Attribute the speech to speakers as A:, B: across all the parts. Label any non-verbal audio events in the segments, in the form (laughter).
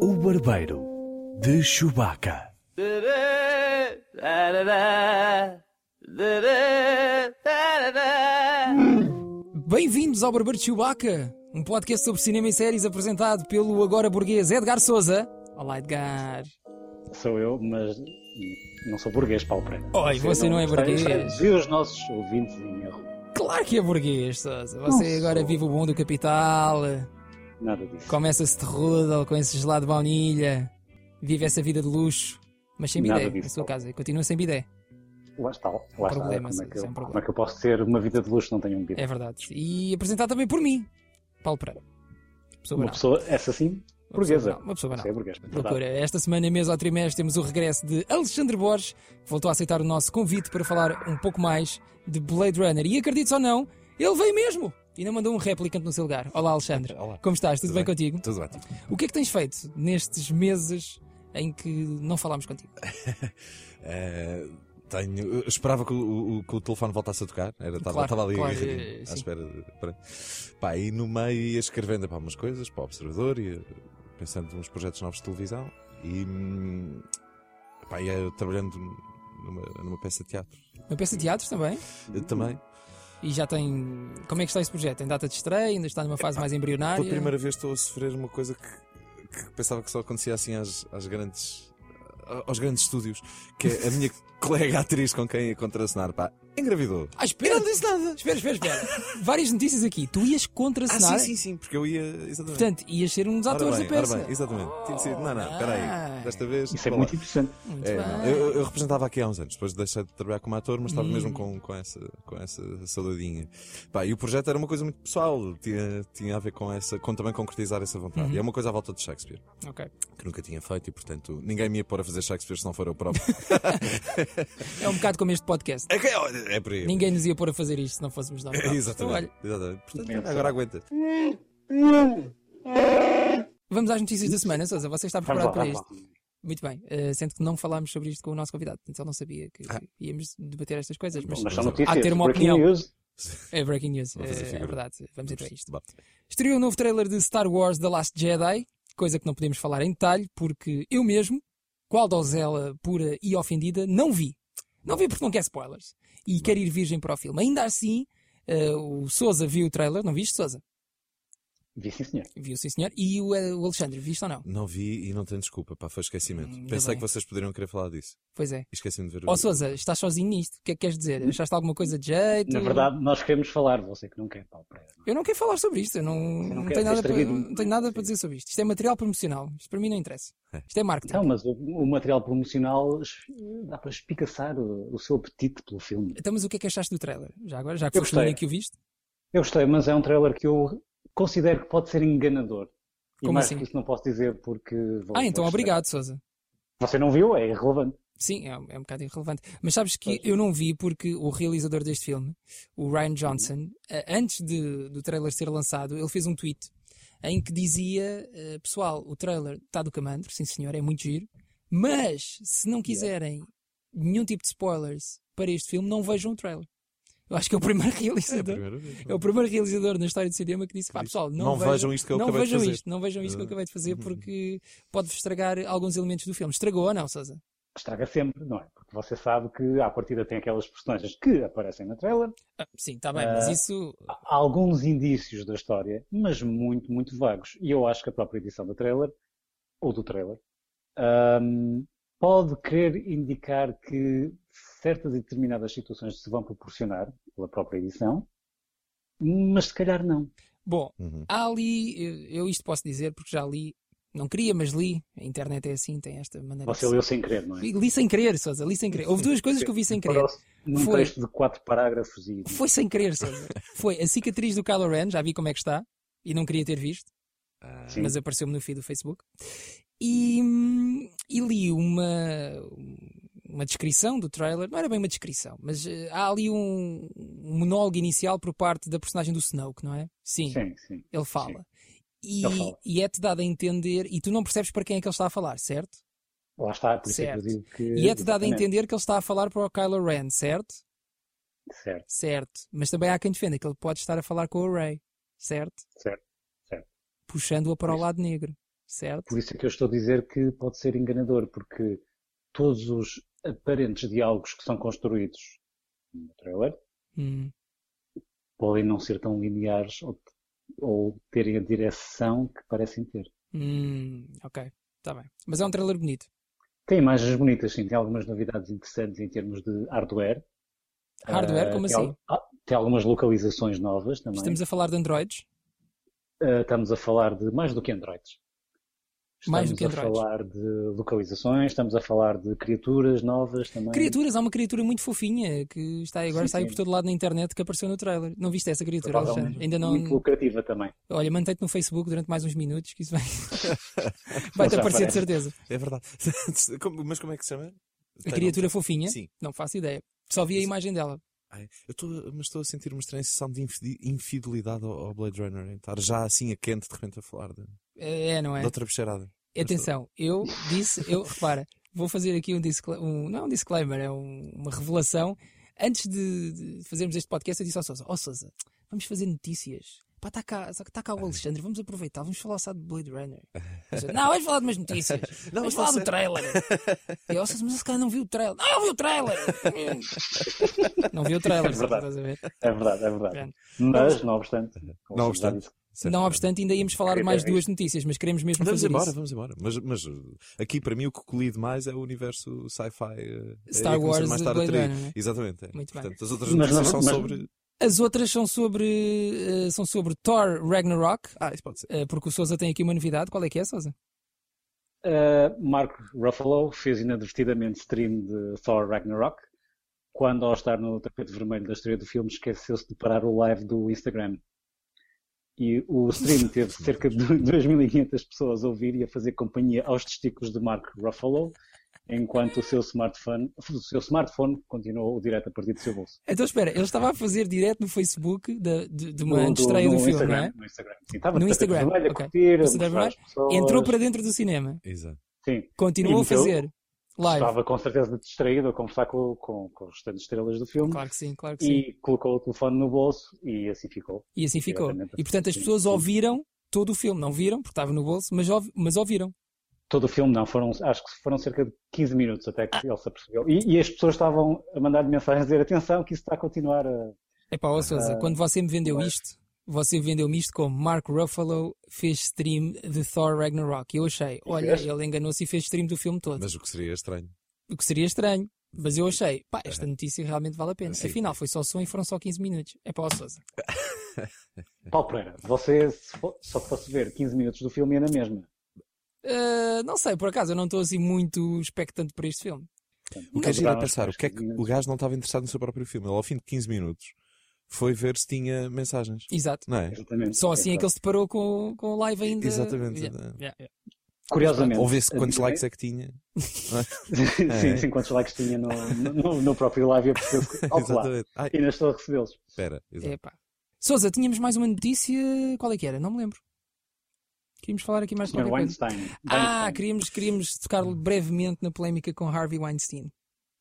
A: O Barbeiro de Chewbacca.
B: Bem-vindos ao Barbeiro de Chewbacca, um podcast sobre cinema e séries apresentado pelo agora burguês Edgar Souza. Olá, Edgar.
C: Sou eu, mas não sou burguês, Paulo Pereira.
B: Oi, você não é
C: está-
B: burguês.
C: está a induzir os nossos ouvintes em erro.
B: Claro que é burguês, Souza. Você
C: Não
B: agora
C: sou.
B: vive o bom do capital,
C: Nada disso.
B: começa-se de rudel com esse gelado de baunilha, vive essa vida de luxo, mas sem
C: Nada
B: bidé,
C: disso,
B: na sua
C: Paulo.
B: casa, continua sem bidé.
C: Lá está, lá está.
B: problema,
C: como, é
B: sim,
C: que
B: sem
C: eu,
B: problema.
C: como é que eu posso ter uma vida de luxo se não tenho um
B: É
C: bidé?
B: verdade. E apresentado também por mim, Paulo Pereira. Pessoa
C: uma
B: banal.
C: pessoa, essa sim,
B: Uma pessoa
C: burguesa.
B: banal, Uma pessoa banal.
C: Você é burguês.
B: Procura. Esta semana, mês ao trimestre, temos o regresso de Alexandre Borges, que voltou a aceitar o nosso convite para falar um pouco mais de Blade Runner. E acredito ou não, ele veio mesmo! E não mandou um replicante no seu lugar. Olá, Alexandre.
D: (laughs) Olá.
B: Como estás? Tudo, bem, contigo?
D: Tudo ótimo.
B: O que é que tens feito nestes meses em que não falámos contigo?
D: Eh, tenho, eu esperava que o, o- que o telefone voltasse a tocar. Era,
B: Claro,
D: estava, estava ali
B: claro,
D: agarradinho,
B: eh,
D: à
B: sim.
D: espera. De, pronto. Pá, e no meio ia escrevendo para umas coisas, para o Observador, e pensando nos projetos novos de televisão. E hum, pá, ia trabalhando numa, numa peça de teatro.
B: Uma peça de teatro também.
D: Eu
B: Hum,
D: também.
B: E já tem. Como é que está esse projeto? Tem data de estreia? Ainda está numa fase mais embrionária?
D: Pela primeira vez estou a sofrer uma coisa que, que pensava que só acontecia assim às, às grandes. a- aos grandes estúdios, que é a minha (laughs) colega atriz com quem ia contracenar, pá, engravidou.
B: Ah, espera! não disse nada! Espera, espera, espera! Várias notícias aqui. Tu ias
D: Ah,
B: contracenar.
D: sim, sim, sim, porque eu ia. Exatamente.
B: Portanto, ias ser um dos
D: Ora
B: atores
D: bem,
B: da peça.
D: ora bem, exatamente. Tinha sido. Não, não, espera
B: Ah.
D: aí. Desta vez.
C: Isso é
D: vá
C: muito
D: lá.
C: interessante.
B: Muito
D: É,
B: bem.
D: não, eu, eu representava aqui há uns anos, depois deixei de trabalhar como ator, mas estava mesmo
B: Hum.
D: com, com, essa, com essa saudadinha. Pá, e o projeto era uma coisa muito pessoal, tinha, tinha a ver com essa, com também concretizar essa vontade.
B: Uhum.
D: E é uma coisa à volta de Shakespeare,
B: Ok.
D: que nunca tinha feito e, portanto, ninguém me ia pôr a fazer Shakespeare se não for
B: (laughs)
D: eu próprio.
B: É um bocado como este podcast.
D: é, que- é por aí.
B: Ninguém nos ia pôr a fazer isto se não fôssemos nós. próprios. Então,
D: (laughs) Exatamente,
B: olha,
D: exatamente. Portanto, agora aguenta.
B: vamos às notícias da semana, Sousa. Você está
C: Vamos lá,
B: preparado para
C: vamos
B: isto?
C: lá.
B: Muito bem. Eh, sendo que não falámos sobre isto com o nosso convidado. Portanto, ele não sabia que que íamos debater estas coisas. Mas,
C: Mas
D: Vamos
C: são
D: lá.
C: notícias.
B: Há de ter uma
C: Breaking
B: opinião.
C: news.
B: é breaking news.
D: Vou
B: Eh,
D: fazer
B: é
D: figura.
B: verdade. Vamos entrar isto.
D: Debate.
B: Estreou o novo trailer de Star Wars The Last Jedi, coisa que não podemos falar em detalhe, porque eu mesmo, qual dozela pura e ofendida, não vi. Não vi porque não quer spoilers. E quero ir virgem para o filme. Ainda assim, eh, o Souza viu o trailer, não viste, Souza?
C: Vi sim, senhor.
B: Viu, sim senhor. E o, eh, o Alexandre, viste ou não?
D: Não vi e não tenho desculpa, pá, foi esquecimento.
B: Hum, ainda bem.
D: Pensei que vocês poderiam querer falar disso.
B: Pois é.
D: E esqueci-me de ver
B: Ó
D: o-
B: Souza, estás sozinho nisto. O que é que queres dizer? Achaste alguma coisa de jeito?
C: Hum. Na verdade, nós queremos falar, você que não quer, Paulo Pereira.
B: Eu não quero falar sobre isto. Eu não, não, tenho,
C: quer ser
B: nada para,
C: estraguido?
B: não tenho nada para dizer sobre isto. Isto é material promocional. Isto para mim não interessa. Isto é marketing.
C: Então, mas o, o material promocional es- dá para espicaçar o, o seu apetite pelo filme.
B: Então, mas o que é que achaste do trailer? Já agora, já que
C: Eu
B: foste o
C: gostei.
B: único que o viste?
C: Eu gostei, mas é um trailer que eu considero que pode ser enganador. E
B: Como
C: mais
B: assim?
C: que isso não posso dizer porque. vou-
B: Ah, então
C: vou-
B: obrigado, Sousa.
C: Você não viu? É irrelevante.
B: Sim, é, um- é um bocado irrelevante. Mas sabes que eu não vi porque o realizador deste filme, o
D: Uhum.
B: Ryan Johnson, eh, antes de, do trailer ser lançado, ele fez um tweet em que dizia: eh, Pessoal, o trailer está do comando, sim senhor, é muito giro, mas se não quiserem nenhum tipo de spoilers para este filme, não vejam o trailer. Eu acho que é o (laughs) primeiro
D: É a
B: realizador.
D: primeira vez.
B: É o primeiro realizador na história do cinema que disse: pá, pessoal, não,
D: Não
B: vejam,
D: vejam isto que eu
B: não
D: acabei de
B: vejam
D: fazer." Uhum.
B: isto, não vejam isto que eu acabei de fazer porque pode estragar alguns elementos do filme. Estragou ou não, Sousa?
C: Estraga sempre, não é? Porque você sabe que à partida tem aquelas personagens que aparecem no trailer,
B: Ah, sim, está bem, mas isso.
C: há alguns indícios da história, mas muito, muito vagos. E eu acho que a própria edição do trailer, ou do trailer, ahm, pode querer indicar que certas e determinadas situações se vão proporcionar pela própria edição, mas se calhar não.
B: Bom,
D: Uhum.
B: há ali, eu- eu isto posso dizer porque já li, não queria, mas li. A internet é assim, tem esta maneira. de
C: Você
B: ser.
C: leu sem querer, não é?
B: Li sem querer, Sousa, li sem querer. Houve duas coisas que eu vi sem querer.
C: Parou-se Num
B: Foi.
C: texto de quatro parágrafos e.
B: Foi sem querer, Sousa. Foi a cicatriz do Kylo Ren, já vi como é que está, e não queria ter visto. ah,
C: Sim.
B: mas apareceu-me no feed do Facebook. E, hum, e li uma, uma descrição do trailer, não era bem uma descrição, mas eh, há ali um, um monólogo inicial por parte da personagem do Snoke, não é? Sim,
C: Sim, sim.
B: ele fala. E,
C: Ele fala.
B: e é-te dado a entender, e tu não percebes para quem é que ele está a falar, certo?
C: Lá está, por isso é que eu
B: Certo.
C: digo que.
B: E é-te dado a
C: Exatamente.
B: entender que ele está a falar para o Kylo Ren, certo?
C: Certo,
B: Certo. Mas também há quem defenda que ele pode estar a falar com o Ray, certo?
C: certo, certo.
B: puxando-a para o lado negro, certo?
C: Por isso é que eu estou a dizer que pode ser enganador, porque todos os aparentes diálogos que são construídos no trailer
B: Hum,
C: podem não ser tão lineares ou, ou terem a direção que parecem ter.
B: hum, ok, está bem. Mas é um trailer bonito.
C: Tem imagens bonitas, sim, tem algumas novidades interessantes em termos de hardware.
B: Hardware,
C: Ah,
B: como
C: tem
B: assim?
C: al- ah, tem algumas localizações novas também.
B: Estamos a falar de androids?
C: Uh, estamos a falar de mais do que androides.
B: Mais do
C: Estamos
B: que
C: a
B: androides.
C: falar de localizações, estamos a falar de criaturas novas também.
B: Criaturas, há uma criatura muito fofinha que está aí agora,
C: Sim,
B: está aí
C: sim.
B: por todo lado na internet que apareceu no trailer. Não viste essa criatura,
C: Provavelmente
B: Alexandre? Ainda não.
C: Muito lucrativa também.
B: Olha, mantém-te no Facebook durante mais uns minutos que isso vai. Vai-te aparecer de
C: Já aparece.
B: certeza.
D: É verdade. (laughs) Como- Mas como é que se chama?
B: A
D: Tem
B: criatura
D: nome?
B: fofinha?
D: Sim.
B: Não faço ideia. Só vi a imagem dela.
D: Ai, eu tô, mas estou a sentir uma estranha sensação de infi- infidelidade ao, ao Blade Runner. em Estar já assim a quente de repente a falar de,
B: É, não é?
D: de outra bicharada.
B: Atenção, eu disse, eu repara, vou fazer aqui um disclaimer, não é um disclaimer, é um- uma revelação. Antes de, de fazermos este podcast, eu disse ao Sousa, ó Sousa, vamos fazer notícias. Pá, está cá, está cá o Alexandre, vamos aproveitar, vamos falar só de Blade Runner. Eu disse, não, vamos falar de umas notícias.
D: Não,
B: vamos
D: mas
B: falar
D: fala
B: do trailer. E eu, "Ó, Sousa, mas esse cara não viu o trailer. Não, eu vi o trailer. não viu o trailer,
C: É
B: Sousa,
C: verdade.
B: estás a ver?
C: É verdade, é verdade.
B: Pronto.
C: Mas, não obstante. como
D: Não
C: já
D: obstante.
C: disse,
D: Certo.
B: Não obstante, ainda íamos falar de mais
C: Queria ver
B: duas notícias, mas queremos mesmo
D: Vamos
B: fazer
D: embora,
B: isso.
D: vamos embora. Mas, mas uh, aqui para mim o que colide mais é o universo sci-fi. uh, é
B: Star
D: que começou
B: Wars
D: mais
B: de
D: tarde a
B: Blade
D: atrair.
B: Runner, né?
D: Exatamente. é.
B: Muito bem.
D: Portanto, as outras
C: Mas
D: notícias
C: não-
D: são
C: mas-
D: sobre.
B: As outras são sobre, eh, são sobre Thor Ragnarok,
D: Ah, isso pode ser.
B: eh, porque o Sousa tem aqui uma novidade. Qual é que é, Sousa?
C: Uh, Mark Ruffalo fez inadvertidamente stream de Thor Ragnarok. Quando, ao estar no tapete vermelho da estreia do filme, esqueceu-se de parar o live do Instagram. E o
B: (laughs)
C: stream teve cerca de (laughs) 2.500 pessoas a ouvir e a fazer companhia aos testículos de Mark Ruffalo, enquanto o seu smartphone, o seu smartphone continuou o direto a partir do seu bolso.
B: Então espera, ele estava a fazer direto no Facebook da- de, de uma
C: No- do-
B: estreia do,
C: no
B: filme,
C: Instagram,
B: não é?
C: no Instagram. Sim, estava
B: No
C: no tapete
B: Instagram,
C: vermelho a
B: ok.
C: curtir, a
B: No Instagram,
C: mostrar às pessoas.
B: é? Entrou para dentro do cinema,
D: Exato.
C: Sim.
B: continuou a
C: E meteu-
B: fazer live.
C: Estava com certeza distraído a conversar com, com, com os restantes estrelas do filme
B: Claro que sim, claro que sim.
C: e colocou o telefone no bolso e assim ficou.
B: E assim ficou.
C: Exatamente.
B: E portanto as
C: Sim,
B: pessoas
C: sim.
B: ouviram todo o filme. Não viram, porque estava no bolso, mas, ouvi- mas ouviram.
C: Todo o filme não, foram, acho que foram cerca de 15 minutos até que ele se apercebeu. E, e as pessoas estavam a mandar mensagem a dizer atenção que isso está a continuar a...
B: Epá, ó Sousa, quando você me vendeu
C: mas-
B: isto, você vendeu-me isto como Mark Ruffalo fez stream de Thor Ragnarok. E eu achei, olha,
C: fez?
B: ele enganou-se e fez stream do filme todo.
D: Mas o que seria estranho.
B: O que seria estranho. Mas eu achei, pá, esta notícia realmente vale a pena.
D: Sim.
B: Afinal, foi só som e foram só 15 minutos. É para o Sousa.
C: Paulo Pereira, você se fo- só fosse ver 15 minutos do filme e é na mesma.
B: Ah, não sei, por acaso, eu não estou assim muito expectante para este filme.
D: O que é giro a
C: Não,
D: pensar? O
C: acho
D: que é que o gajo não estava interessado no seu próprio filme? Ele, ao fim de 15 minutos, foi ver se tinha mensagens.
B: Exato.
D: Não é?
C: Exatamente.
B: Só assim é que
C: Exato.
B: ele se deparou com, com o live ainda.
D: Exatamente.
B: Yeah,
D: né?
B: yeah, yeah.
C: Curiosamente.
D: Ou ver-se quantos
C: a-
D: likes é que tinha.
C: (laughs) sim, sim, quantos likes tinha no, no, no próprio live e apercebeu
D: (laughs)
C: que ao lá, É.
D: Exatamente. Ai,
C: ainda estou a recebê-los.
D: espera. exato.
B: Epá. Sousa, tínhamos mais uma notícia. Qual é que era? Não me lembro. Queríamos falar aqui mais de
C: Senhor
B: qualquer coisa.
C: Weinstein.
B: Ah,
C: Weinstein.
B: queríamos, queríamos tocar brevemente na polémica com Harvey Weinstein.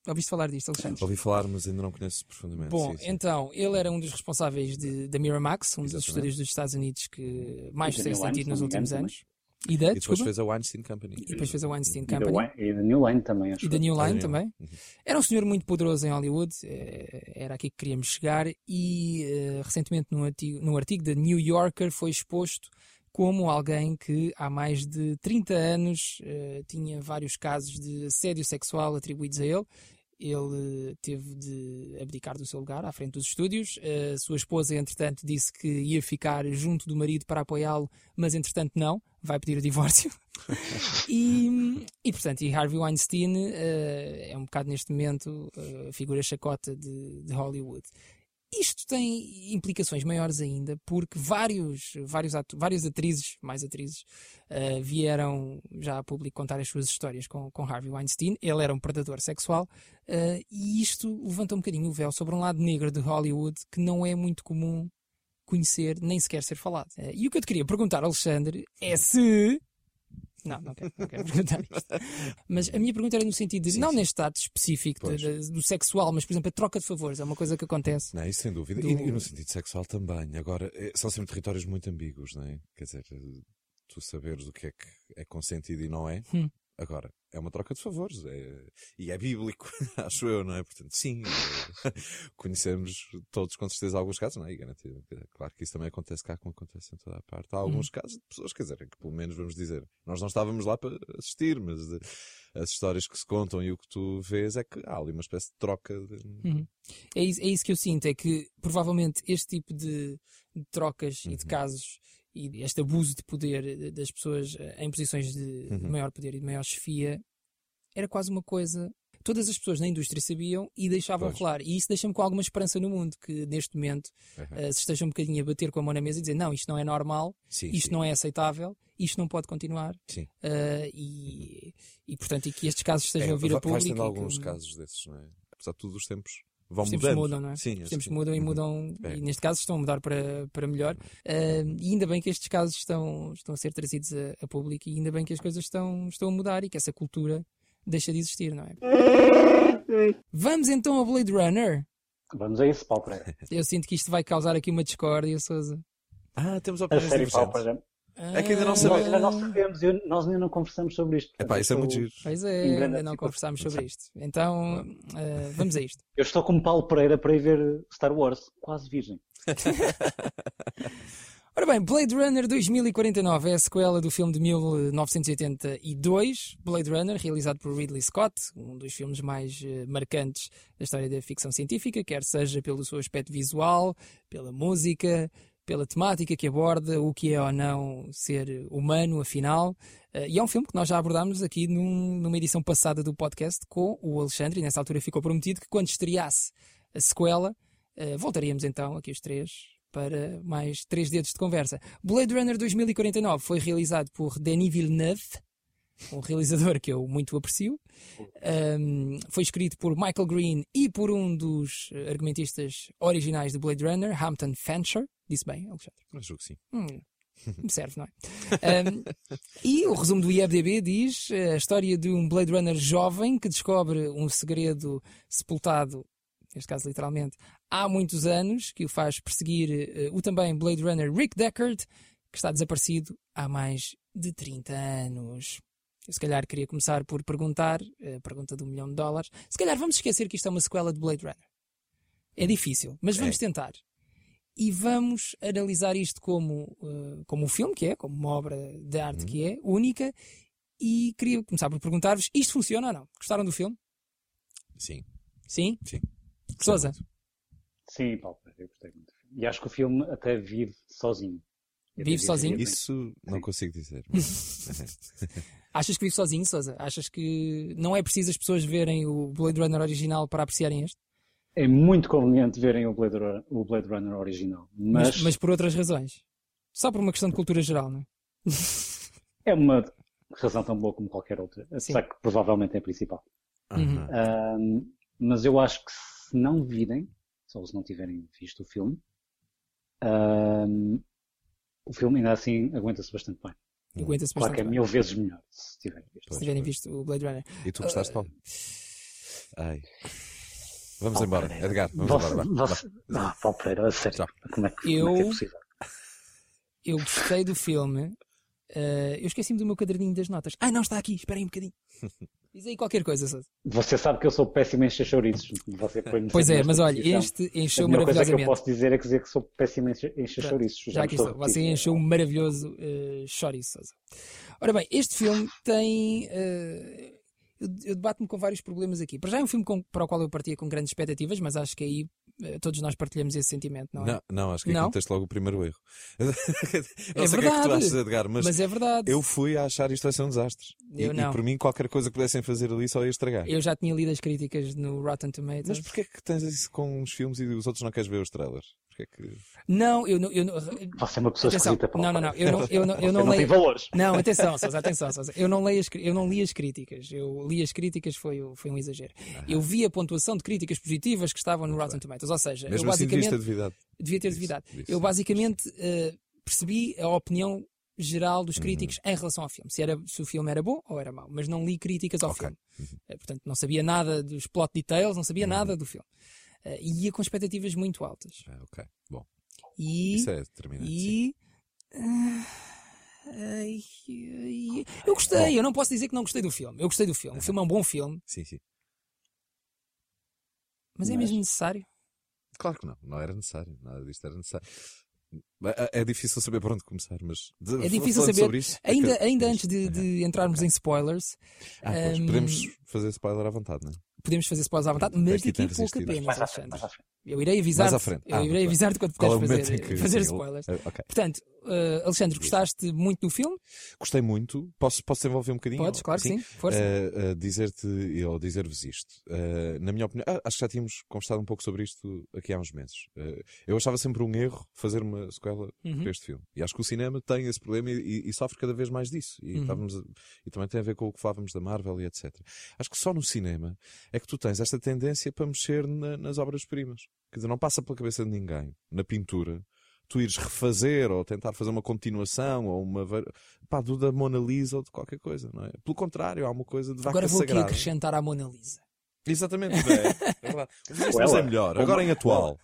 B: Ouviste falar disto, Alexandre?
D: Ouvi falar, mas ainda não conheço profundamente.
B: É. Bom,
D: Sim, sim.
B: então, ele era um dos responsáveis de- da Miramax, um dos
D: Exatamente.
B: estúdios dos Estados Unidos que mais
C: E
B: fez
C: Daniel
B: sentido nos
C: Weinstein,
B: últimos
C: também.
B: anos. E da,
D: E depois
B: desculpa?
D: fez a Weinstein Company.
B: E depois fez a Weinstein
C: E da
B: Company.
C: Wein- E da New Line também, acho.
B: E da New Line
D: Daniel.
B: também. Era um senhor muito poderoso em Hollywood, eh, era aqui que queríamos chegar, e eh, recentemente num artigo, num artigo da New Yorker foi exposto como alguém que há mais de 30 anos eh, tinha vários casos de assédio sexual atribuídos a ele. Ele eh, teve de abdicar do seu lugar à frente dos estúdios. A sua esposa, entretanto, disse que ia ficar junto do marido para apoiá-lo, mas entretanto não, vai pedir o divórcio. E, e, portanto, e Harvey Weinstein eh, é um bocado neste momento eh, a figura chacota de, de Hollywood. Isto tem implicações maiores ainda, porque vários, vários atu- várias atrizes, mais atrizes, eh, vieram já a público contar as suas histórias com, com Harvey Weinstein. Ele era um predador sexual, eh, e isto levanta um bocadinho o véu sobre um lado negro de Hollywood que não é muito comum conhecer, nem sequer ser falado. Eh, e o que eu te queria perguntar, Alexandre, é se. Não, não quero, não quero perguntar isto. Mas a minha pergunta era no sentido de, não neste estado específico de- de- do sexual, mas por exemplo a troca de favores, é uma coisa que acontece.
D: Não, isso sem dúvida.
B: Do-
D: E, e no sentido sexual também. Agora, eh, são sempre territórios muito ambíguos, não é? Quer dizer, eh, tu saberes o que é que é consentido e não é.
B: Hum.
D: Agora, é uma troca de favores. é- E é bíblico, (laughs) acho eu, não é? Portanto, sim. é- (laughs) Conhecemos todos, com certeza, alguns casos, não é? E garantido, é claro que isso também acontece cá, como acontece em toda a parte. Há
B: Hum.
D: alguns casos de pessoas, quer dizer, é que pelo menos vamos dizer, nós não estávamos lá para assistir, mas de- as histórias que se contam e o que tu vês é que há ali uma espécie de troca de.
B: É isso, é isso que eu sinto, é que provavelmente este tipo de, de trocas e de
D: Uhum.
B: casos e este abuso de poder eh, das pessoas eh, em posições de, de
D: Uhum.
B: maior poder e de maior chefia era quase uma coisa. Todas as pessoas na indústria sabiam e deixavam
D: Pois.
B: rolar. E isso deixa-me com alguma esperança no mundo que neste momento
D: Uhum.
B: eh, se esteja um bocadinho a bater com a mão na mesa e dizer não, isto não é normal,
D: Sim,
B: isto
D: sim.
B: não é aceitável, isto não pode continuar.
D: Sim.
B: Eh, e, e portanto, e que estes casos estejam a vir
D: É, vai-
B: a público.
D: Vais
B: e que
D: tendo alguns
B: os
D: casos desses, não é? Apesar de tudo, os tempos vão
B: tempos
D: mudando.
B: mudam, não é?
D: Sim,
B: Os
D: acho
B: tempos
D: que-
B: mudam e
D: Uhum.
B: mudam,
D: É.
B: e neste caso estão a mudar para, para melhor. Ah, e ainda bem que estes casos estão, estão a ser trazidos a, a público e ainda bem que as coisas estão, estão a mudar e que essa cultura deixa de existir, não é? Vamos então a Blade Runner.
C: Vamos a isso, Paulo Pereira.
B: Eu sinto que isto vai causar aqui uma discórdia, Sousa. Ah,
D: Ah, temos
C: A
D: opiniões
C: série Paulo
D: diferentes.
C: Pereira.
D: É que ainda não
C: Nós
D: sabemos.
C: ainda não sabemos, eu- nós ainda não conversamos sobre isto.
D: Epá, isso é muito giro.
B: Pois é,
C: Em grande
B: ainda não
C: antecipação.
B: conversámos sobre isto. Então, ah, vamos a isto.
C: Eu estou como Paulo Pereira para ir ver Star Wars, quase virgem.
B: Ora bem, Blade Runner 2049 é a sequela do filme de 1982, Blade Runner, realizado por Ridley Scott, um dos filmes mais eh, marcantes da história da ficção científica, quer seja pelo seu aspecto visual, pela música, pela temática que aborda, o que é ou não ser humano, afinal. Eh, E é um filme que nós já abordámos aqui num- numa edição passada do podcast com o Alexandre, e nessa altura ficou prometido que quando estreasse a sequela, eh, voltaríamos então, aqui os três, para mais três dedos de conversa. Blade Runner 2049 foi realizado por Denis Villeneuve, um realizador que eu muito aprecio. Um, foi escrito por Michael Green e por um dos eh, argumentistas originais de Blade Runner, Hampton Fancher. Disse bem, Alexandre.
D: Mas julgo que sim.
B: Hum, me serve, não é? Um, e o resumo do IMDB diz eh, a história de um Blade Runner jovem que descobre um segredo sepultado, neste caso literalmente, há muitos anos, que o faz perseguir eh, o também Blade Runner Rick Deckard, que está desaparecido há mais de 30 anos. Eu se calhar queria começar por perguntar, eh, pergunta do milhão de dólares, se calhar vamos esquecer que isto é uma sequela de Blade Runner. É difícil, mas vamos
D: É.
B: tentar e vamos analisar isto como, eh, como um filme que é, como uma obra de arte
D: Uhum.
B: que é, única. E queria começar por perguntar-vos: isto funciona ou não? Gostaram do filme?
D: Sim.
B: Sim?
D: Sim.
B: Sousa,
C: Sim, Paulo Pereira, eu gostei muito. do filme. E acho que o filme até vive sozinho. Eu
B: Vive
C: devo dizer
B: sozinho?
C: bem.
D: Isso não consigo dizer. mas-
B: achas que vive sozinho, Sousa? Achas que não é preciso as pessoas verem o Blade Runner original para apreciarem este?
C: É muito conveniente verem o Blade, Runner- o Blade Runner original, mas,
B: Mas, mas por outras razões. Só por uma questão de cultura geral, não é?
C: é uma razão tão boa como qualquer outra,
B: Sim.
C: apesar que provavelmente é a principal.
B: Uhum.
D: Aham.
C: Ahm, mas eu acho que se não virem, só se não tiverem visto o filme, ahm, o filme ainda assim aguenta-se bastante bem.
D: Hum.
B: Aguenta-se
C: Claro que
B: bastante.
C: é
B: bem,
C: mil vezes melhor se tiverem visto.
B: Se tiverem visto o Blade Runner.
D: E tu gostaste, Paulo?
B: Uh,
D: Ai. Vamos
B: Oh,
D: embora,
C: Pereira.
D: Edgar. Vamos
C: Você,
D: embora. vá.
C: você, não, Paulo Pereira, a sério,
D: Já.
C: como é que,
B: Eu-
C: como é que é possível?
B: Eu gostei do filme. Eh, eu esqueci-me do meu caderninho das notas. Ah, não, está aqui. Esperem um
C: (laughs)
B: bocadinho. Diz aí qualquer coisa, Sousa.
C: Você sabe que eu sou péssimo em encher chouriços. Você põe-me
B: Pois
C: sempre
B: é,
C: nesta
B: mas olha,
C: posição.
B: este
C: A
B: encheu
C: melhor coisa que eu
B: maravilhosamente.
C: posso dizer é que dizer que sou péssimo em encher- encher
B: Pronto,
C: chouriços.
B: Já aqui estou.
C: é
B: Você encheu um maravilhoso uh, chouriço, Sousa. Ora bem, este filme tem. eh, eu eu debato-me com vários problemas aqui. Para já é um filme com- para o qual eu partia com grandes expectativas, mas acho que aí eh, todos nós partilhamos esse sentimento, não é?
D: Não, não, acho que
B: Não?
D: conteste logo o primeiro erro. (laughs) não
B: É
D: sei o que é que tu
B: verdade.
D: achas, Edgar, mas,
B: mas... é verdade.
D: eu fui a achar isto vai ser um desastre. E-
B: Eu
D: e,
B: não.
D: por mim, qualquer coisa que pudessem fazer ali só ia estragar.
B: Eu já tinha lido as críticas no Rotten Tomatoes.
D: Mas porquê é que tens isso com os filmes e os outros não queres ver os trailers? Porquê é que.
B: Não, eu não. Eu não
C: Você é uma pessoa
B: Atenção.
C: esquisita, Paulo.
B: Não, não, não. Eu não,
C: (laughs)
B: eu não, eu não
C: Você não tem
B: leio.
C: valores.
B: Não, atenção, Sousa, atenção, Sousa. Eu não, leio as, cri- eu não li as críticas. Eu li as críticas, foi, o- foi um exagero. Eu vi a pontuação de críticas positivas que estavam no Rotten Tomatoes. Ou seja,
D: Mesmo
B: É, eu
D: assim,
B: basicamente.
D: devias ter duvidado.
B: devia ter
D: Isso,
B: duvidado.
D: isso.
B: Eu basicamente eh, percebi a opinião geral
D: Uhum.
B: dos críticos em relação ao filme. Se, era, se o filme era bom ou era mau. Mas não li críticas ao
D: Ok. Uhum.
B: filme. Eh, portanto, não sabia nada dos plot details, não sabia nada do filme. Eh, e ia com expectativas muito altas.
D: Ah, ok. Bom,
B: E.
D: isso é determinante. sim.
B: E. ah, Ai, ai, eu gostei, eu não posso dizer que não gostei do filme. Eu gostei do filme. O filme é um bom filme,
D: Sim, sim.
B: mas é
C: Mas-
B: mesmo necessário.
D: Claro que não, não era necessário, nada disto era necessário. É é difícil saber por onde começar, mas de-
B: É difícil
D: falando
B: saber.
D: sobre isso, é que-
B: Ainda, ainda antes de, de entrarmos em spoilers,
D: Ah, pois,
B: hum,
D: podemos fazer spoiler à vontade, não é?
B: podemos fazer spoilers à vontade, mas
D: Aqui
B: daqui a
D: tem
B: pouco
D: resistido.
B: apenas,
C: Mais à frente,
B: Alexandre.
C: mais à frente.
B: Eu irei avisar.
D: Mais à frente.
B: Eu
D: Ah,
B: irei
D: muito
B: avisar-te quando
D: Qual
B: puderes
D: é o momento
B: fazer, eh,
D: em que
B: fazer
D: sim, eu-
B: spoilers.
D: Ah, ok.
B: Portanto, eh, Alexandre, gostaste muito do filme?
D: Gostei muito. Posso, posso desenvolver um bocadinho?
B: Podes, claro que sim. Força.
D: Ah, ah, Dizer-te, ou dizer-vos isto, Ah, na minha opinião, ah, acho que já tínhamos conversado um pouco sobre isto aqui há uns meses. Ah, eu achava sempre um erro fazer uma sequela
B: Uhum.
D: para este filme. E acho que o cinema tem esse problema e, e- e sofre cada vez mais disso. E,
B: Uhum.
D: estávamos a- e também tem a ver com o que falávamos da Marvel e etc. Acho que só no cinema é que tu tens esta tendência para mexer na- nas obras-primas. Quer dizer, não passa pela cabeça de ninguém, na pintura, tu ires refazer ou tentar fazer uma continuação ou uma. ver- pá, do da Mona Lisa ou de qualquer coisa, não é? Pelo contrário, há uma coisa de vaca
B: Agora vou aqui
D: sagrada.
B: acrescentar à Mona Lisa.
D: Exatamente, é, é
B: (laughs)
D: verdade. Mas
C: Ela.
D: é melhor, agora em atual.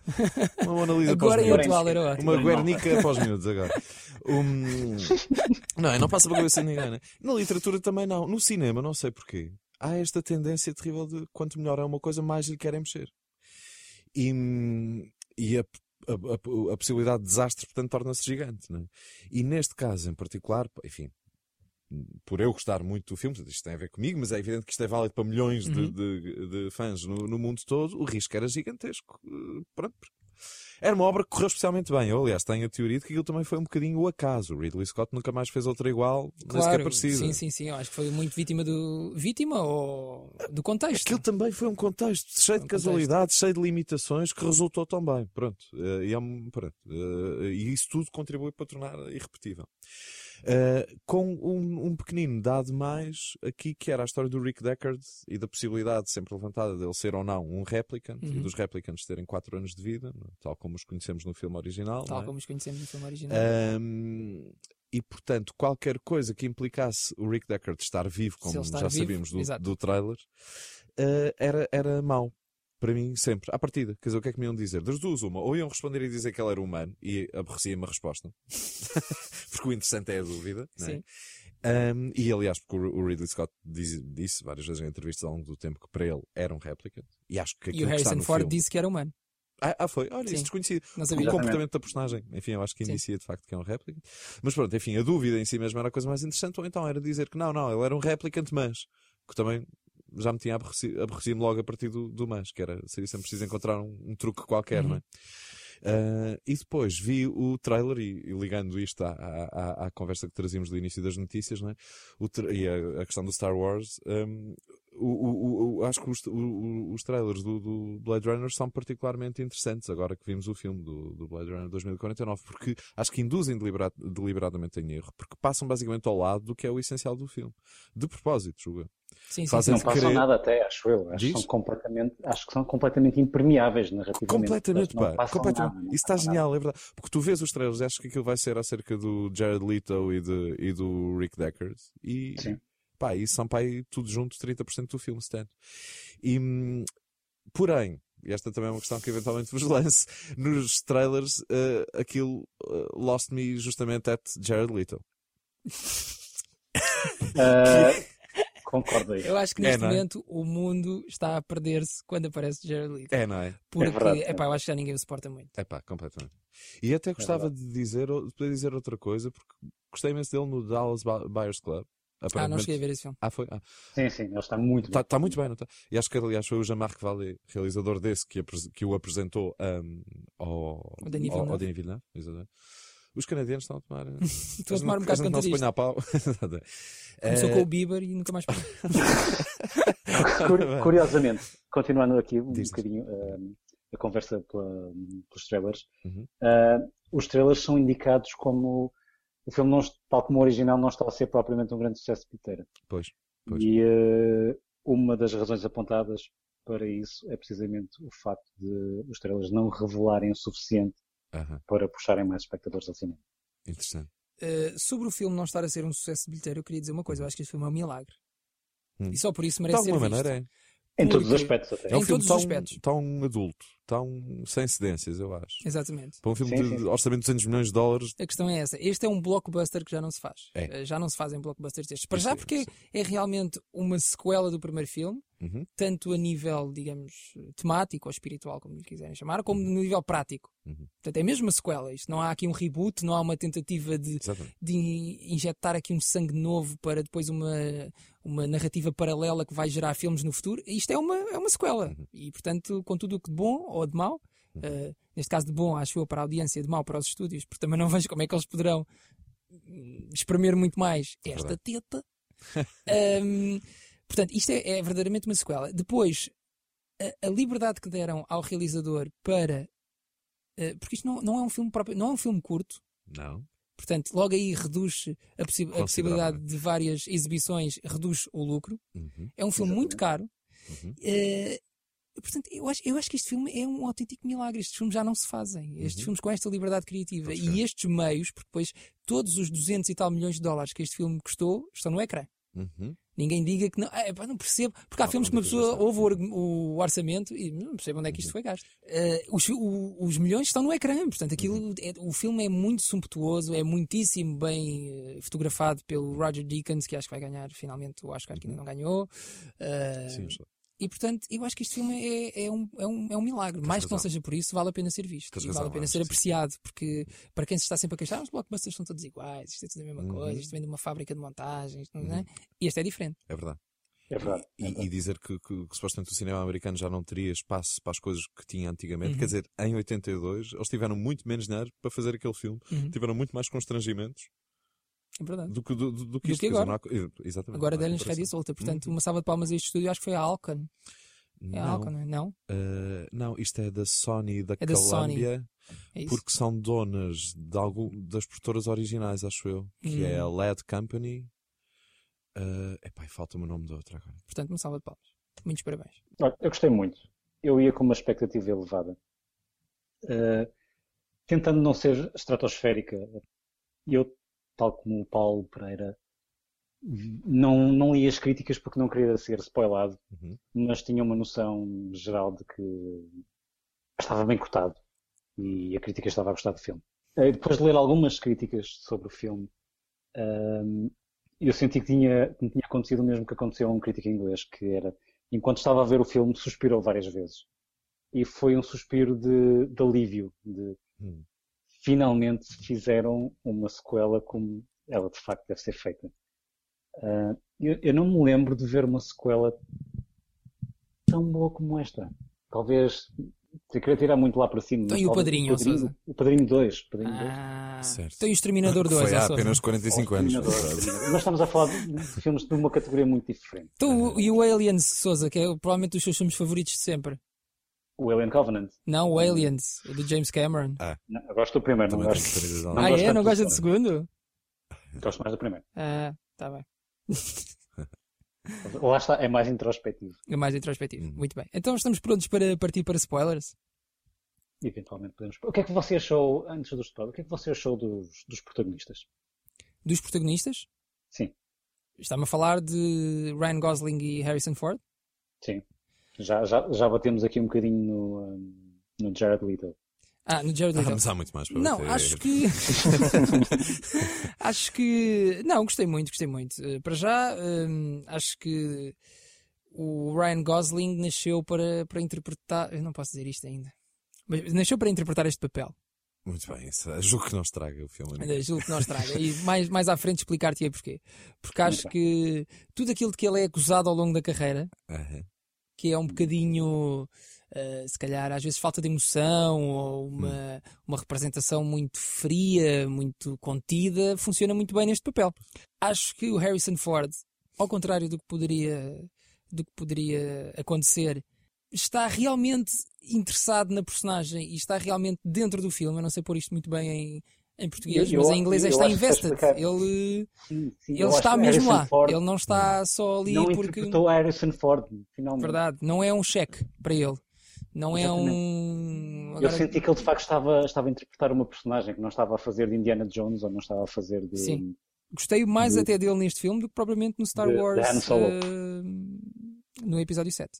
D: Uma Mona Lisa para os
B: Agora em
D: miúdos.
B: atual era ótimo.
D: Uma
C: Não.
D: Guernica para os miúdos agora. Um, Não, não passa para cabeça de ninguém, né? Na literatura também não. No cinema, não sei porquê. Há esta tendência terrível de quanto melhor é uma coisa, mais lhe querem mexer. E, hum, e a, a- a- a possibilidade de desastre, portanto, torna-se gigante, né? E neste caso em particular, pá, enfim, por eu gostar muito do filme, portanto, isto tem a ver comigo, mas é evidente que isto é válido para milhões de,
B: Uhum.
D: de- de fãs no, no mundo todo, o risco era gigantesco. Eh, Pronto, era uma obra que correu especialmente bem. Eu, aliás, tenho a teoria de que aquilo também foi um bocadinho o acaso. O Ridley Scott nunca mais fez outra igual, nem sequer é parecida.
B: sim, sim, sim. Eu acho que foi muito vítima do. Vítima ou do contexto.
D: Aquilo também foi um contexto cheio
B: Um
D: de
B: contexto.
D: casualidades, cheio de limitações, que resultou tão bem. Pronto. Eh, E, é um- pronto. Eh, e isso tudo contribui para tornar irrepetível. Eh, com um, um pequenino dado mais aqui, que era a história do Rick Deckard e da possibilidade sempre levantada dele ser ou não um replicant e
B: Uhum.
D: dos replicants terem 4 anos de vida, tal como os conhecemos no filme original. não
B: Tal
D: é?
B: como os conhecemos no filme original.
D: Ahm, e portanto, qualquer coisa que implicasse o Rick Deckard estar vivo,
B: Se
D: como
B: ele estar
D: já
B: vivo,
D: sabíamos do,
B: exato.
D: do trailer, ah, era, era mau. Para mim, sempre, à partida. Quer dizer, o que é que me iam dizer? Das duas, uma. Ou iam responder e dizer que ele era humano e aborrecia-me a resposta. (laughs) porque o interessante é a dúvida. não é?
B: Sim.
D: Ahm, e aliás, porque o o Ridley Scott diz- disse várias vezes em entrevistas ao longo do tempo que para ele era um réplica. E acho que
B: E
D: aquilo
B: o
D: que está
B: Harrison
D: no
B: Ford
D: filme...
B: disse que era humano.
D: Ah, ah, foi. Olha,
B: Sim.
D: isso desconhecido
B: Não
D: o
B: sabia.
C: Exatamente.
D: comportamento da personagem. Enfim, eu acho que
B: Sim.
D: indicia de facto que é um replicant. Mas pronto, enfim, a dúvida em si mesma era a coisa mais interessante, ou então era dizer que não, não, ele era um replicante, mas que também já me tinha aborrecido, aborrecido logo a partir do, do mas, que era seria sempre preciso encontrar um, um truque qualquer,
B: Uhum.
D: não é? Ah, e depois vi o trailer e, e ligando isto à, à- à- à conversa que trazíamos do início das notícias, não é? O tra- e a, a questão do Star Wars, hum, o, o- o- o- acho que os, o- o- os trailers do, do Blade Runner são particularmente interessantes agora que vimos o filme do, do Blade Runner 2049, porque acho que induzem delibera- deliberadamente em erro, porque passam basicamente ao lado do que é o essencial do filme. De propósito, julga.
B: Sim, sim,
D: Fazem-
B: sim.
C: Não
B: sim.
D: querer-
C: passam nada até, acho eu. Acho que,
D: Diz?
C: são completamente, acho que são completamente impermeáveis narrativamente.
D: Completamente,
C: Não
D: pá.
C: passam
D: completamente.
C: nada, não
D: Isso está
C: passam
D: genial, é verdade. Porque tu vês os trailers e achas que aquilo vai ser acerca do Jared Leto e, de- e do Rick Deckard. E,
C: Sim.
D: pá, e são, pá, aí tudo junto 30% do filme, se tanto. E, hum, porém, e esta também é uma questão que eventualmente vos (laughs) lance, nos trailers, eh, aquilo eh, lost me justamente at Jared Leto.
C: nada. Ah, (laughs) concordo aí.
B: Eu acho que
D: É,
B: neste
D: não é?
B: momento o mundo está a perder-se quando aparece Jared Leto.
D: É, não é?
B: Porque,
C: verdade.
B: epá, eu acho que já ninguém o suporta muito.
D: É pá, completamente. E
C: É
D: até gostava de dizer, de poder dizer outra coisa, porque gostei imenso dele no Dallas Bu- Buyers
B: Ah,
D: Club.
B: não
D: Aparentemente-
B: cheguei a ver esse filme.
D: Ah, foi? Ah.
C: Sim, sim, ele está muito
D: Está
C: bem.
D: Tá- muito bem, não está? E acho que, aliás, foi o Jean-Marc Vallée, realizador desse, que, apres- que o apresentou ahm, ao,
B: O Denis
D: ao- ao
B: Villeneuve.
D: Denis Villeneuve, exatamente. Os canadianos estão a
B: (laughs)
D: tomar. eh,
B: Estou a tomar um bocado de
D: Não se
B: cantarista.
D: ponha a pau. (laughs)
B: Começou
D: Eh,
B: com o Bieber e nunca mais parou. (laughs)
C: Curi-
D: (laughs) bem.
C: Curiosamente, continuando aqui um
D: Diz, diz.
C: bocadinho ah, a conversa pela- pelos trailers,
D: Uhum.
C: ah, os trailers são indicados como o filme, não, tal como o original, não está a ser propriamente um grande sucesso de bilheteira.
D: Eh, Pois, pois.
C: E eh, uma das razões apontadas para isso é precisamente o facto de os trailers não revelarem o suficiente
D: Aham,
C: para puxarem mais espectadores ao cinema.
D: interessante.
B: Uh, sobre o filme não estar a ser um sucesso de bilheteiro, eu queria dizer uma coisa. Eu acho que este filme é um milagre.
D: Hum.
B: E só por isso
D: De
B: merece ser
D: alguma
B: visto.
D: maneira é.
C: Em todos os
B: Porque-
C: aspectos, até.
D: É um
B: Em
D: filme
B: todos os
D: tão,
B: aspectos.
D: tão adulto, tão sem cedências, eu acho.
B: Exatamente.
D: Para um filme
C: Sim,
D: de
C: sim, sim.
D: orçamento de 200 milhões de dólares,
B: A questão é essa. Este é um blockbuster que já não se faz.
D: É.
B: Eh, Já não se fazem blockbusters destes. Para
D: Isso
B: já
D: é,
B: porque
D: isso
B: é realmente uma sequela do primeiro filme,
D: Uhum.
B: tanto a nível, digamos, temático ou espiritual, como lhe quiserem chamar, como no nível prático.
D: Uhum.
B: Portanto, é mesmo uma sequela. Isto não há aqui um reboot, não há uma tentativa de,
D: exatamente.
B: de injetar aqui um sangue novo para depois uma, uma narrativa paralela que vai gerar filmes no futuro. Isto é uma, é uma sequela. E, portanto, com tudo o que de bom ou de mau, eh, neste caso de bom, acho eu, para a audiência, de mau para os estúdios, porque também não vejo como é que eles poderão hum, espremer muito mais esta teta. (laughs) Hum, portanto, isto é, é verdadeiramente uma sequela. Depois, a, a liberdade que deram ao realizador para. eh, porque isto não, não é um filme próprio, não é um filme curto.
D: Não.
B: Portanto, logo aí reduz a, possi- a possibilidade
D: é?
B: de várias exibições, reduz o lucro.
D: Uhum.
B: É um filme muito
C: Exatamente.
B: caro.
D: Uhum.
B: Eh, portanto, eu acho, eu acho que este filme é um autêntico milagre. Estes filmes já não se fazem. Estes
D: Uhum.
B: filmes com esta liberdade criativa
D: Pois
B: e
D: é.
B: estes meios, porque depois todos os 200 e tal milhões de dólares que este filme custou estão no ecrã.
D: Uhum.
B: Ninguém diga que não. Ah, epá, não percebo. Porque há
D: Não,
B: filmes que uma
D: não digas
B: pessoa
D: nada.
B: ouve o org- o, orçamento e não percebo onde é
D: Uhum.
B: que isto foi gasto. Eh, os, fi- o- os milhões estão no ecrã, portanto, aquilo
D: Uhum.
B: é- o filme é muito sumptuoso, é muitíssimo bem eh, fotografado pelo Roger Deakins, que acho que vai ganhar finalmente o Oscar, que ainda não ganhou. Eh,
D: Uhum. Sim, eu sei.
B: e portanto, eu acho que este filme é, é um, é, um, é um milagre. Mais que não
D: razão.
B: seja por isso, vale a pena ser visto.
D: Tens
B: e
D: razão,
B: vale a pena
D: acho
B: ser
D: que sim.
B: apreciado, porque para quem se está sempre a queixar, "Ah, os blockbusters são todos iguais, isto é tudo a mesma
D: Uhum.
B: coisa, isto vem de uma fábrica de montagens, não
D: Uhum.
B: é? E este é diferente.
D: é verdade.
C: É verdade.
D: E, e dizer que, que- que supostamente o cinema americano já não teria espaço para as coisas que tinha antigamente,
B: Uhum.
D: quer dizer, em 82 eles tiveram muito menos dinheiro para fazer aquele filme,
B: Uhum.
D: tiveram muito mais constrangimentos
B: É verdade.
D: do que, do, do- do que
B: Do
D: isto.
B: que
D: quer dizer,
B: agora.
D: não há co- eh, exatamente.
B: Agora
D: não há
B: deram-lhes rédea
D: comparação.
B: solta. Portanto, uma salva de palmas a este estúdio, acho que foi a Alcan. É a Alcan,
D: Não,
B: não é? Não?
D: eh, não, isto é da Sony e da
B: É da Sony.
D: Columbia.
B: É isso.
D: Porque são donas de algum, das produtoras originais, acho eu. Que é a
B: Uhum.
D: LED Company. Uh, epá, e falta-me o nome da outra agora.
B: Portanto, uma salva de palmas. Muitos parabéns.
C: Olha, eu gostei muito. Eu ia com uma expectativa elevada. Uh, tentando não ser estratosférica. Eu, tal como o Paulo Pereira, não, não li as críticas porque não queria ser spoilado,
D: Uhum.
C: mas tinha uma noção geral de que estava bem cotado e a crítica estava a gostar do filme. Eh, Depois de ler algumas críticas sobre o filme, ahm, eu senti que, tinha, que me tinha acontecido o mesmo que aconteceu a um crítico inglês, que era, enquanto estava a ver o filme, suspirou várias vezes. E foi um suspiro de, de alívio, de
D: Hum.
C: finalmente fizeram uma sequela como ela de facto deve ser feita. Ah, eu, eu não me lembro de ver uma sequela tão boa como esta. Talvez, se queria tirar muito lá para cima,
B: Então,
C: mas
B: e o
C: talvez
B: Padrinho,
C: o Padrinho,
B: Sousa?
C: o Padrinho 2, Padrinho 2.
B: Ah,
D: Certo.
B: tem o Exterminador
D: (laughs)
B: 2.
D: Foi
B: ó,
D: há
B: só. assim.
D: apenas 45 anos.
C: Exterminador, Exterminador. Nós estamos a falar de de filmes de uma categoria muito diferente.
B: Então, o- e o Aliens, Souza, que é provavelmente dos seus filmes favoritos de sempre.
C: O Alien Covenant.
B: Não, o Aliens, o do James Cameron.
C: Não, eu gosto do primeiro, não
D: Também tenho
C: gosto.
D: que
C: Não
B: ah,
C: gosto
B: é? Não
C: tanto
B: gosta
C: do
B: do segundo?
C: Gosto mais do primeiro.
B: Ah, tá bem.
C: Lá está, é mais introspectivo,
B: É mais introspectivo.
D: Hum.
B: Muito bem. Então estamos prontos para partir para spoilers?
C: eventualmente podemos. O que é que você achou, antes do spoiler, o que é que você achou dos, dos protagonistas?
B: Dos protagonistas?
C: Sim.
B: Está-me a falar de Ryan Gosling e Harrison Ford?
C: Sim. Já, já, já batemos aqui um bocadinho no, hum, no Jared Leto.
B: Ah, no Jared Leto.
D: Ah, mas há muito mais para
B: Não,
D: ver.
B: acho que. (laughs) acho que. Não, gostei muito, gostei muito. Eh, Para já, hum, acho que o Ryan Gosling nasceu para, para interpretar. Eu não posso dizer isto ainda. Mas nasceu para interpretar este papel.
D: Muito bem, isso, eh, julgo que não estraga o filme. não é?
B: Olha, Julgo que nós traga. E mais, mais à frente explicar-te aí porquê. Porque acho
C: Muito
B: que tudo aquilo de que ele é acusado ao longo da carreira,
D: Aham.
B: que é um bocadinho, eh, se calhar, às vezes falta de emoção ou uma,
C: Hum.
B: uma representação muito fria, muito contida, funciona muito bem neste papel. Acho que o Harrison Ford, ao contrário do que poderia, do que poderia acontecer, está realmente interessado na personagem e está realmente dentro do filme. Eu não sei pôr isto muito bem em, em português,
C: Eu- eu-
B: mas em inglês é
C: eu
B: está
C: acho que está
B: invested.
C: explicado.
B: Ele,
C: Sim, sim, eu
B: ele
C: acho
B: está
C: que
B: mesmo
C: Harrison
B: lá.
C: Ford
B: Ele não está só ali
C: não
B: porque.
C: interpretou Harrison Ford, finalmente.
B: Verdade, não é um cheque para ele. Não é
C: Exatamente.
B: um.
C: Eu senti que ele de facto estava, estava a interpretar uma personagem que não estava a fazer de Indiana Jones ou não estava a fazer de.
B: Sim. Gostei mais até dele neste filme do que propriamente no Star
C: De- de
B: Wars
C: Han Solo.
B: eh, no episódio 7.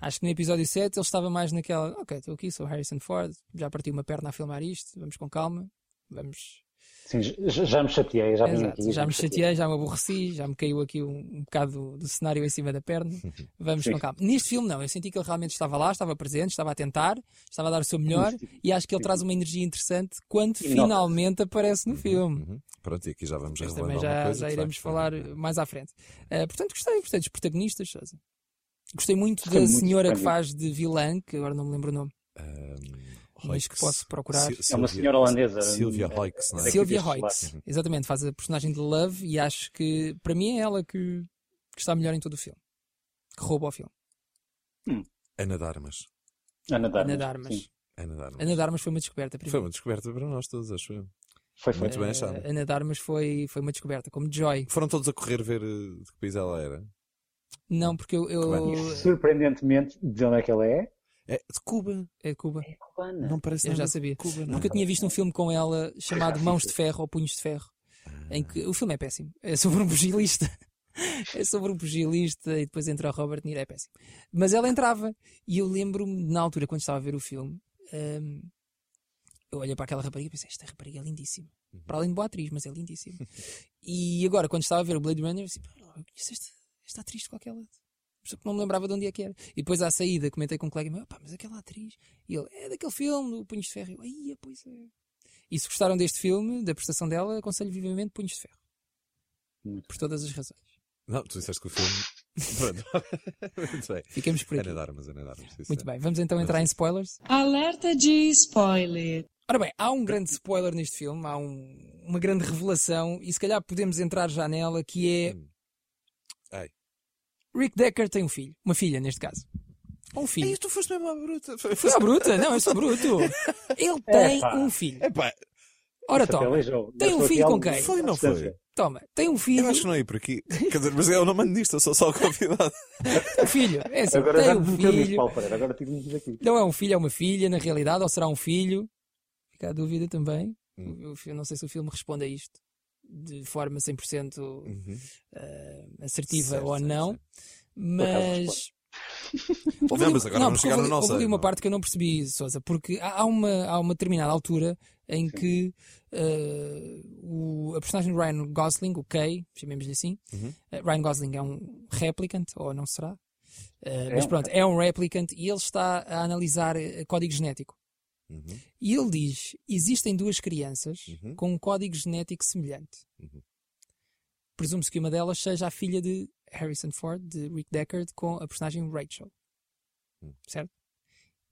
B: Acho que no episódio 7 ele estava mais naquela, ok, estou aqui, sou Harrison Ford, já parti uma perna a filmar isto, vamos com calma, vamos.
C: Sim, já, já me chateei, já vim
B: Exato,
C: aqui.
B: já me chateei, já me aborreci, já me caiu aqui um, um bocado do, do cenário em cima da perna. Vamos
C: Sim.
B: com calma. Neste filme, não, eu senti que ele realmente estava lá, estava presente, estava a tentar, estava a dar o seu melhor e acho que ele traz uma energia interessante quando
C: E nota-se.
B: finalmente aparece no um filme.
D: Uhum. Pronto, e aqui já vamos
B: Mas
D: revelando
B: também
D: alguma
B: já,
D: coisa.
B: já
D: que Uhum. vai
B: iremos
D: gostar.
B: falar mais à frente. Eh, portanto, gostei, gostei dos protagonistas. Sousa. Gostei muito
C: Gostei
B: da
C: muito
B: senhora que
C: também.
B: faz de vilã, que agora não me lembro o nome,
D: Ahm,
B: eh, mas que
D: Hoyks.
B: posso procurar.
D: Sil-
C: É uma
D: Silvia-
C: senhora holandesa.
D: Silvia Hoyks, não é?
C: Sil-
B: Sylvia
C: deste lado.
B: Hoyts. Exatamente, faz a personagem de Love e acho que, para mim, é ela que, que está melhor em todo o filme. Que rouba o filme.
D: Ana Darmas.
C: Ana Darmas.
B: Ana Darmas.
C: sim.
D: Ana Darmas.
B: Ana Darmas foi uma descoberta. para
D: Foi
B: mim.
D: uma descoberta para nós todos, acho eu.
C: Foi, foi.
D: Muito bem achado.
B: Eh, Ana Darmas foi, foi uma descoberta, como Joy.
D: Foram todos a correr ver eh, de que país ela era.
B: Não, porque eu. eu-
D: Como
C: E, surpreendentemente, de onde é que ela é?
D: É de Cuba.
B: é de Cuba.
C: É cubana.
D: Não parece
B: Eu
D: nada
B: já
D: de
B: sabia.
D: Cuba, não. tá
B: Porque eu tinha visto um filme com ela chamado
C: Já
B: Mãos
C: vi.
B: de Ferro ou Punhos de Ferro. Em que o filme é péssimo. É sobre um pugilista. É sobre um pugilista e depois entra o Robert De Niro. É péssimo. Mas ela entrava. E eu lembro-me, na altura, quando estava a ver o filme, hum, eu olhei para aquela rapariga e pensei: esta rapariga é lindíssima. Para além de boa atriz, mas é lindíssima. e agora, quando estava a ver o Blade Runner, eu disse: "Pá, eu conheço esta, esta atriz de qualquer lado. Só que não me lembrava de onde é que era. E depois à saída comentei com um colega meu, "Pá, mas aquela atriz. E ele, é daquele filme do Punhos de Ferro. Eu, Ai, pois é. E se gostaram deste filme, da prestação dela, aconselho vivamente Punhos de Ferro.
C: Muito
B: Por todas as razões.
D: Não, tu disseste que o filme. (laughs) Pronto. (laughs) Muito bem.
B: Fiquemos por aqui.
D: Ana Darmas, Ana Darmas. sim,
B: Muito
D: sim.
B: bem, vamos então entrar em spoilers.
E: Alerta de spoiler.
B: Ora bem, há um grande spoiler neste filme, há um- uma grande revelação, e se calhar podemos entrar já nela, que é.
D: Hum. Ai.
B: Rick Decker tem um filho, uma filha neste caso. Ou um filho.
D: Ei, tu foste mesmo à bruta. Foi-
B: Foi à bruta, não, eu sou bruto. Ele tem
C: Epá.
B: um filho.
D: Epá,
B: Ora,
C: Até
B: toma,
C: aleijou.
B: Tem
C: Eu
B: um
C: estou
B: filho
C: aqui
B: com
C: à-
B: quem?
D: Foi,
C: à
D: não foi?
C: distância.
B: toma, tem um filho.
D: eu acho que não ia por aqui. Quer dizer, mas eu não mando nisto, eu sou só o convidado.
B: um filho. É assim,
C: Agora
B: tem
C: já
B: um
C: me meteu nisso,
B: filho.
C: Paulo Pereira. Agora tive de aqui.
B: Não é um filho, é uma filha, na realidade, ou será um filho? Fica a dúvida também.
D: Hum.
B: Eu, eu não sei se o filme responde a isto de forma 100%
D: Uhum,
B: eh, assertiva
D: Certo,
B: ou
D: certo,
B: não,
D: certo.
B: mas. Houve
D: Não,
B: ali-
D: mas agora vamos
B: porque
D: chegar
B: houve
D: no
B: ali-
D: nosso
B: Houve ali
D: ano,
B: uma
D: não é?
B: parte que eu não percebi, Sousa, porque há há uma, há uma determinada altura em que eh, o, a personagem do Ryan Gosling, o Kay, chamemos-lhe assim,
D: Uhum.
B: eh, Ryan Gosling é um replicant, ou não será? Eh, mas
C: um
B: pronto, é um replicant e ele está a analisar eh, código genético.
D: Uhum.
B: E ele diz: existem duas crianças
D: Uhum.
B: com um código genético semelhante.
D: Uhum.
B: Presume-se que uma delas seja a filha de Harrison Ford, de Rick Deckard, com a personagem Rachel.
D: Hum.
B: Certo?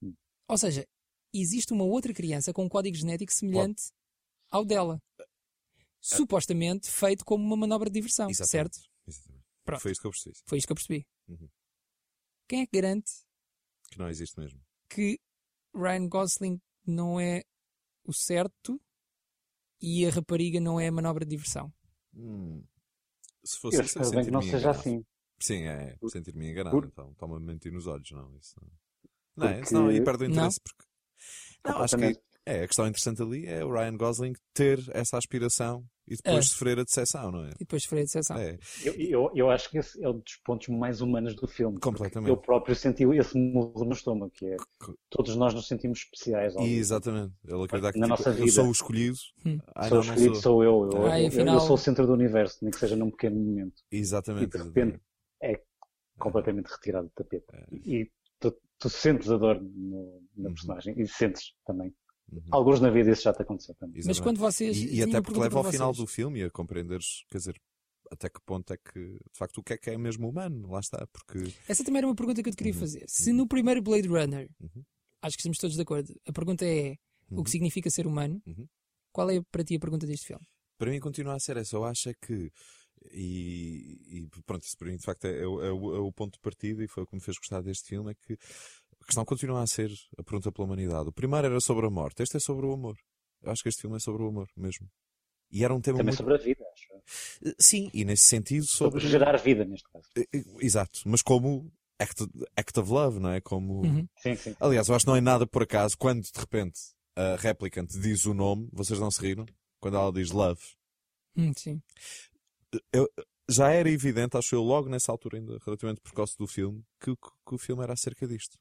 C: Hum.
B: Ou seja, existe uma outra criança com um código genético semelhante ao dela.
D: Ah.
B: Supostamente feito como uma manobra de diversão,
D: Exatamente.
B: certo?
D: Exatamente.
B: Pronto.
D: Foi isto que eu percebi.
B: Foi isto que eu percebi.
D: Uhum.
B: Quem é que garante
D: Que não existe mesmo.
B: que Ryan Gosling não é o certo e a rapariga não é a manobra de diversão.
D: Se
C: Hum. Eu
D: fosse isso, eu
C: espero bem que não
D: sentir-me
C: seja
D: enganado.
C: assim.
D: Sim, é.
C: Por-
D: Sentir-me enganado,
C: por-
D: então. Toma-me mentir nos olhos, não. Isso não. Não, é,
C: Porque-
D: senão aí perde o
B: Não.
D: interesse. Porque... Não, acho que
C: Completamente.
D: é, a questão interessante ali é o Ryan Gosling ter essa aspiração e depois
B: É.
D: sofrer a decepção, não é?
B: E depois sofrer a decepção.
D: É,
C: Eu, eu, eu acho que esse é um dos pontos mais humanos do filme.
D: completamente.
C: Eu próprio senti esse murro no estômago, que é
D: Co-
C: todos nós nos sentimos especiais.
D: E,
C: alguém.
D: exatamente. Ele acreditar que
C: Na
D: tipo,
C: nossa
D: eu
C: vida.
D: sou o escolhido.
B: Hum.
D: Ah,
C: sou
D: não,
C: o
D: não
C: escolhido,
D: sou.
C: sou eu. Eu,
B: Ah,
C: eu- eu
B: afinal-
C: sou o centro do universo, nem que seja num pequeno momento.
D: Exatamente.
C: E de
D: exatamente.
C: repente
D: É.
C: Completamente retirado do tapete. E, e tu, tu sentes a dor no- na
D: Uhum.
C: personagem e sentes também.
D: Uhum.
C: Alguns na vida isso já te aconteceu também.
B: Mas é
D: Exatamente.
B: quando vocês.
D: E, e
B: tenho
D: até
B: uma
D: porque
B: pergunta
D: leva
B: para
D: ao final
B: vocês.
D: do filme e a compreenderes, quer dizer, até que ponto é que, de facto, o que é que é mesmo humano? Lá está, porque.
B: Essa também era uma pergunta que eu te queria
D: Uhum.
B: fazer. Se no primeiro Blade Runner,
D: Uhum.
B: acho que estamos todos de acordo, a pergunta é o que significa ser humano,
D: Uhum.
B: qual é para ti a pergunta deste filme?
D: Para mim continua a ser essa. Eu acho é que. E, e pronto, isso para mim de facto é, o- é o, é o ponto de partida e foi o que me fez gostar deste filme. É que a questão continua a ser a pergunta pela humanidade. O primeiro era sobre a morte, este é sobre o amor. Eu acho que este filme é sobre o amor mesmo. E era um tema
C: Também
D: muito.
C: sobre a vida, acho. eu.
B: Eh,
D: Sim, e nesse sentido
C: Sobre
D: sobre.
C: gerar vida, neste caso.
D: Eh, eh, Exato, mas como act, act of love, não é? Como.
B: Uhum.
C: Sim, sim.
D: Aliás, eu acho que não é nada por acaso quando de repente a replicante diz o nome, vocês não se riram? Quando ela diz love.
B: Hum, sim.
D: Eu, já era evidente, acho eu, logo nessa altura, ainda relativamente precoce do filme, que, o- que o filme era acerca disto.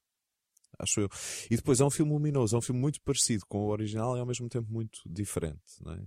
D: Acho eu. E depois é um filme luminoso, é um filme muito parecido com o original e ao mesmo tempo muito diferente, não é?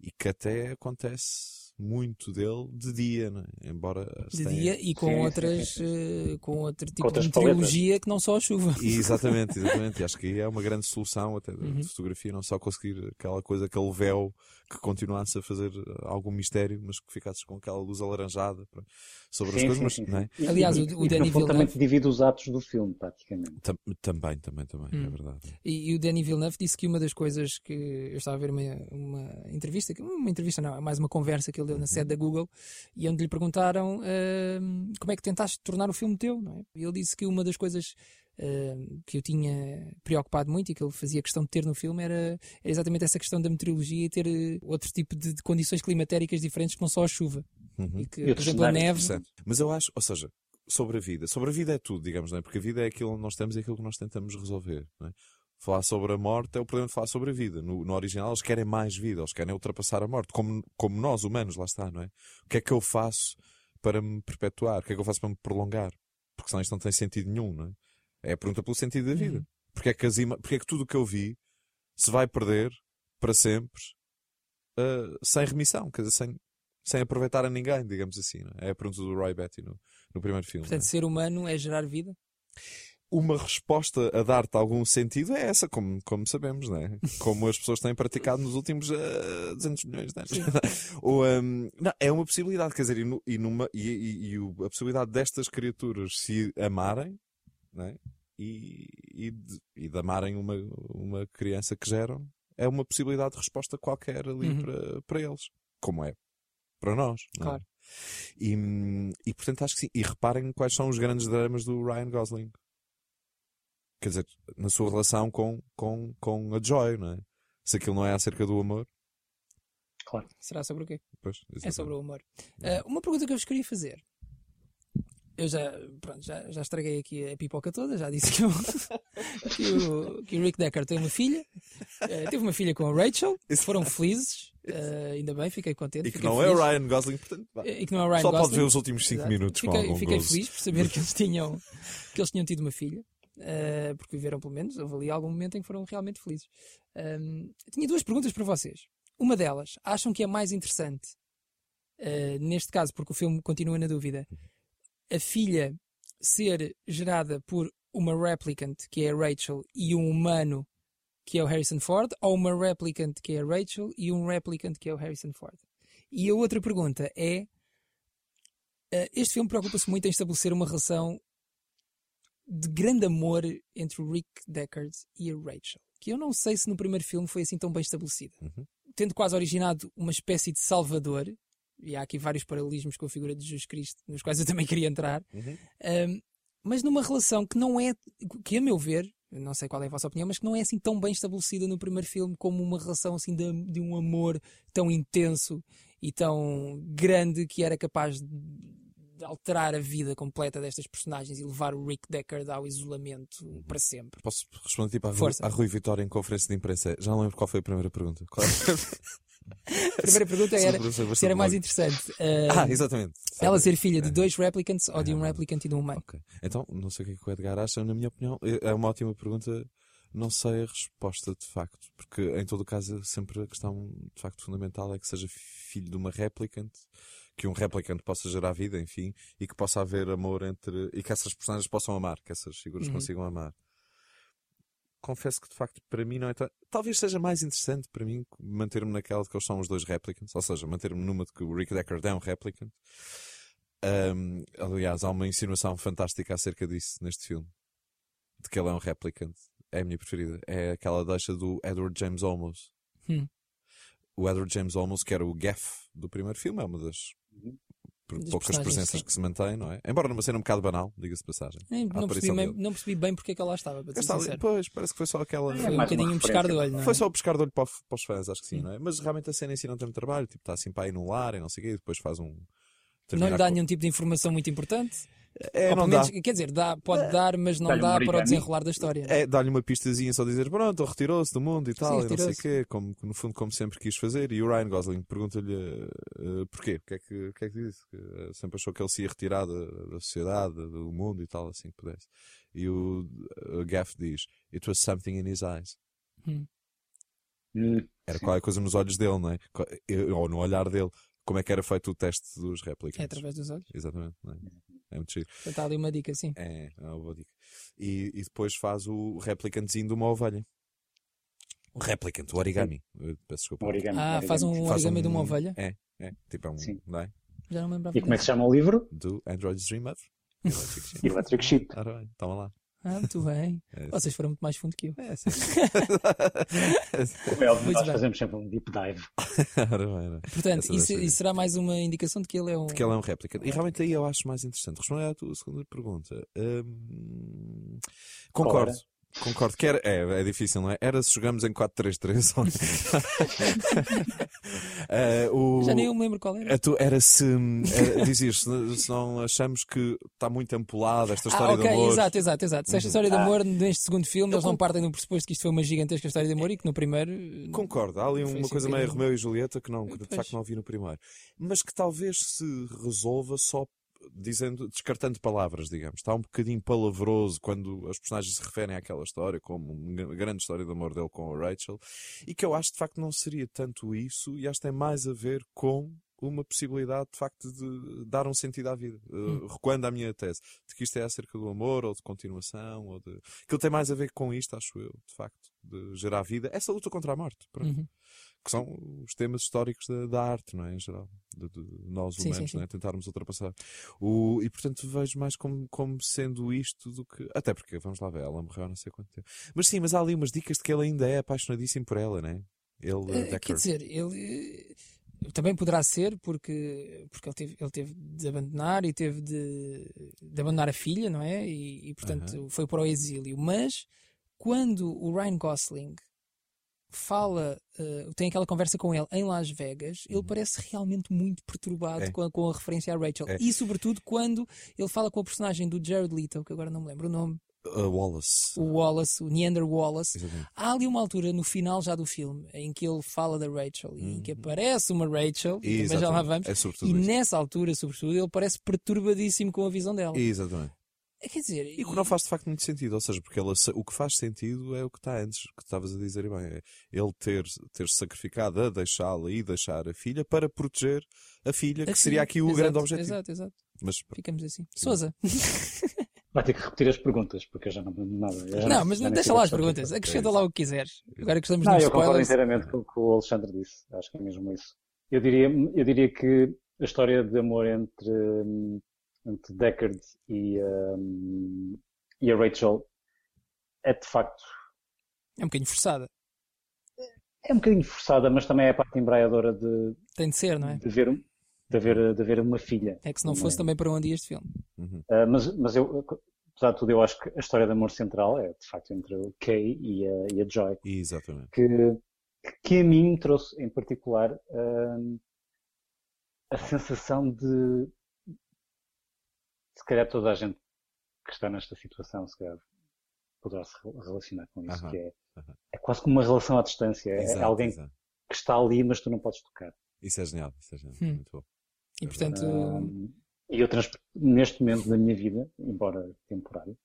D: E que até acontece muito dele de dia, não é? Embora
B: de
D: se tenha-
B: dia e com
C: Sim, sim,
B: outras
D: (laughs)
C: sim,
B: eh, com outro tipo
C: outras
B: de
C: paletas.
B: meteorologia que não só a chuva.
D: E, (laughs) exatamente, exatamente. E acho que aí é uma grande solução até de-
B: Uhum.
D: de fotografia, não só conseguir aquela coisa, aquele véu que continuasse a fazer eh, algum mistério, mas que ficasses com aquela luz alaranjada pá, sobre as
C: Sim,
D: coisas,
C: sim,
D: mas
C: sim, sim.
D: não é?
C: E-
B: Aliás,
C: e,
B: o-
C: e
B: o
C: que,
B: Danny
C: no fundo, também
B: Villeneuve-
C: te divide os atos do filme, praticamente.
D: Tam- também, também, também, é
B: Hum.
D: verdade.
B: E, e o Danny Villeneuve disse que uma das coisas que eu estava a ver uma, uma entrevista, que- uma entrevista não, é mais uma conversa que ele deu na sede da Google, e onde lhe perguntaram ahm, como é que tentaste tornar o filme teu, não é? E ele disse que uma das coisas ahm, que eu tinha preocupado muito e que ele fazia questão de ter no filme era, era exatamente essa questão da meteorologia e ter eh, outro tipo de, de condições climatéricas diferentes que não só a chuva.
D: Uhum.
B: E que,
C: E
B: por
C: outros
B: exemplo, a
C: cenários
B: neve.
D: Interessante. Mas eu acho, ou seja, sobre a vida. Sobre a vida é tudo, digamos, não é? Porque a vida é aquilo onde nós estamos e aquilo que nós tentamos resolver, não é? Falar sobre a morte é o problema de falar sobre a vida. No, no original, eles querem mais vida, eles querem ultrapassar a morte, como, como nós, humanos, lá está, não é? O que é que eu faço para me perpetuar? O que é que eu faço para me prolongar? Porque senão isto não tem sentido nenhum, não é? É a pergunta pelo sentido da vida. Porque é que, as ima- porque é que tudo o que eu vi se vai perder para sempre ah, sem remissão, quer dizer, sem, sem aproveitar a ninguém, digamos assim. não é? É a pergunta do Roy Betty no, no primeiro filme. não é?
B: Portanto, ser humano é gerar vida.
D: Uma resposta a dar-te algum sentido é essa, como, como sabemos, não é? como as pessoas têm praticado nos últimos ah, 200 milhões de anos. (laughs) Ou, ahm, não, é uma possibilidade, quer dizer, e, nu- e numa, e, e- e o- a possibilidade destas criaturas se amarem não é? e, e, de, e de amarem uma, uma criança que geram é uma possibilidade de resposta qualquer ali
B: Uhum.
D: para, para eles, como é para nós. não é?
B: Claro.
D: E, hum, e portanto acho que sim. E reparem quais são os grandes dramas do Ryan Gosling. Quer dizer, na sua relação com, com, com a Joy, não é? Se aquilo não é acerca do amor,
B: Será sobre o quê?
D: pois,
B: É sobre o amor. Ah, uma pergunta que eu vos queria fazer. Eu já, pronto, já, já estraguei aqui a pipoca toda, já disse que o, (laughs) que o, que o Rick Decker tem uma filha. Ah, teve uma filha com a Rachel, foram felizes, ah, ainda bem, fiquei contente.
D: E que
B: fiquei
D: não é
B: feliz.
D: o Ryan Gosling, portanto, vá.
B: Eh, E que não é o Ryan
D: só
B: Gosling.
D: pode ver os últimos 5
B: Exato.
D: minutos com
B: Fiquei,
D: algum
B: fiquei
D: gozo.
B: feliz por saber
D: (laughs)
B: que eles tinham, que eles tinham tido uma filha, eh, porque viveram pelo menos, houve ali algum momento em que foram realmente felizes. Ahm, tinha duas perguntas para vocês. Uma delas, acham que é mais interessante, eh, neste caso, porque o filme continua na dúvida, a filha ser gerada por uma replicant, que é a Rachel, e um humano, que é o Harrison Ford, ou uma replicant, que é a Rachel, e um replicant, que é o Harrison Ford? E a outra pergunta é, eh, este filme preocupa-se muito em estabelecer uma relação de grande amor entre o Rick Deckard e a Rachel, que eu não sei se no primeiro filme foi assim tão bem estabelecida,
D: Uhum.
B: tendo quase originado uma espécie de salvador, e há aqui vários paralelismos com a figura de Jesus Cristo, nos quais eu também (laughs) queria entrar,
D: Uhum.
B: Ahm, mas numa relação que não é, que a meu ver, eu não sei qual é a vossa opinião, mas que não é assim tão bem estabelecida no primeiro filme como uma relação assim de, de um amor tão intenso e tão grande que era capaz de, de alterar a vida completa destas personagens e levar o Rick Deckard ao isolamento
D: Uhum.
B: para sempre.
D: Posso responder tipo à, Ru-
B: Força.
D: à Rui Vitória em conferência de imprensa? Já não lembro qual foi a primeira pergunta.
B: (laughs)
D: Qual era? (laughs)
B: A primeira pergunta era
D: Sobre- sobre-
B: se era mais
D: sobre-
B: interessante
D: (laughs)
B: ah,
D: Ah, exatamente. É.
B: ela ser
D: Sobre-
B: filha de dois replicants ou de um
D: Ah.
B: replicant e de um humano.
D: Ok. Então, não sei o que é que o Edgar acha, na minha opinião, é- é uma ótima pergunta. Não sei a resposta, de facto, porque em todo o caso, sempre a questão, de facto, fundamental é que seja filho de uma replicant, que um replicant possa gerar vida, enfim, e que possa haver amor entre. e que essas personagens possam amar, que essas figuras
B: Uhum.
D: consigam amar. Confesso que, de facto, para mim não é. tão- Talvez seja mais interessante para mim manter-me naquela de que eles são os dois replicants, ou seja, manter-me numa de que o Rick Deckard é um replicant. Ahm, aliás, há uma insinuação fantástica acerca disso neste filme. De que ele é um replicant. É a minha preferida. É aquela deixa do Edward James Olmos.
B: Hum.
D: O Edward James Olmos, que era o Gaff do primeiro filme, é uma das
C: Uhum.
D: pou-
B: Das
D: poucas
B: personagens,
D: presenças
B: sim.
D: que se mantém, não é? Embora numa cena um bocado banal, diga-se de passagem.
B: Nem- Eh,
D: A
B: Não percebi,
D: aparição
B: bem,
D: dele.
B: não percebi bem porque é que ela estava, para ser
D: Esta ali- é
B: sincero.
D: pois, parece que foi só aquela.
B: Foi um
C: mais uma
B: bocadinho um pescar de olho, não é? Hum.
D: Foi só o pescar de olho para, o- para os fãs, acho que sim,
B: Sim.
D: não é? Mas realmente a cena em si não tem muito trabalho, tipo, está assim para ir num lar e não sei o quê, e depois faz um.
B: não
D: terminar
B: lhe dá
D: com-
B: nenhum tipo de informação muito importante.
D: É,
B: Ou
D: não
B: pelo
D: dá.
B: menos, quer dizer, dá, pode dar, mas não
C: Dá-lhe um
B: dá para o
C: origami.
B: desenrolar da história.
D: É dar-lhe uma pistazinha só dizer, pronto, ele retirou-se do mundo e tal, e não sei o
B: retirou-se.
D: quê, como, no fundo, como sempre quis fazer. E o Ryan Gosling pergunta-lhe eh, eh, porquê, o que é que, o que é que disse? Que, eh, sempre achou que ele se ia retirar da, da sociedade, do mundo e tal, assim que pudesse. E o eh, Gaff diz, it was something in his eyes.
C: Hum,
D: Era qualquer coisa nos olhos dele, não é? Co- eh, Ou no olhar dele. Como é que era feito o teste dos
B: É
D: replicantes?
B: através dos olhos.
D: Exatamente, não é? É muito giro.
B: Portanto, há ali uma dica, sim.
D: É, é uma boa dica. E, e depois faz o replicantezinho de uma ovelha. O replicante, o origami. Eu Peço desculpa.
C: um origami,
B: Ah, faz um
D: É, Faz
B: origami de uma ovelha?
D: É, é. Tipo, é um.
C: Sim.
D: Não é?
B: Já não me lembrava.
C: E como é que se chama o livro?
D: Do Android Dreamer.
B: (laughs)
C: Electric Sheep.
D: Ora bem, toma lá.
B: Ah, muito
D: (laughs)
B: bem.
D: É,
B: Vocês foram muito mais fundo que eu.
D: é sim. (laughs)
C: Como é óbvio,
B: Muito
C: nós
B: bem.
C: fazemos sempre um deep dive.
D: Ora bem, ora bem.
B: Portanto,
D: Essa
B: isso,
D: deve ser.
B: isso será mais uma indicação de que ele é um.
D: Porque ele é um réplica. E realmente aí eu acho mais interessante. Respondendo à tua segunda pergunta. hum, concordo.
C: era?
D: Concordo que era, é, é difícil, não é? Era se jogamos em 4-3-3
B: (laughs)
D: ou não. (laughs) Eh, o- é
B: Já nem eu me lembro qual era.
D: a tu- era se eh, dizias, se, se não achamos que está muito ampulada esta história
B: Ah, ok,
D: de amor. Uhum.
B: exato, exato, exato. Se esta história de amor neste segundo filme, eles não partem do pressuposto que isto foi uma gigantesca história de amor e que no primeiro. eh,
D: Concordo, há ali
B: Foi
D: uma
B: assim
D: coisa
B: um
D: meio
B: bocadinho.
D: Romeu e Julieta que, não, que de
B: Eh, Pois.
D: facto não vi no primeiro, mas que talvez se resolva só dizendo, descartando palavras, digamos. Está um bocadinho palavroso quando as personagens se referem àquela história, como uma grande história de amor dele com a Rachel, e que eu acho de facto não seria tanto isso, e acho que tem mais a ver com uma possibilidade de facto de dar um sentido à vida. Uh,
B: Hum.
D: Recuando à minha tese, de que isto é acerca do amor, ou de continuação, ou de. que ele tem mais a ver com isto, acho eu, de facto, de gerar vida. Essa luta contra a morte, pronto
B: Uhum.
D: que são os temas históricos da, da arte, não é? Em geral, de, de nós
B: Sim, sim,
D: humanos,
B: sim.
D: não é? Tentarmos ultrapassar. O, e portanto vejo mais como, como sendo isto do que. Até porque, vamos lá ver, ela morreu há não sei quanto tempo. Mas sim, mas há ali umas dicas de que ele ainda é apaixonadíssimo por ela, não é? Ele,
B: Eh,
D: Decker.
B: Quer dizer, ele eh, também poderá ser porque, porque ele, teve, ele teve de abandonar e teve de, de abandonar a filha, não é? E, e, portanto foi para o exílio. Mas quando o Ryan Gosling fala, eh, tem aquela conversa com ele em Las Vegas, ele parece realmente muito perturbado
D: Uhum. É.
B: com, a, com a referência à Rachel.
D: É.
B: E sobreto quando ele fala com a personagem do Jared Leto, que agora não me lembro o nome,
D: Uh, Wallace.
B: o Wallace, o Neander Wallace.
D: Exatamente.
B: Há ali uma altura no final já do filme em que ele fala da Rachel e em que aparece uma Rachel, e também já lá
D: Uhum. Exatamente.
B: vamos,
D: É
B: e
D: sobretudo isso.
B: nessa altura, sobretudo, ele parece perturbadíssimo com a visão dela.
D: Exatamente.
B: É, Quer dizer,
D: E o que não faz de facto muito sentido, ou seja, porque ela, sa- o que faz sentido é o que está antes, que estavas a dizer, e bem, é ele ter, ter sacrificado a deixá-la e deixar a filha para proteger a filha, que
B: assim,
D: seria aqui o
B: exato,
D: grande objetivo.
B: Exato, exato.
D: Mas pronto,
B: Ficamos assim. Souza.
C: Vai ter que repetir as perguntas, porque eu já não lembro de nada. Eu já
B: Não, mas
C: já nem
B: deixa
C: sei
B: lá
C: o
B: as
C: que
B: perguntas.
C: está a
B: Acrescenta lá o que quiseres. Agora que estamos
C: falar.
B: no
C: Não, eu concordo
B: spoilers.
C: inteiramente com o que o Alexandre disse. Acho que é mesmo isso. Eu diria, eu diria que a história de amor entre, hum, entre Deckard e, hum, e a Rachel é de facto
B: É um bocadinho forçada.
C: é um bocadinho forçada, mas também é a parte embraiadora de,
B: Tem de ser, não é?
C: de, haver, um- de, haver, de haver uma filha.
B: É que se não
C: Não
B: fosse
C: é?
B: também para onde ia este filme.
C: Ah, mas, mas eu, apesar de tudo, eu acho que a história de amor central é de facto entre o Kay e a, e a Joy.
D: exatamente.
C: que, que a mim me trouxe em particular hum, a sensação de se calhar toda a gente que está nesta situação se calhar poderá se re- relacionar com isso,
D: Aham,
C: que é,
D: aham.
C: é quase como uma relação à distância, é
D: Exato,
C: alguém
D: exato.
C: que está ali mas tu não podes tocar.
D: Isso é genial, isso é genial.
B: Hum.
D: Muito bom. É
B: E portanto,
C: Hum, e eu trans- neste momento da minha vida, embora temporário,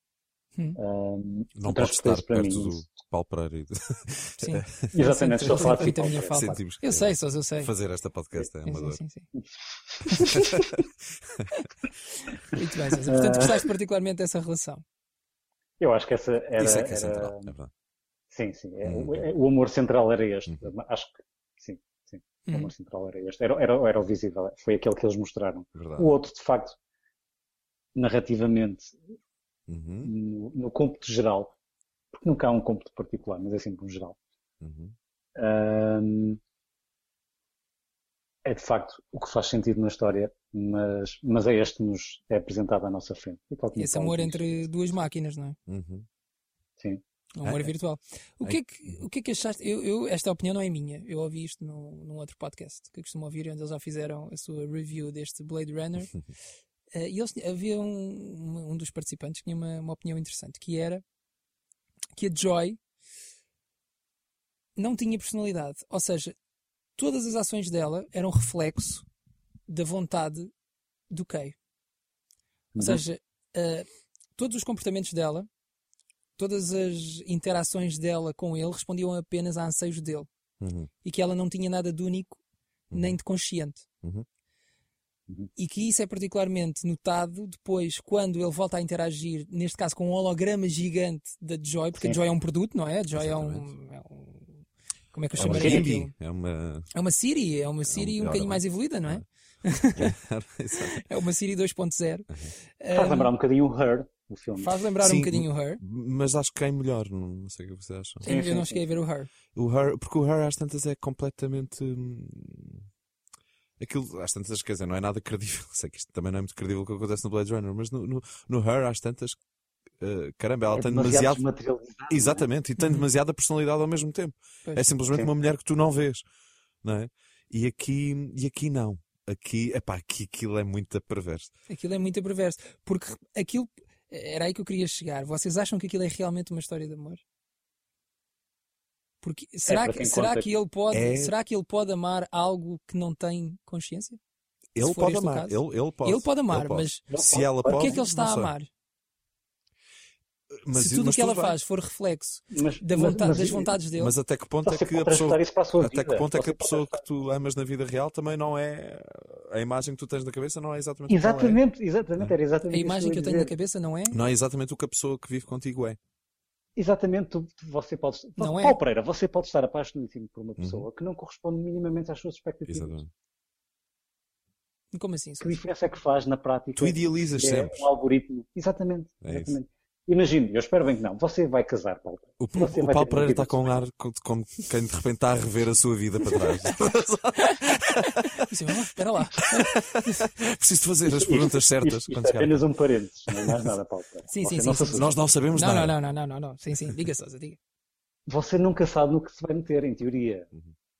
B: Hum.
C: hum,
D: Não
C: eu
D: pode
C: transportei
D: estar
C: isso (laughs)
D: perto
C: mim.
D: do Paulo Pereira e de-
B: sim.
C: Exatamente, estou a falar de
B: Sinto a minha
C: futebol.
D: (laughs)
B: falta.
D: sentimos que é
B: Eu sei, Souza, eu sei.
D: fazer esta podcast é
B: Sim,
D: uma
B: sim,
D: dor.
B: sim, sim. Muito bem, Sousa. Portanto, gostaste particularmente dessa relação.
C: Eu acho que essa era,
D: Isso é que é
C: era-
D: central, é verdade.
C: Sim, sim. É,
D: Hum.
C: o, é- o amor central era este.
D: Uhum.
C: Acho que sim, sim. O
B: Uhum.
C: amor central era este. Era, era, era o visível. Foi aquele que eles mostraram.
D: é verdade.
C: O outro, de facto, narrativamente,
D: Uhum,
C: no, no cômputo geral, porque nunca há um cômputo particular, mas é sempre um geral,
D: uhum.
C: hum, é de facto o que faz sentido na história, mas, mas é este que nos é apresentado à nossa frente. E tal como
B: Esse
C: falo
B: amor
C: disto,
B: entre duas máquinas, não é?
D: uhum.
C: Sim.
B: Um amor
D: É.
B: virtual. O que é que, o que, é que achaste? Eu, eu- esta opinião não é minha. Eu ouvi isto num, num outro podcast que eu costumo ouvir, onde eles já fizeram a sua review deste Blade Runner. Eh, e eles, havia um, um dos participantes que tinha uma, uma opinião interessante, que era que a Joy não tinha personalidade. Ou seja, todas as ações dela eram reflexo da vontade do Kay. Ou seja, eh, todos os comportamentos dela, todas as interações dela com ele respondiam apenas a anseios dele.
D: Uhum.
B: E que ela não tinha nada de único nem de consciente.
D: Uhum.
C: Uhum.
B: E que isso é particularmente notado depois quando ele volta a interagir, neste caso com um holograma gigante da Joy, porque a
C: Sim.
B: Joy é um produto, não é? A Joy é um, é um- Como é que eu
D: É uma
B: chamaria aquilo?
D: Hindi.
B: (laughs)
D: É uma. (laughs)
B: É uma Siri, é uma Siri um
D: ora
B: bocadinho
D: bem.
B: mais evoluída, não é?
D: Exato.
B: É uma Siri 2.0.
C: Faz
B: Ahm,
C: lembrar um bocadinho o Her, o filme.
B: faz lembrar um
D: Sim.
B: bocadinho o Her.
D: Mas acho que é melhor, não não sei o que vocês acham.
C: Sim,
B: eu
C: sim,
B: não
C: sim.
B: cheguei a ver o Her.
D: O Her, porque o Her às tantas é completamente. hum, Aquilo, às tantas, quer dizer, não é nada credível. (laughs) Sei que isto também não é muito credível o que acontece no Blade Runner, mas no, no, no Her, às tantas, eh, caramba, ela
C: É
D: tem
C: demasiado
D: demasiado.
C: desmaterializado.
D: Exatamente, e tem
B: Uhum.
D: demasiada personalidade ao mesmo tempo.
B: Pois.
D: É simplesmente
C: Sim.
D: uma mulher que tu não vês, não é? E aqui, e aqui não. Aqui, epá, aqui aquilo é muito perverso.
B: Aquilo é muito perverso. Porque aquilo. Era aí que eu queria chegar. Vocês acham que aquilo é realmente uma história de amor? Porque será,
C: É, para
B: que,
C: quem
B: será,
C: conta
B: que ele pode,
D: É-
B: será que ele pode amar algo que não tem consciência?
D: Ele
B: for
D: pode
B: este o
D: amar,
B: caso.
D: ele, ele pode.
B: ele pode amar, mas
C: Não
D: se
C: pode.
D: ela
C: Porque
D: pode.
B: o que é que ele está a
D: não sei.
B: amar?
D: Mas-
B: Se tudo o
D: mas
B: que ela
D: bem.
B: faz for reflexo
C: Mas-
B: da
C: mas-
B: vontade-
C: mas-
B: das vontades dele,
D: Mas até que ponto é
C: Você
D: que
C: pode
D: a pessoa.
C: transportar isso para a sua
D: Até que
C: vida.
D: ponto é que
C: Você
D: a pessoa
C: pode-
D: que tu amas na vida real também não é. A imagem que tu tens na cabeça não é exatamente o que ela é.
C: Exatamente, exatamente, era exatamente
B: a imagem que eu tenho na
C: na
B: cabeça não é?
D: Não é exatamente o que a pessoa que vive contigo é.
C: Exatamente, tu- tu- você pode.
B: Não é? Uhum.
C: Paulo Pereira, você pode estar apaixonadíssimo por uma pessoa que não corresponde minimamente às suas expectativas.
D: Exatamente.
B: Como assim?
C: Que diferença é que faz na prática?
D: Tu idealizas
C: é
D: sempre.
C: um algoritmo. Exatamente,
D: É isso.
C: exatamente. Imagino, eu espero bem que não. Você vai casar, Paulo. Pereira.
D: O, o,
C: Você
D: o
C: vai
D: Paulo
C: ter
D: Pereira
C: uma vida
D: está
C: assim.
D: com um ar co- de- como quem de repente está a rever a sua vida para trás. (laughs)
B: Assim, "Ah, Espera lá.
D: Preciso fazer as perguntas certas
C: Isto, isto
D: quando
C: é
D: chegar.
C: apenas um parênteses, não é mais nada, Paulo. Pereira.
B: Sim,
C: Você
B: sim,
C: não
B: sim,
C: se
B: sim,
C: assuste.
D: Nós não sabemos
B: Não,
D: nada.
B: não, não, não, não, não, não. Sim, sim. Diga, Sousa, diga.
C: Você nunca sabe no que se vai meter, em teoria.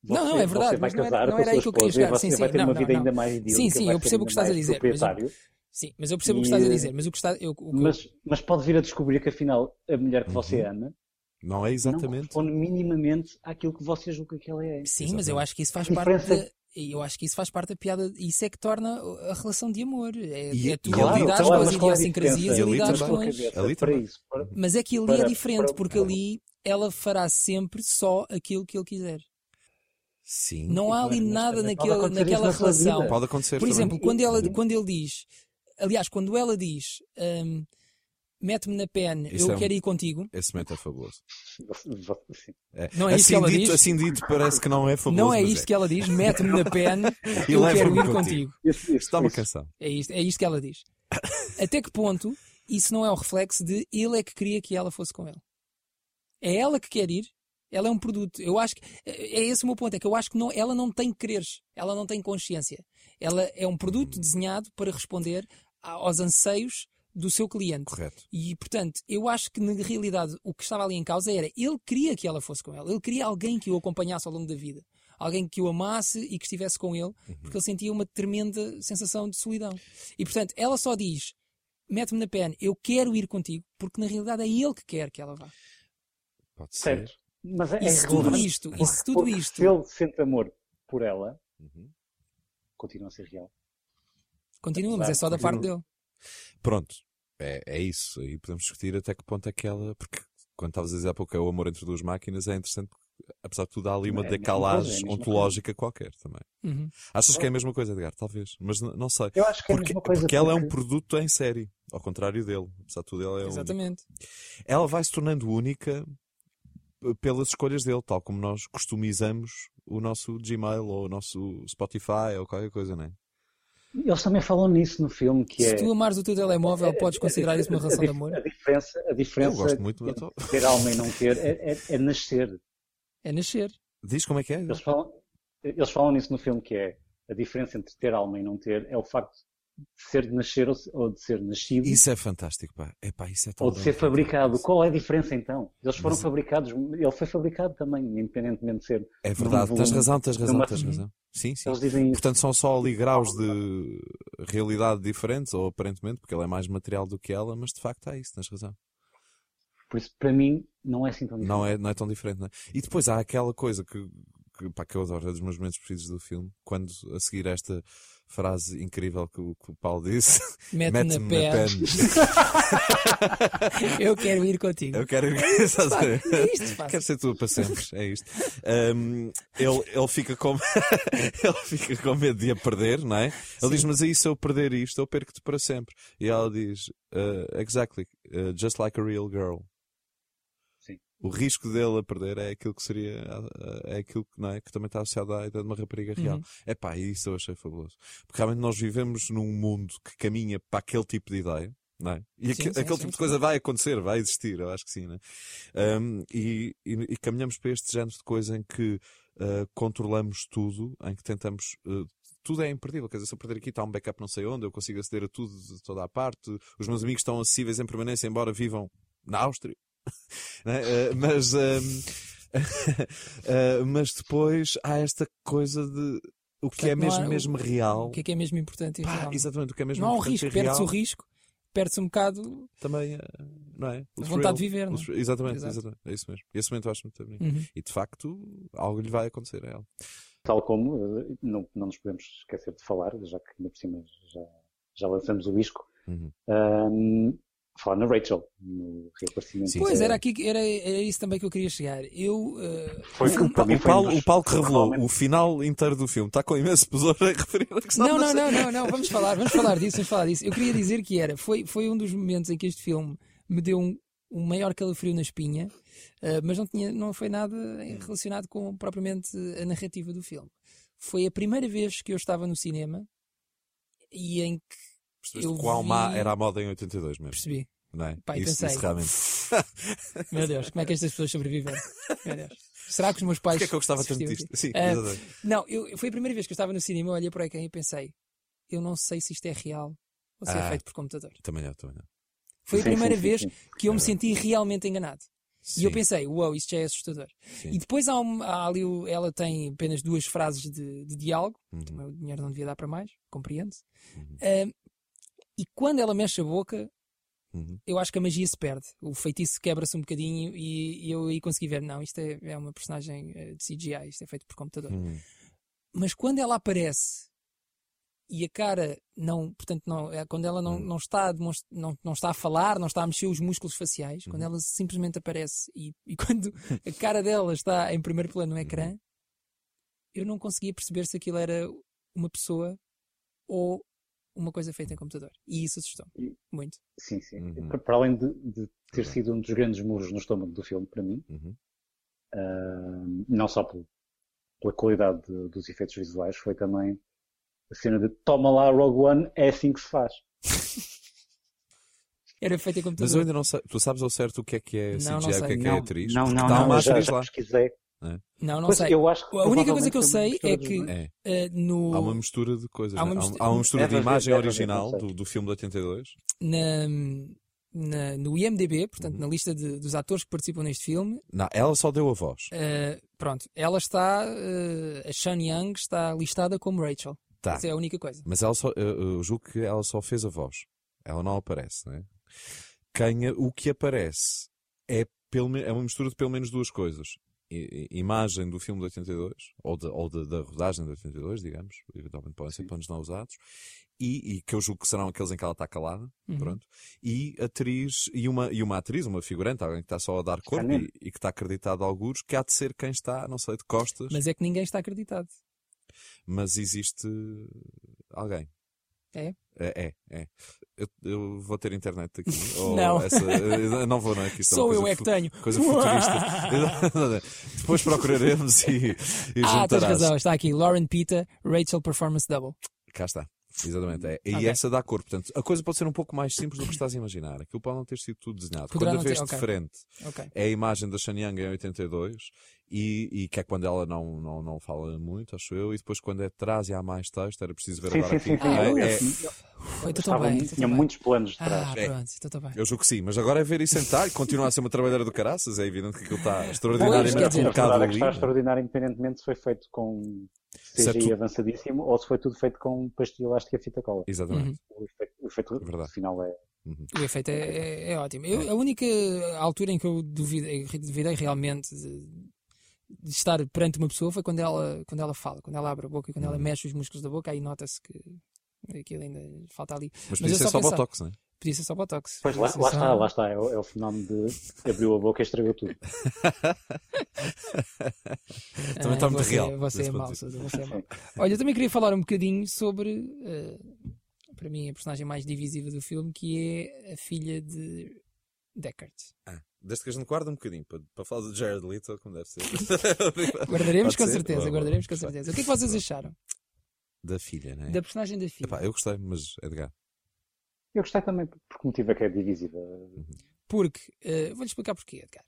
C: Você,
B: Não, não, é verdade,
C: Você vai
B: mas não era-
C: casar
B: não
C: com a
B: era
C: sua
B: aí que eu queria
C: esposa
B: chegar.
C: e você
B: Sim,
C: vai
B: sim,
C: ter
B: não,
C: uma
B: não,
C: vida
B: não.
C: ainda mais idílica.
B: Sim, sim,
C: vai
B: eu
C: ser
B: percebo o que
C: ainda
B: estás a
C: mais
B: dizer, mas-
C: proprietário.
B: Sim, mas eu percebo o que
C: E-
B: estás a dizer. Mas o que está. Eu, o que eu-
C: Mas, mas pode vir a descobrir que afinal a mulher que você ama
D: Não
C: não
D: é Uhum. exatamente.
C: corresponde minimamente àquilo que você julga que ela é.
B: Sim, mas eu
D: Exatamente.
B: acho que isso faz
C: A
B: parte.
C: diferença-
B: da- Eu acho que isso faz parte da piada. Isso é que torna a relação de amor. É,
D: E-
B: é tu
D: e
B: lidares
D: ali também-
B: com
D: Claro,
B: as
D: mas
C: qual é a
B: idiosincrasias e
D: diferença? E ali
B: lidares
D: também-
B: com as.
D: Ali
C: Ali para
D: também.
C: isso. para-
B: Mas é que ali é
C: Para-
B: diferente,
C: para-
B: porque ali ela fará sempre só aquilo que ele quiser.
D: Sim.
B: Não há ali
C: mas
B: nada
C: também pode
B: naquela,
C: acontecer isso
B: naquela
C: na sua
B: relação.
C: vida.
D: Pode acontecer.
B: Por
D: também.
B: exemplo, quando, ela,
D: Uhum.
B: quando ele diz, aliás, quando ela diz, hum, mete-me na pen,
D: Isso
B: eu
D: é um-
B: quero ir contigo,
D: Esse momento é fabuloso.
C: Você- você- sim.
D: É.
B: Não é isso
D: assim,
B: que ela
D: dito,
B: diz?
D: assim dito, parece que não é fabuloso.
B: não é
D: mas
B: isto que ela diz, mete-me na pen,
D: (laughs) E
B: eu quero
D: leva-me
B: ir
D: contigo.
B: contigo.
C: Isso, isso,
D: Isto dá uma
C: isso.
D: canção.
B: É isto, é isto que ela diz. Até que ponto isso não é um reflexo de ele é que queria que ela fosse com ele? É ela que quer ir, ela é um produto. Eu acho que é esse o meu ponto, é que eu acho que não, ela não tem quereres, ela não tem consciência. Ela é um produto desenhado para responder a- aos anseios do seu cliente.
D: Correto.
B: E, portanto, eu acho que na realidade o que estava ali em causa era ele queria que ela fosse com ele, ele queria alguém que o acompanhasse ao longo da vida, alguém que o amasse e que estivesse com ele, porque ele sentia uma tremenda sensação de solidão. E, portanto, ela só diz: mete-me na pena, eu quero ir contigo, porque na realidade é ele que quer que ela vá.
D: Pode ser.
C: Certo. Mas é, é
B: E se tudo
C: relevante.
B: isto, e se tudo
C: Porque
B: isto
C: Se ele sente amor por ela,
D: Uhum.
C: continua a ser real.
B: continua, mas é só da parte dele.
D: Pronto. É, é isso. Aí podemos discutir até que ponto é que ela. Porque quando estavas a dizer há pouco é o amor entre duas máquinas, é interessante porque, apesar de tudo, há ali uma
C: É a mesma coisa, é a
D: decalagem
C: mesma
D: ontológica qualquer também.
B: Uhum.
D: Achas que é a mesma coisa, Edgar? Talvez. Mas n- não sei.
C: Eu acho que é a
D: Porque,
C: mesma coisa.
D: porque ela é um produto em série. Ao contrário dele. Apesar de tudo, ela é um.
B: Exatamente.
D: ela vai se tornando única p- pelas escolhas dele, tal como nós customizamos o nosso Gmail ou o nosso Spotify ou qualquer coisa, não é?
C: Eles também falam nisso no filme, que
B: Se
C: é.
B: tu amares o teu telemóvel,
C: a-
B: podes
C: a-
B: considerar
C: a-
B: isso uma
C: a- a
B: relação de
C: dif-
B: amor?
C: A diferença, a diferença
D: Eu gosto muito, mas tô-
C: entre ter alma e não ter é, é- é nascer.
B: É (laughs) nascer.
D: Diz como é que é?
C: Eles falam, eles falam nisso no filme, que é a diferença entre ter alma e não ter é o facto de ser de nascer ou, se- ou de ser nascido
D: Isso é fantástico, pá. É pá, isso é tão
C: ou de ser
D: bom.
C: fabricado. Qual é a diferença então? Eles foram
D: Mas-
C: fabricados, ele foi fabricado também, independentemente de ser.
D: É verdade,
C: Num
D: tens
C: volume,
D: razão, tens razão,
C: numa-
D: tens razão. Sim, sim.
C: Eles dizem isso.
D: Portanto, são só ali graus de realidade diferentes, ou aparentemente, porque ele é mais material do que ela, mas de facto há isso, tens razão.
C: Por isso, para mim, não é assim tão
D: Não é, não é tão diferente, não é? E depois há aquela coisa que, que, pá, que eu adoro, é dos meus momentos preferidos do filme, quando a seguir esta frase incrível que, o- que o Paulo disse,
B: Mete-me na
D: mete-me na
B: perna.
D: pele.
B: (laughs) Eu quero ir contigo.
D: Eu quero (laughs) Exatamente.
B: É isto, pá.
D: Quero ser tua para sempre, é isto. Um, ele, ele, fica com... (laughs) ele fica com medo de a perder, não é? Ele diz: Mas aí se eu perder isto, eu perco-te para sempre. E ela diz: "Uh, Exactly, uh, just like a real girl.
C: Sim.
D: O risco dele a perder é aquilo que seria, uh, é aquilo que, não é? que também está associado à idade de uma rapariga real.
B: Uhum.
D: É pá, isso eu achei fabuloso. Porque realmente nós vivemos num mundo que caminha para aquele tipo de ideia, não é? E
B: Sim,
D: aque-
B: sim,
D: aquele
B: sim,
D: tipo de
B: sim.
D: coisa vai acontecer, vai existir, eu acho que sim, né? Um, e, e- e caminhamos para este género de coisa em que uh, controlamos tudo, em que tentamos. uh, tudo é imperdível, quer dizer, se eu perder aqui está um backup não sei onde, eu consigo aceder a tudo de toda a parte, os meus amigos estão acessíveis em permanência, embora vivam na Áustria. (laughs) né? Uh, mas, (laughs) um, uh, mas depois há esta coisa de o que é
B: Portanto, não
D: mesmo,
B: há-
D: mesmo real.
B: O que é que é mesmo importante? e
D: Pá,
B: real?
D: exatamente, o que é mesmo
B: não há um
D: importante e
B: risco,
D: real
B: perde-se o risco, perde-se um bocado.
D: também, eh, não é? O
B: A vontade de
D: thrill,
B: viver,
D: o
B: não é?
D: thrill- Exatamente,
B: Exato.
D: exatamente, é isso mesmo. Esse momento eu acho muito bonito.
B: Uhum.
D: E de facto, algo lhe vai acontecer a ela. é.
C: Tal como eh, não, não nos podemos esquecer de falar, já que ainda por cima já, já lançamos o disco,
D: Uhum.
C: ahm, falar na Rachel, no reaparecimento.
D: Sim.
B: Pois,
C: da-
B: era, aqui, que- era, era isso também que eu queria chegar. Eu. eh,
C: Foi,
D: O,
C: para mim
D: o,
C: foi um
D: Paulo,
C: dos-
D: o Paulo que revelou
C: realmente-
D: o final inteiro do filme está com imenso pesor a referir a que
B: Não, não, não, não, não, vamos falar, vamos
D: (laughs)
B: falar disso, vamos falar disso. Eu queria dizer que era, foi, foi um dos momentos em que este filme me deu um, um maior calafrio na espinha, eh, mas não, tinha, não foi nada em- relacionado com propriamente a narrativa do filme. Foi a primeira vez que eu estava no cinema e em que eu
D: Percebeste quão má
B: vi-
D: era a moda em 82 mesmo,
B: percebi,
D: não é?
B: Pá, e
D: isso,
B: pensei,
D: isso realmente.
B: meu Deus, como é que estas pessoas sobreviveram? Meu Deus. Será que os meus pais.
D: Porquê é que eu gostava tanto
B: assistiam
D: disto?
B: aqui?
D: Sim,
B: Eh,
D: exatamente.
B: Não, eu, foi a primeira vez que eu estava no cinema, eu olhei para quem e pensei, eu não sei se isto é real ou se é
D: Ah.
B: feito por computador.
D: Também é, também é.
B: Foi a
C: Sim, sim,
B: primeira
C: sim,
B: vez
C: sim.
B: que eu me
D: É
B: senti realmente enganado. E eu
D: Sim,
B: pensei, uau, wow, isto já é assustador.
D: sim.
B: E depois há, um- há ali, o- ela tem apenas duas frases de, de diálogo.
D: Uhum.
B: Também o dinheiro não devia dar para mais, compreende-se.
D: Uhum.
B: Ahm, e quando ela mexe a boca,
D: Uhum.
B: eu acho que a magia se perde. O feitiço quebra-se um bocadinho e, e eu aí consegui ver, não, isto é, é uma personagem eh, de CGI, isto é feito por computador.
D: Uhum.
B: Mas quando ela aparece e a cara não, portanto, não, é quando ela não,
D: Uhum.
B: não, está a demonst- não, não está a falar, não está a mexer os músculos faciais, quando
D: Uhum.
B: ela simplesmente aparece e, e (laughs) quando a cara dela está em primeiro plano no
D: Uhum.
B: ecrã, eu não conseguia perceber se aquilo era uma pessoa ou uma coisa feita em computador. E isso assustou-me
C: E-
B: muito.
C: Sim, sim.
D: Uhum.
C: Para- Para além de, de ter sido um dos grandes muros no estômago do filme, para mim,
D: Uhum.
C: ahm, não só pelo- pela qualidade de- dos efeitos visuais, foi também a cena de toma lá Rogue One, é assim que se faz.
B: Era feita em
D: Mas eu
B: computador.
D: ainda não sei. Tu sabes ao certo o que é que é CGI,
B: Não, não
D: o que é
B: sei.
D: que é
B: Não,
D: atriz?
C: não,
D: Porque
C: não,
D: está
C: não,
D: uma
C: já,
D: atriz
C: já
D: lá.
C: pesquisei.
B: Não, não
C: Pois,
B: sei.
C: eu acho que
B: A única coisa que eu sei
C: provavelmente
B: é que eh,
C: foi uma mistura dos dois.
D: É.
B: no,
D: Há uma mistura de coisas.
B: Há
D: Há
B: uma
D: uma, né?
B: mistura-
D: há, há uma mistura
C: É
D: de
C: verdade,
D: imagem
C: é verdade,
D: original
C: não sei.
D: do, do filme de 82.
B: na, na- no IMDB, portanto, na lista de- dos atores que participam neste filme,
D: Não, ela só deu a voz.
B: eh, pronto, ela está, eh, a Sean Young está listada como Rachel.
D: Tá.
B: Essa é a única coisa.
D: Mas ela só, eh, eu, eu julgo que ela só fez a voz. Ela não aparece, né? Quem, a- o que aparece é, pelo, me- é uma mistura de pelo menos duas coisas. I- i- imagem do filme de 82, ou, de- ou de- da rodagem de 82, digamos, eventualmente podem ser
C: Sim.
D: planos não usados, e, e que eu julgo que serão aqueles em que ela está calada,
B: Uhum.
D: pronto, e atriz, e uma, e uma atriz, uma figurante, alguém que está só a dar corpo
C: mesmo.
D: e, e que está acreditado a alguns, que há de ser quem está, não sei, de costas, mas,
B: Mas é que ninguém está acreditado.
D: existe alguém.
B: É?
D: É, é, é. Eu, eu vou ter internet aqui.
B: (laughs)
D: ou
B: Não.
D: essa- eu não vou, não é que isto é uma
B: Sou eu
D: coisa
B: é que
D: fu-
B: tenho.
D: Coisa
B: Uau! (laughs)
D: futurista. Depois procuraremos e, e
B: Ah, tens
D: juntarás.
B: razão, está aqui. Lauren Pita, Rachel Performance Double.
D: Cá está. Exatamente. É. E
B: Ok.
D: essa dá cor. Portanto, a coisa pode ser um pouco mais simples do que estás a imaginar. Aquilo pode não ter sido tudo desenhado.
B: Poderá
D: Quando É a
B: não ter-
D: vês de
B: ok.
D: frente,
B: Ok.
D: é a imagem da Shanyang em 82 E, e que é quando ela não, não, não fala muito, acho eu, e depois quando é atrás e há mais texto, era preciso ver
C: Sim,
D: agora
C: sim, sim,
D: aqui.
C: sim.
B: Ah,
D: É-
C: eu-
D: é-
C: eu-
B: Uf, então estou
C: estava-
B: bem. então
C: tinha
B: tô bem.
C: muitos planos de trás.
B: Ah,
D: É.
B: pronto, então estou bem.
D: eu julgo que sim, mas agora é ver isso sentar e continuar a ser uma trabalhadora do caraças, é evidente que aquilo está
B: quer
D: extraordinariamente
B: dizer,
C: a
D: colocado
C: verdade é que
D: um ali. né? é
C: está extraordinário, independentemente se foi feito com CGI
D: Certo.
C: avançadíssimo ou se foi tudo feito com pastilha elástica e fita cola.
D: Exatamente.
B: Uhum.
C: O efeito, o efeito
D: Verdade.
C: final é.
B: O efeito é, é- é ótimo. Eu- a única altura em que eu duvidei, duvidei realmente de, de estar perante uma pessoa foi quando ela, quando ela fala, quando ela abre a boca e quando
C: Uhum.
B: ela mexe os músculos da boca, aí nota-se que aquilo ainda falta ali.
D: Mas
B: Mas
D: podia
B: eu
D: ser
B: só
D: só
B: pensava-
D: Botox, não é?
B: Podia ser só Botox.
C: Pois lá,
B: Podia
C: lá
B: ser
C: está,
B: só-
C: lá está. É o, é o fenómeno de abriu a boca e estragou tudo.
D: Também está
B: Ah,
D: muito
B: você,
D: real,
B: Você é
D: desse ponto
B: mau,
D: de
B: Sousa, você é mau. Olha, eu também queria falar um bocadinho sobre, eh, para mim, a personagem mais divisiva do filme, que é a filha de
D: (laughs)
B: Deckard.
D: Ah, desde que a gente guarda um bocadinho para, para falar do Jared Leto, como deve ser.
B: Guardaremos
D: Pode
B: com
D: ser?
B: certeza,
D: Boa, boa,
B: guardaremos com
D: muito bem.
B: certeza. O que é que vocês acharam
D: (laughs) Da filha, não é?
B: da personagem da filha?
D: Epá, eu gostei, mas Edgar.
C: Eu gostei também porque o motivo é que é divisiva.
B: Porque, eh, vou-lhe explicar porquê, Edgar.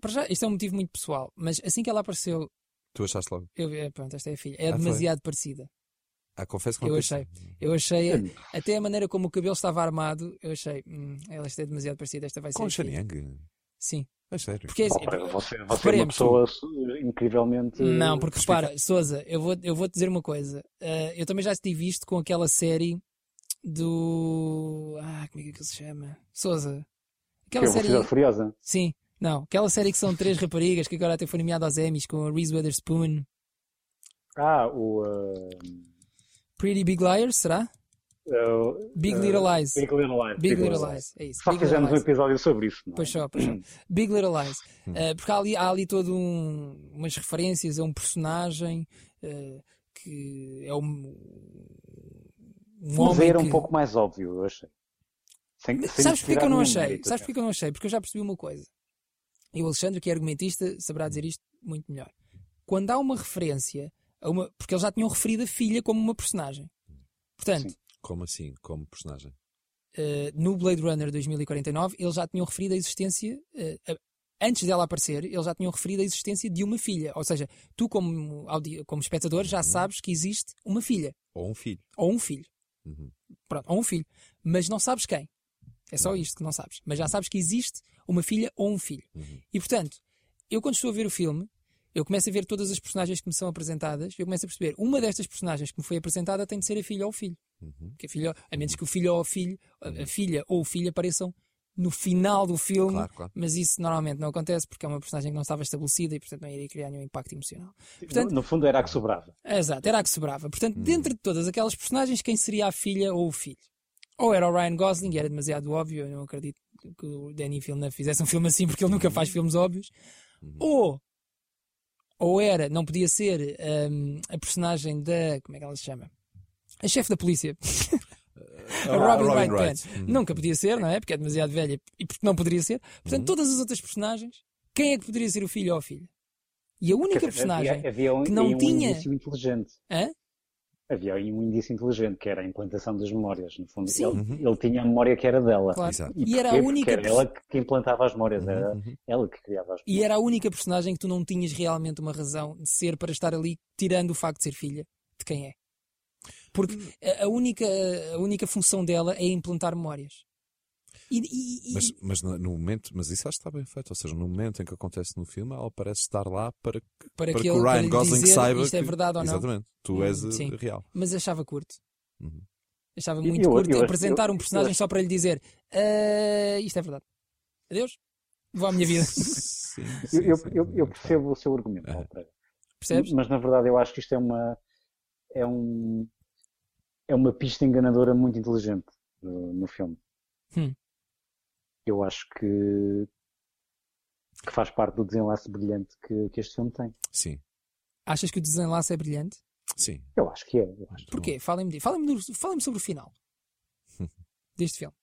B: Para já, isto é um motivo muito pessoal, mas assim que ela apareceu,
D: Tu achaste logo?
B: eu, eh, pronto, esta é a filha, é
D: Ah, foi?
B: demasiado parecida.
D: Ah, confesso que não
B: Eu
D: pensei.
B: Eu achei,
D: Hum.
B: até a maneira como o cabelo estava armado, eu achei, hum, ela está demasiado parecida, esta vai ser.
D: Com
B: a
D: o
B: filha.
D: Xanyang.
B: Sim,
D: É sério.
B: porque é assim,
C: Opa, você, você é uma
B: referemos.
C: pessoa incrivelmente.
B: Não, porque repara, Souza, eu vou, eu vou te dizer uma coisa. Ah, eu também já estive visto com aquela série do. Ah, como é que aquilo se chama? Souza.
C: Que é
B: Aquela
C: a
B: série.
C: velocidade furiosa.
B: Sim, não. Aquela série que são
C: (laughs)
B: três raparigas que agora até foi nomeada aos Emmys com a Reese Witherspoon.
C: Ah, o. ah,
B: Pretty Big Liars, será?
C: ah,
B: Big
C: ah,
B: Little Lies.
C: Big Little Lies.
B: Big Little Lies. É isso.
C: Só
B: Big Little
C: fizemos um
B: Lies.
C: episódio Hum. sobre isso. Não é?
B: Pois só, um pois só. Big Little Lies. Eh, porque há ali, há ali todo um, umas referências a um personagem eh, que é um. Um
C: Mas aí
B: homem
C: era
B: que...
C: um pouco mais óbvio, eu achei. Sem, sem
B: Sabes porque é que eu
C: tirar
B: não
C: nenhum
B: achei?
C: mérito,
B: Sabes
C: até.
B: porque é que eu não achei? Porque eu já percebi uma coisa. E o Alexandre, que é argumentista, saberá dizer isto muito melhor. Quando há uma referência a uma. Porque eles já tinham referido a filha como uma personagem. Portanto,
C: Sim.
D: Como assim? Como personagem?
B: eh, no Blade Runner 2049, eles já tinham referido a existência. eh, a- antes dela aparecer, eles já tinham referido a existência de uma filha. Ou seja, tu, como, audi- como espectador,
C: Uhum.
B: já sabes que existe uma filha.
D: Ou um filho?
B: Ou um filho.
D: Uhum.
B: Pronto, ou um filho. Mas não sabes quem. É só isto que não sabes. Mas já sabes que existe uma filha ou um filho.
D: Uhum.
B: E portanto, eu quando estou a ver o filme, eu começo a ver todas as personagens que me são apresentadas, eu começo a perceber, uma destas personagens que me foi apresentada tem de ser a filha ou o filho.
D: Uhum.
B: Porque a, filha, a menos que o filho ou o filho, a a filha ou o filho apareçam no final do filme.
D: Claro, claro.
B: Mas isso normalmente não acontece porque é uma personagem que não estava estabelecida e, portanto, não iria criar nenhum impacto emocional. Portanto,
C: no, no fundo era a que sobrava.
B: É, Exato, era a que sobrava. Portanto, dentre de todas aquelas personagens, quem seria a filha ou o filho? Ou era o Ryan Gosling, era demasiado óbvio, eu não acredito que o Danny Villeneuve fizesse um filme assim porque ele nunca faz filmes óbvios. Ou, ou era, não podia ser, hum, a personagem da. Como é que ela se chama? A chefe da polícia, (laughs) a Ah, Robin, Wright, Penn. Nunca podia ser, não é? Porque é demasiado velha e porque não poderia ser. Portanto, todas as outras personagens, quem é que poderia ser o filho ou a filha? E a única
C: Quer dizer, é-
B: personagem.
C: havia, havia um,
B: que não
C: aí um
B: tinha.
C: indício inteligente.
B: Hã?
C: Havia aí um indício inteligente, que era a implantação das memórias, no fundo.
B: Sim.
D: Uhum.
C: Ele, ele tinha a memória que era dela.
B: Claro.
D: Exato.
B: E era a
C: porquê?
B: única
C: Porque era
B: pessoa-
C: ela que, que implantava as memórias, era
D: Uhum.
C: ela que criava as
B: E
C: memórias.
B: era a única personagem que tu não tinhas realmente uma razão de ser para estar ali, tirando o facto de ser filha de quem é. Porque
C: Uhum.
B: a- a única, a única função dela é implantar memórias. E, e- e-
D: Mas, mas no no momento, mas isso acho que está bem feito. Ou seja, no momento em que acontece no filme, ela parece estar lá para que,
B: para,
D: para
B: que
D: que
B: ele
D: o
B: para
D: Ryan
B: lhe
D: Gosling
B: dizer
D: saiba.
B: isto é
D: que-
B: verdade ou não.
D: Exatamente. Tu
B: Hum,
D: és
B: sim.
D: eh, real.
B: Mas achava curto.
D: Uhum.
B: Achava
C: Eu-
B: muito
C: eu-
B: curto
C: eu acho-
B: apresentar
C: eu-
B: um personagem
C: eu acho-
B: só para lhe dizer "Ah, isto é verdade. Adeus. Vou à minha
C: (laughs)
B: vida.
D: Sim,
C: Eu,
D: sim,
C: eu-
D: sim.
C: eu- eu percebo o seu argumento, Paulo Pereira.
B: Percebes?
C: mas na verdade eu acho que isto é uma é um é uma pista enganadora muito inteligente uh, no, filme
B: Hum.
C: eu acho que que faz parte do desenlace brilhante que, que este filme tem
D: Sim,
B: Achas que o desenlace é brilhante?
D: sim.
C: eu acho que é eu acho.
B: Porquê? Falem-me de- falem-me do- falem-me sobre o
D: (laughs)
B: final deste filme.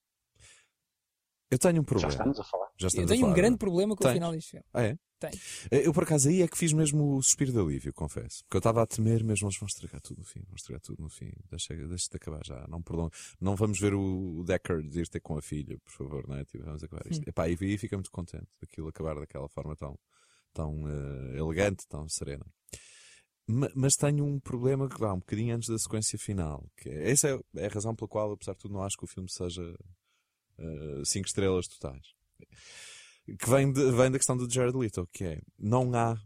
D: Eu tenho um
C: já
D: problema.
C: estamos a falar
D: Já
B: Eu
D: estamos a
B: tenho um
D: falar,
B: grande
D: não é?
B: problema com o
D: Tens.
B: final deste filme.
D: Ah, é?
B: Tenho.
D: Eh, Eu, por acaso, aí é que fiz mesmo o suspiro de alívio, confesso. Porque eu estava a temer mesmo, eles vão estragar tudo no fim, vão estragar tudo no fim. Deixa, deixa de acabar já, não perdão. Não vamos ver o o Deckard ir ter com a filha, por favor, não é? Tipo, vamos acabar isto. Epá, e aí fica muito contente daquilo acabar daquela forma tão, tão eh, elegante, tão serena. Ma- Mas tenho um problema que vá um bocadinho antes da sequência final. Que é- essa é- é a razão pela qual, apesar de tudo, não acho que o filme seja eh, cinco estrelas totais. Que vem, de- vem da questão do Jared Leto, que é não há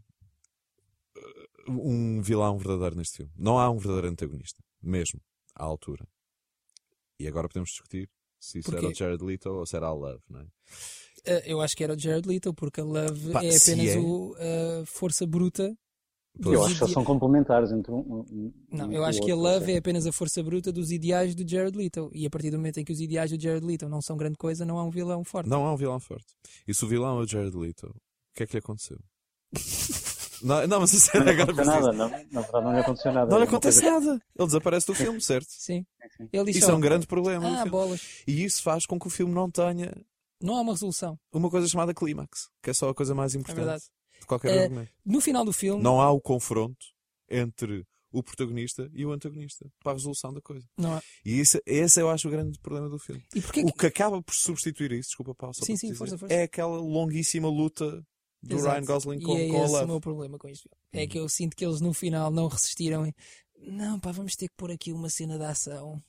D: eh, um vilão verdadeiro neste filme. Não há um verdadeiro antagonista, mesmo, à altura. E agora podemos discutir se isso era
B: Porquê?
D: o Jared Leto ou se era a Love, não é?
B: Ah, eu acho que era o Jared Leto, porque a Love
D: Pá,
B: é
D: se
B: apenas
D: é.
B: o a força bruta. dos
C: Eu acho que só
B: ide-
C: são complementares entre um. um- um-
B: Não,
C: um
B: eu
C: e
B: acho
C: o
B: que a
C: outro,
B: Love
C: etc.
B: é apenas a força bruta dos ideais do Jared Leto. E a partir do momento em que os ideais do Jared Leto não são grande coisa, não há um vilão forte.
D: Não há um vilão forte. E se o vilão é o Jared Leto, o que é que
B: (laughs)
D: lhe aconteceu? não, não, mas a
B: é
D: sério,
C: Não lhe
D: (laughs) agora
C: aconteceu
D: preciso.
C: nada, não, na verdade não lhe aconteceu nada.
D: Não lhe
C: É uma
D: acontece
C: coisa-
D: nada. Ele desaparece do filme, certo?
B: Sim.
C: sim.
B: Ele diz
D: Isso
B: só,
D: é um grande problema. no
B: Ah,
D: filme.
B: bolas.
D: E isso faz com que o filme não tenha
B: Não há uma resolução.
D: uma coisa chamada clímax, que é só a coisa mais
B: É
D: importante
B: verdade. um
D: de qualquer
B: É.
D: argumento.
B: No final do filme,
D: Não há o confronto entre o protagonista e o antagonista para a resolução da coisa.
B: não há.
D: E isso, esse eu acho o grande problema do filme.
B: E porquê
D: O
B: que...
D: que acaba por substituir isso, desculpa, Paulo, só
B: Sim,
D: para te
B: sim,
D: dizer,
B: força, força.
D: é aquela longuíssima luta do
B: Exato.
D: Ryan Gosling com,
B: e é
D: com a
B: esse o
D: Love. Hum.
B: meu problema com isto. É que eu sinto que eles no final não resistiram. e, Não, pá, vamos ter que pôr aqui uma cena de ação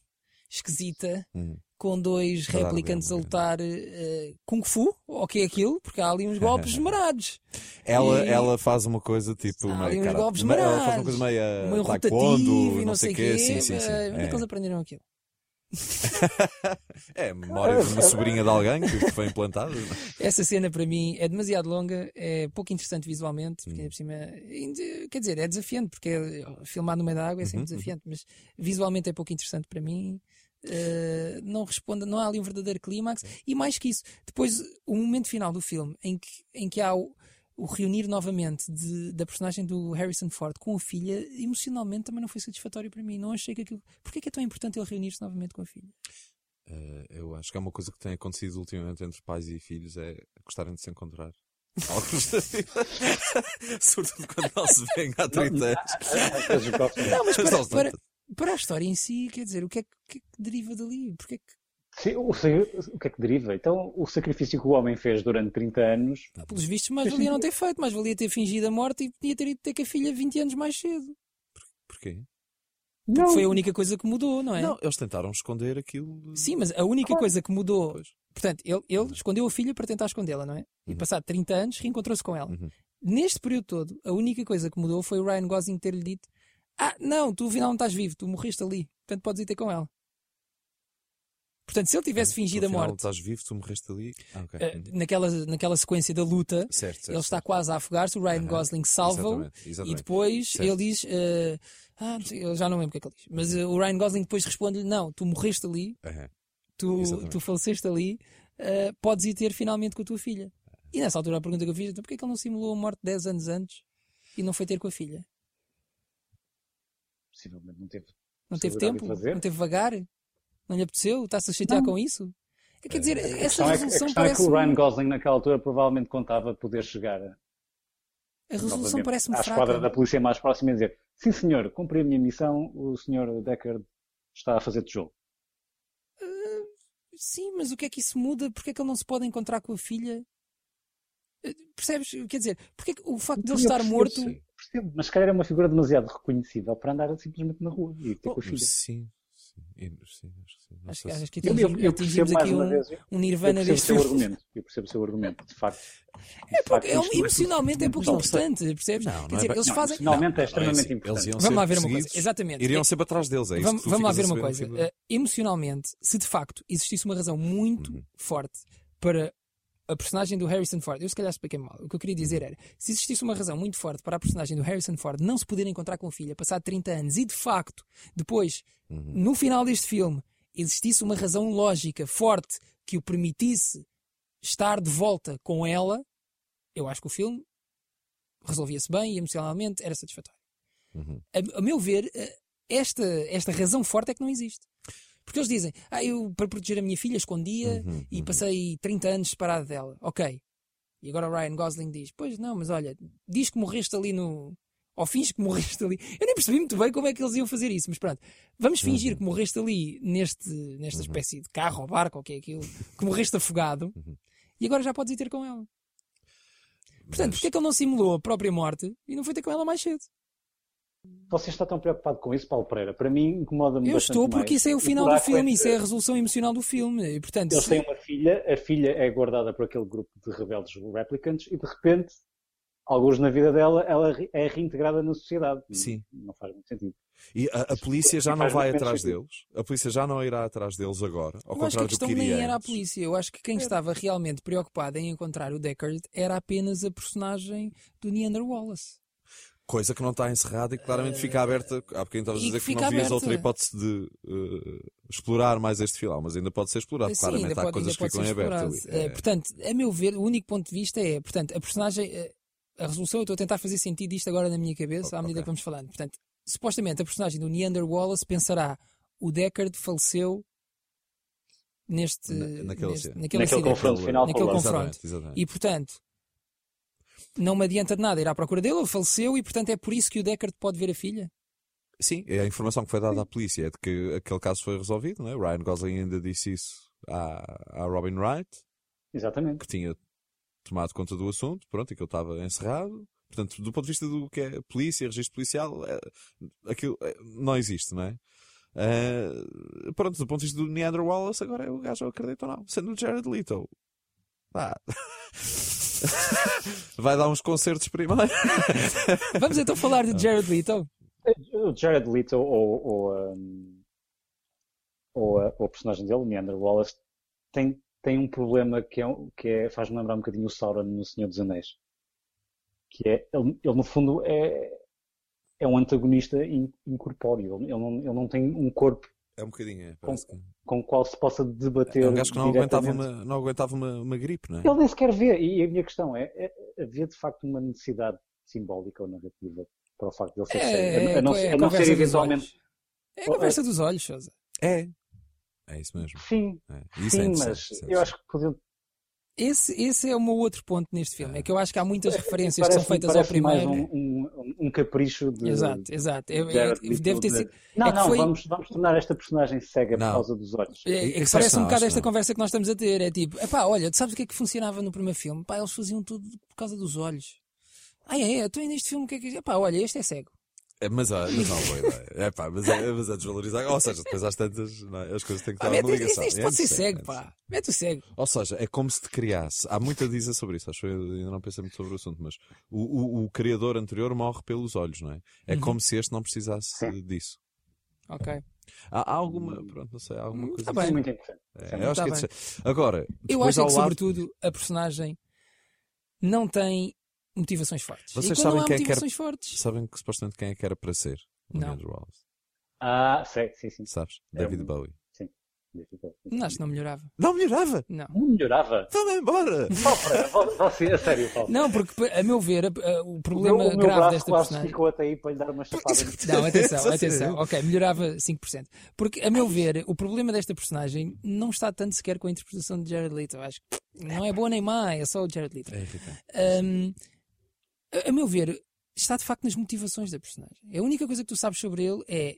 B: esquisita
D: Hum.
B: com dois
D: Para dar
B: replicantes a
D: alguma
B: lutar eh, Kung Fu, ou que é aquilo, porque há ali uns
D: (laughs)
B: golpes esmerados.
D: Ela,
B: E-
D: ela faz uma coisa tipo
B: Ah, ali
D: meio
B: uns
D: cara,
B: golpes
D: me- ela faz uma
B: marados.
D: coisa meio, eh,
B: meio
D: taekwondo,
B: rotativo e não sei o quê.
D: Sim, sim,
B: mas
D: sim.
B: Onde é que eles
D: É,
B: aprenderam aquilo?
D: é a memória de uma sobrinha de alguém que foi implantada.
B: (laughs)
D: é?
B: Essa cena para mim é demasiado longa, é pouco interessante visualmente, porque
D: Hum.
B: ainda por cima, ainda- quer dizer, é desafiante, porque é- filmar no meio da água é sempre
D: Uhum,
B: desafiante, mas visualmente é pouco interessante para mim. eh, não responde, não há ali um verdadeiro clímax, e mais que isso, depois o momento final do filme em que, em que há o, o reunir novamente de- da personagem do Harrison Ford com a filha, emocionalmente também não foi satisfatório para mim. Não achei que aquilo. Porquê é que é tão importante ele reunir-se novamente com a filha?
D: Eh, eu acho que é uma coisa que tem acontecido ultimamente entre pais e filhos é gostarem de se encontrar. Ao custo da vida. (laughs) Sobretudo quando não se vêem há 30 anos.
C: Às vezes gosto-
D: (laughs)
B: Não, mas
D: Só
B: para,
D: se
B: para-
D: nota.
B: para a história em si, quer dizer, o que é que, o que é que deriva dali? Porque é que,
C: Sim, o, sa- o que é que deriva? Então, o sacrifício que o homem fez durante 30 anos,
B: pá, pelos vistos, mais valia não ter feito, mais valia ter fingido a morte e podia ter ido ter com a filha 20 anos mais cedo.
D: Porquê?
B: Porque foi a única coisa que mudou, não é?
D: Não, eles tentaram esconder aquilo. eh,
B: Sim, mas a única coisa que mudou.
D: Pois.
B: Portanto, ele, ele escondeu a filha para tentar escondê-la, não é? E
D: Uhum.
B: passado 30 anos, reencontrou-se com ela.
D: Uhum.
B: Neste período todo, a única coisa que mudou foi o Ryan Gosling ter-lhe dito: Ah, não, tu afinal não estás vivo, tu morreste ali, portanto podes ir ter com ela. Portanto, se ele tivesse
D: Tu,
B: fingido a
D: Então, afinal,
B: morte
D: Estás vivo, tu morreste ali. Ah, ok.
B: eh, naquela, naquela sequência da luta,
D: Certo, certo.
B: ele está quase a afogar-se, o Ryan
D: Aham.
B: Gosling salva-o
D: Exatamente, exatamente.
B: e depois
D: Certo.
B: ele diz. eh, ah, não sei, eu já não lembro o que é que ele diz. Mas eh, o Ryan Gosling depois responde-lhe: Não, tu morreste ali,
D: Aham.
B: tu,
D: Exatamente.
B: tu faleceste ali, eh, podes ir ter finalmente com a tua filha. E nessa altura a pergunta que eu fiz é: então, porquê é que ele não simulou a morte 10 anos antes e não foi ter com a filha?
C: possivelmente não teve.
B: Não teve
C: Possibilidade de
B: tempo?
C: fazer.
B: Não teve vagar? Não lhe apeteceu? Está-se a chatear com isso? É, Quer dizer,
C: A
B: essa
C: questão, é que, a
B: resolução
C: questão é que
B: parece.
C: o Ryan Gosling, naquela altura, provavelmente contava poder chegar a-
B: A resolução
C: novamente
B: parece-me
C: à esquadra da
B: fraca.
C: polícia mais próxima e dizer: Sim, senhor, cumpri a minha missão, o senhor Deckard está a fazer tijolo.
B: Ah, Sim, mas o que é que isso muda? Porquê é que ele não se pode encontrar com a filha? Eh, Percebes? Quer dizer, porque é que o facto de ele
C: Eu
B: estar
C: percebo,
B: morto.
C: sim, percebo, mas se calhar é uma figura demasiado reconhecível para andar simplesmente na rua e
B: Oh,
C: ter com a
D: Sim,
C: filha.
D: sim. E- Sim, acho que sim. Não
B: Acho,
D: sei
B: que-
D: se-
B: acho que é
C: Eu, eu-
B: atingimos,
C: eu
B: atingimos
C: percebo mais
B: aqui
C: uma
B: um,
C: vez. Eu
B: um
C: eu
B: nirvana
C: percebo o
B: deste
C: seu
B: filme.
C: argumento. Eu percebo o seu argumento, de facto.
B: É porque é um- emocionalmente é pouco importante, percebes?
D: Não, não
B: Quer
D: é
B: dizer,
D: bem-
B: eles
C: não,
B: fazem.
C: emocionalmente é
D: Não,
C: extremamente
D: é assim.
C: importante.
D: Eles iam
B: Vamos lá
D: ser
B: ver uma coisa.
D: perseguidos,
B: Exatamente.
D: Iriam
B: É-
D: sempre atrás deles, é isso
B: Vamos,
D: que tu
B: vamos lá
D: ficas
B: ver
D: a
B: uma coisa.
D: saber no
B: Eh, emocionalmente, se de facto existisse uma razão muito
D: Uhum.
B: forte para a personagem do Harrison Ford, eu se calhar expliquei mal. O que eu queria dizer
D: Uhum.
B: era: se existisse uma razão muito forte para a personagem do Harrison Ford não se poder encontrar com a filha passado 30 anos e de facto, depois,
D: Uhum.
B: no final deste filme, existisse uma razão lógica forte que o permitisse estar de volta com ela, eu acho que o filme resolvia-se bem e emocionalmente era satisfatório.
D: Uhum.
B: A, a meu ver, eh, esta, esta razão forte é que não existe. Porque eles dizem, ah, eu para proteger a minha filha escondia
D: Uhum,
B: e
D: uhum.
B: passei 30 anos separado dela. Ok. E agora o Ryan Gosling diz, pois não, mas olha, diz que morreste ali no... Ou finge que morreste ali. Eu nem percebi muito bem como é que eles iam fazer isso, mas pronto. Vamos fingir
D: Uhum.
B: que morreste ali neste, nesta espécie de carro
D: Uhum.
B: ou barco ou o que é aquilo, que morreste afogado e agora já podes ir ter com ela. Portanto, porque é que ele não simulou a própria morte e não foi ter com ela mais cedo?
C: Você está tão preocupado com isso, Paulo Pereira? Para mim incomoda-me
B: Eu
C: bastante
B: estou porque
C: mais.
B: isso é o final do
C: buraco
B: filme,
C: entre-
B: isso é a resolução emocional do filme. E, portanto,
C: Eles
B: se-
C: têm uma filha, a filha é guardada por aquele grupo de rebeldes replicants e de repente, alguns na vida dela, ela re- é reintegrada na sociedade.
D: Sim.
C: Não faz muito sentido.
D: E a, a polícia já
C: Faz
D: não
C: muito
D: vai
C: menos
D: atrás
C: sentido.
D: deles. A polícia já não irá atrás deles agora. Ao
B: eu acho que a
D: contrário do
B: questão
D: que
B: nem
D: iria
B: era a
D: antes.
B: polícia. Eu acho que quem estava realmente preocupado em encontrar o Deckard era apenas a personagem do Neander Wallace.
D: Coisa que não está encerrada e que claramente fica aberta. Há bocadinho estavas a
B: e
D: dizer
B: que
D: que, não
B: fica
D: vias
B: aberta.
D: outra hipótese de eh, explorar mais este filão, mas ainda pode ser explorado.
B: Sim,
D: claramente
B: ainda
D: há
B: pode-
D: coisas
B: ainda
D: que
B: pode
D: ficam em
B: ser
D: aberto ali. É.
B: explorado. Eh, portanto, a meu ver, o único ponto de vista é, portanto, a personagem, eh, a resolução, eu estou a tentar fazer sentido isto agora na minha cabeça,
D: Ok,
B: à medida
D: ok.
B: que vamos falando. Portanto, supostamente a personagem do Neander Wallace pensará, o Deckard faleceu neste,
D: Na- naquele
B: neste-
D: acidente. é?
B: naquele
C: Naquele
B: acidente.
C: confronto final
B: Naquele
C: com o Lance.
B: confronto.
D: Exatamente, exatamente.
B: E portanto, não me adianta de nada ir à procura dele, ele faleceu e portanto é por isso que o Deckard pode ver a filha.
D: Sim, é a informação que foi dada à polícia é de que aquele caso foi resolvido, não é? Ryan Gosling ainda disse isso à, à Robin Wright,
C: Exatamente.
D: que tinha tomado conta do assunto, pronto, e que eu estava encerrado. Portanto, do ponto de vista do que é polícia, registro policial, é, aquilo é, não existe, não é? Ah, pronto, do ponto de vista do Neander Wallace, agora é o gajo, eu acredito ou não, sendo o Jared Leto. Pá. (laughs) Vai dar uns concertos primeiro.
B: Vamos então falar
D: (laughs) Ah.
B: de Jared Leto.
C: O Jared Leto ou, ou, um, ou, a- ou a personagem dele, Neander Wallace, tem, tem um problema que, é, um- que é, faz-me lembrar um bocadinho o Sauron no Senhor dos Anéis. Que é, ele, ele, no fundo é, é um antagonista in- incorpóreo. Ele, ele não, ele não tem um corpo
D: É um bocadinho, é,
C: parece
D: que...
C: com o qual se possa debater
D: É um gajo que não aguentava
C: diretamente.
D: uma, não aguentava uma, uma gripe, não é?
C: Ele nem sequer vê. E a minha questão é, é havia de facto uma necessidade simbólica ou narrativa para o facto de ele ser cego?
B: É,
C: A, a
B: é,
C: não, ser-
B: é
C: a não
B: conversa
C: ser
B: dos
C: eventualmente...
B: olhos. É a conversa dos olhos, Sousa.
D: É. É isso mesmo.
C: Sim,
D: É. E Isso é
C: sim,
D: interessante,
C: mas
D: isso
C: eu
D: é interessante.
C: acho que podiam...
B: Esse, esse é o meu outro ponto neste filme. É que eu acho que há
C: (laughs)
B: muitas referências que são
C: Parece,
B: feitas ao
C: parece mais
B: primeiro. né?
C: um, um, um capricho de...
B: Exato, exato. É- é-
C: Jared Leto
B: deve ter
C: de-
B: sido.
C: Não,
B: é que
C: não,
B: foi-
C: vamos, vamos tornar esta personagem cega
D: Não.
C: por causa dos olhos.
B: É, é que
D: Isso acho
B: parece
D: que
B: um
D: não,
B: bocado
D: acho
B: esta
D: que não.
B: conversa que nós estamos a ter. É tipo, epá, olha, tu sabes o que é que funcionava no primeiro filme? Pá, eles faziam tudo por causa dos olhos. Ah, é, é, tu neste filme o que é que. Epá, olha, este é cego.
D: É, mas há, mas há uma boa ideia. É pá, mas é, mas é desvalorizar. Ou seja, depois às tantas, não é? as coisas têm que
B: Pá,
D: estar
B: mete,
D: numa
B: isto,
D: ligação.
B: Ah, isto
D: É
B: pode ser
D: interessante,
B: cego,
D: é
B: pá.
D: interessante.
B: Mete o cego.
D: Ou seja, é como se te criasse. Há muita dizer sobre isso. Acho que eu ainda não pensei muito sobre o assunto, mas o, o, o criador anterior morre pelos olhos, não é? É
B: Uhum.
D: como se este não precisasse eh, disso.
B: Ok.
D: Há, há alguma, pronto, não sei, há alguma
B: Hum,
D: coisa.
B: tá
C: É
B: bem.
C: muito interessante.
D: É, eu acho
B: Tá
D: que é
B: bem.
D: interessante. Agora,
B: Eu
D: depois
B: acho é
D: ao
B: que,
D: lado-
B: sobretudo, a personagem não tem motivações fortes.
D: Vocês
B: e quando
D: sabem
B: não há
D: quem é que era-
B: motivações fortes.
D: Sabem que supostamente quem é que era para ser? O
B: Não.
D: Leandro Wallace.
C: Ah, sei, sim, sim.
D: Sabes?
C: É
D: David
C: um-
D: Bowie.
B: Não, acho que não melhorava.
D: Não melhorava!
B: Não.
C: Não melhorava.
D: Está-me embora!
C: Paulo Pereira, vo- você, a sério, Paulo.
B: Não, porque, a meu ver, a- a- o
C: O meu,
B: problema
C: o meu
B: grave
C: braço
B: desta
C: quase
B: personagem. (laughs)
C: ficou até aí para lhe dar uma chapada.
B: Não,
C: (laughs)
B: atenção,
D: Só se-
B: atenção. Ok, melhorava 5%. Porque, a meu ver, o problema desta personagem não está tanto sequer com a interpretação de Jared Leto. Eu Acho que não é boa nem má, é só o Jared Leto.
D: É irritante.
B: Hum, a, a meu ver, está de facto nas motivações da personagem. A única coisa que tu sabes sobre ele é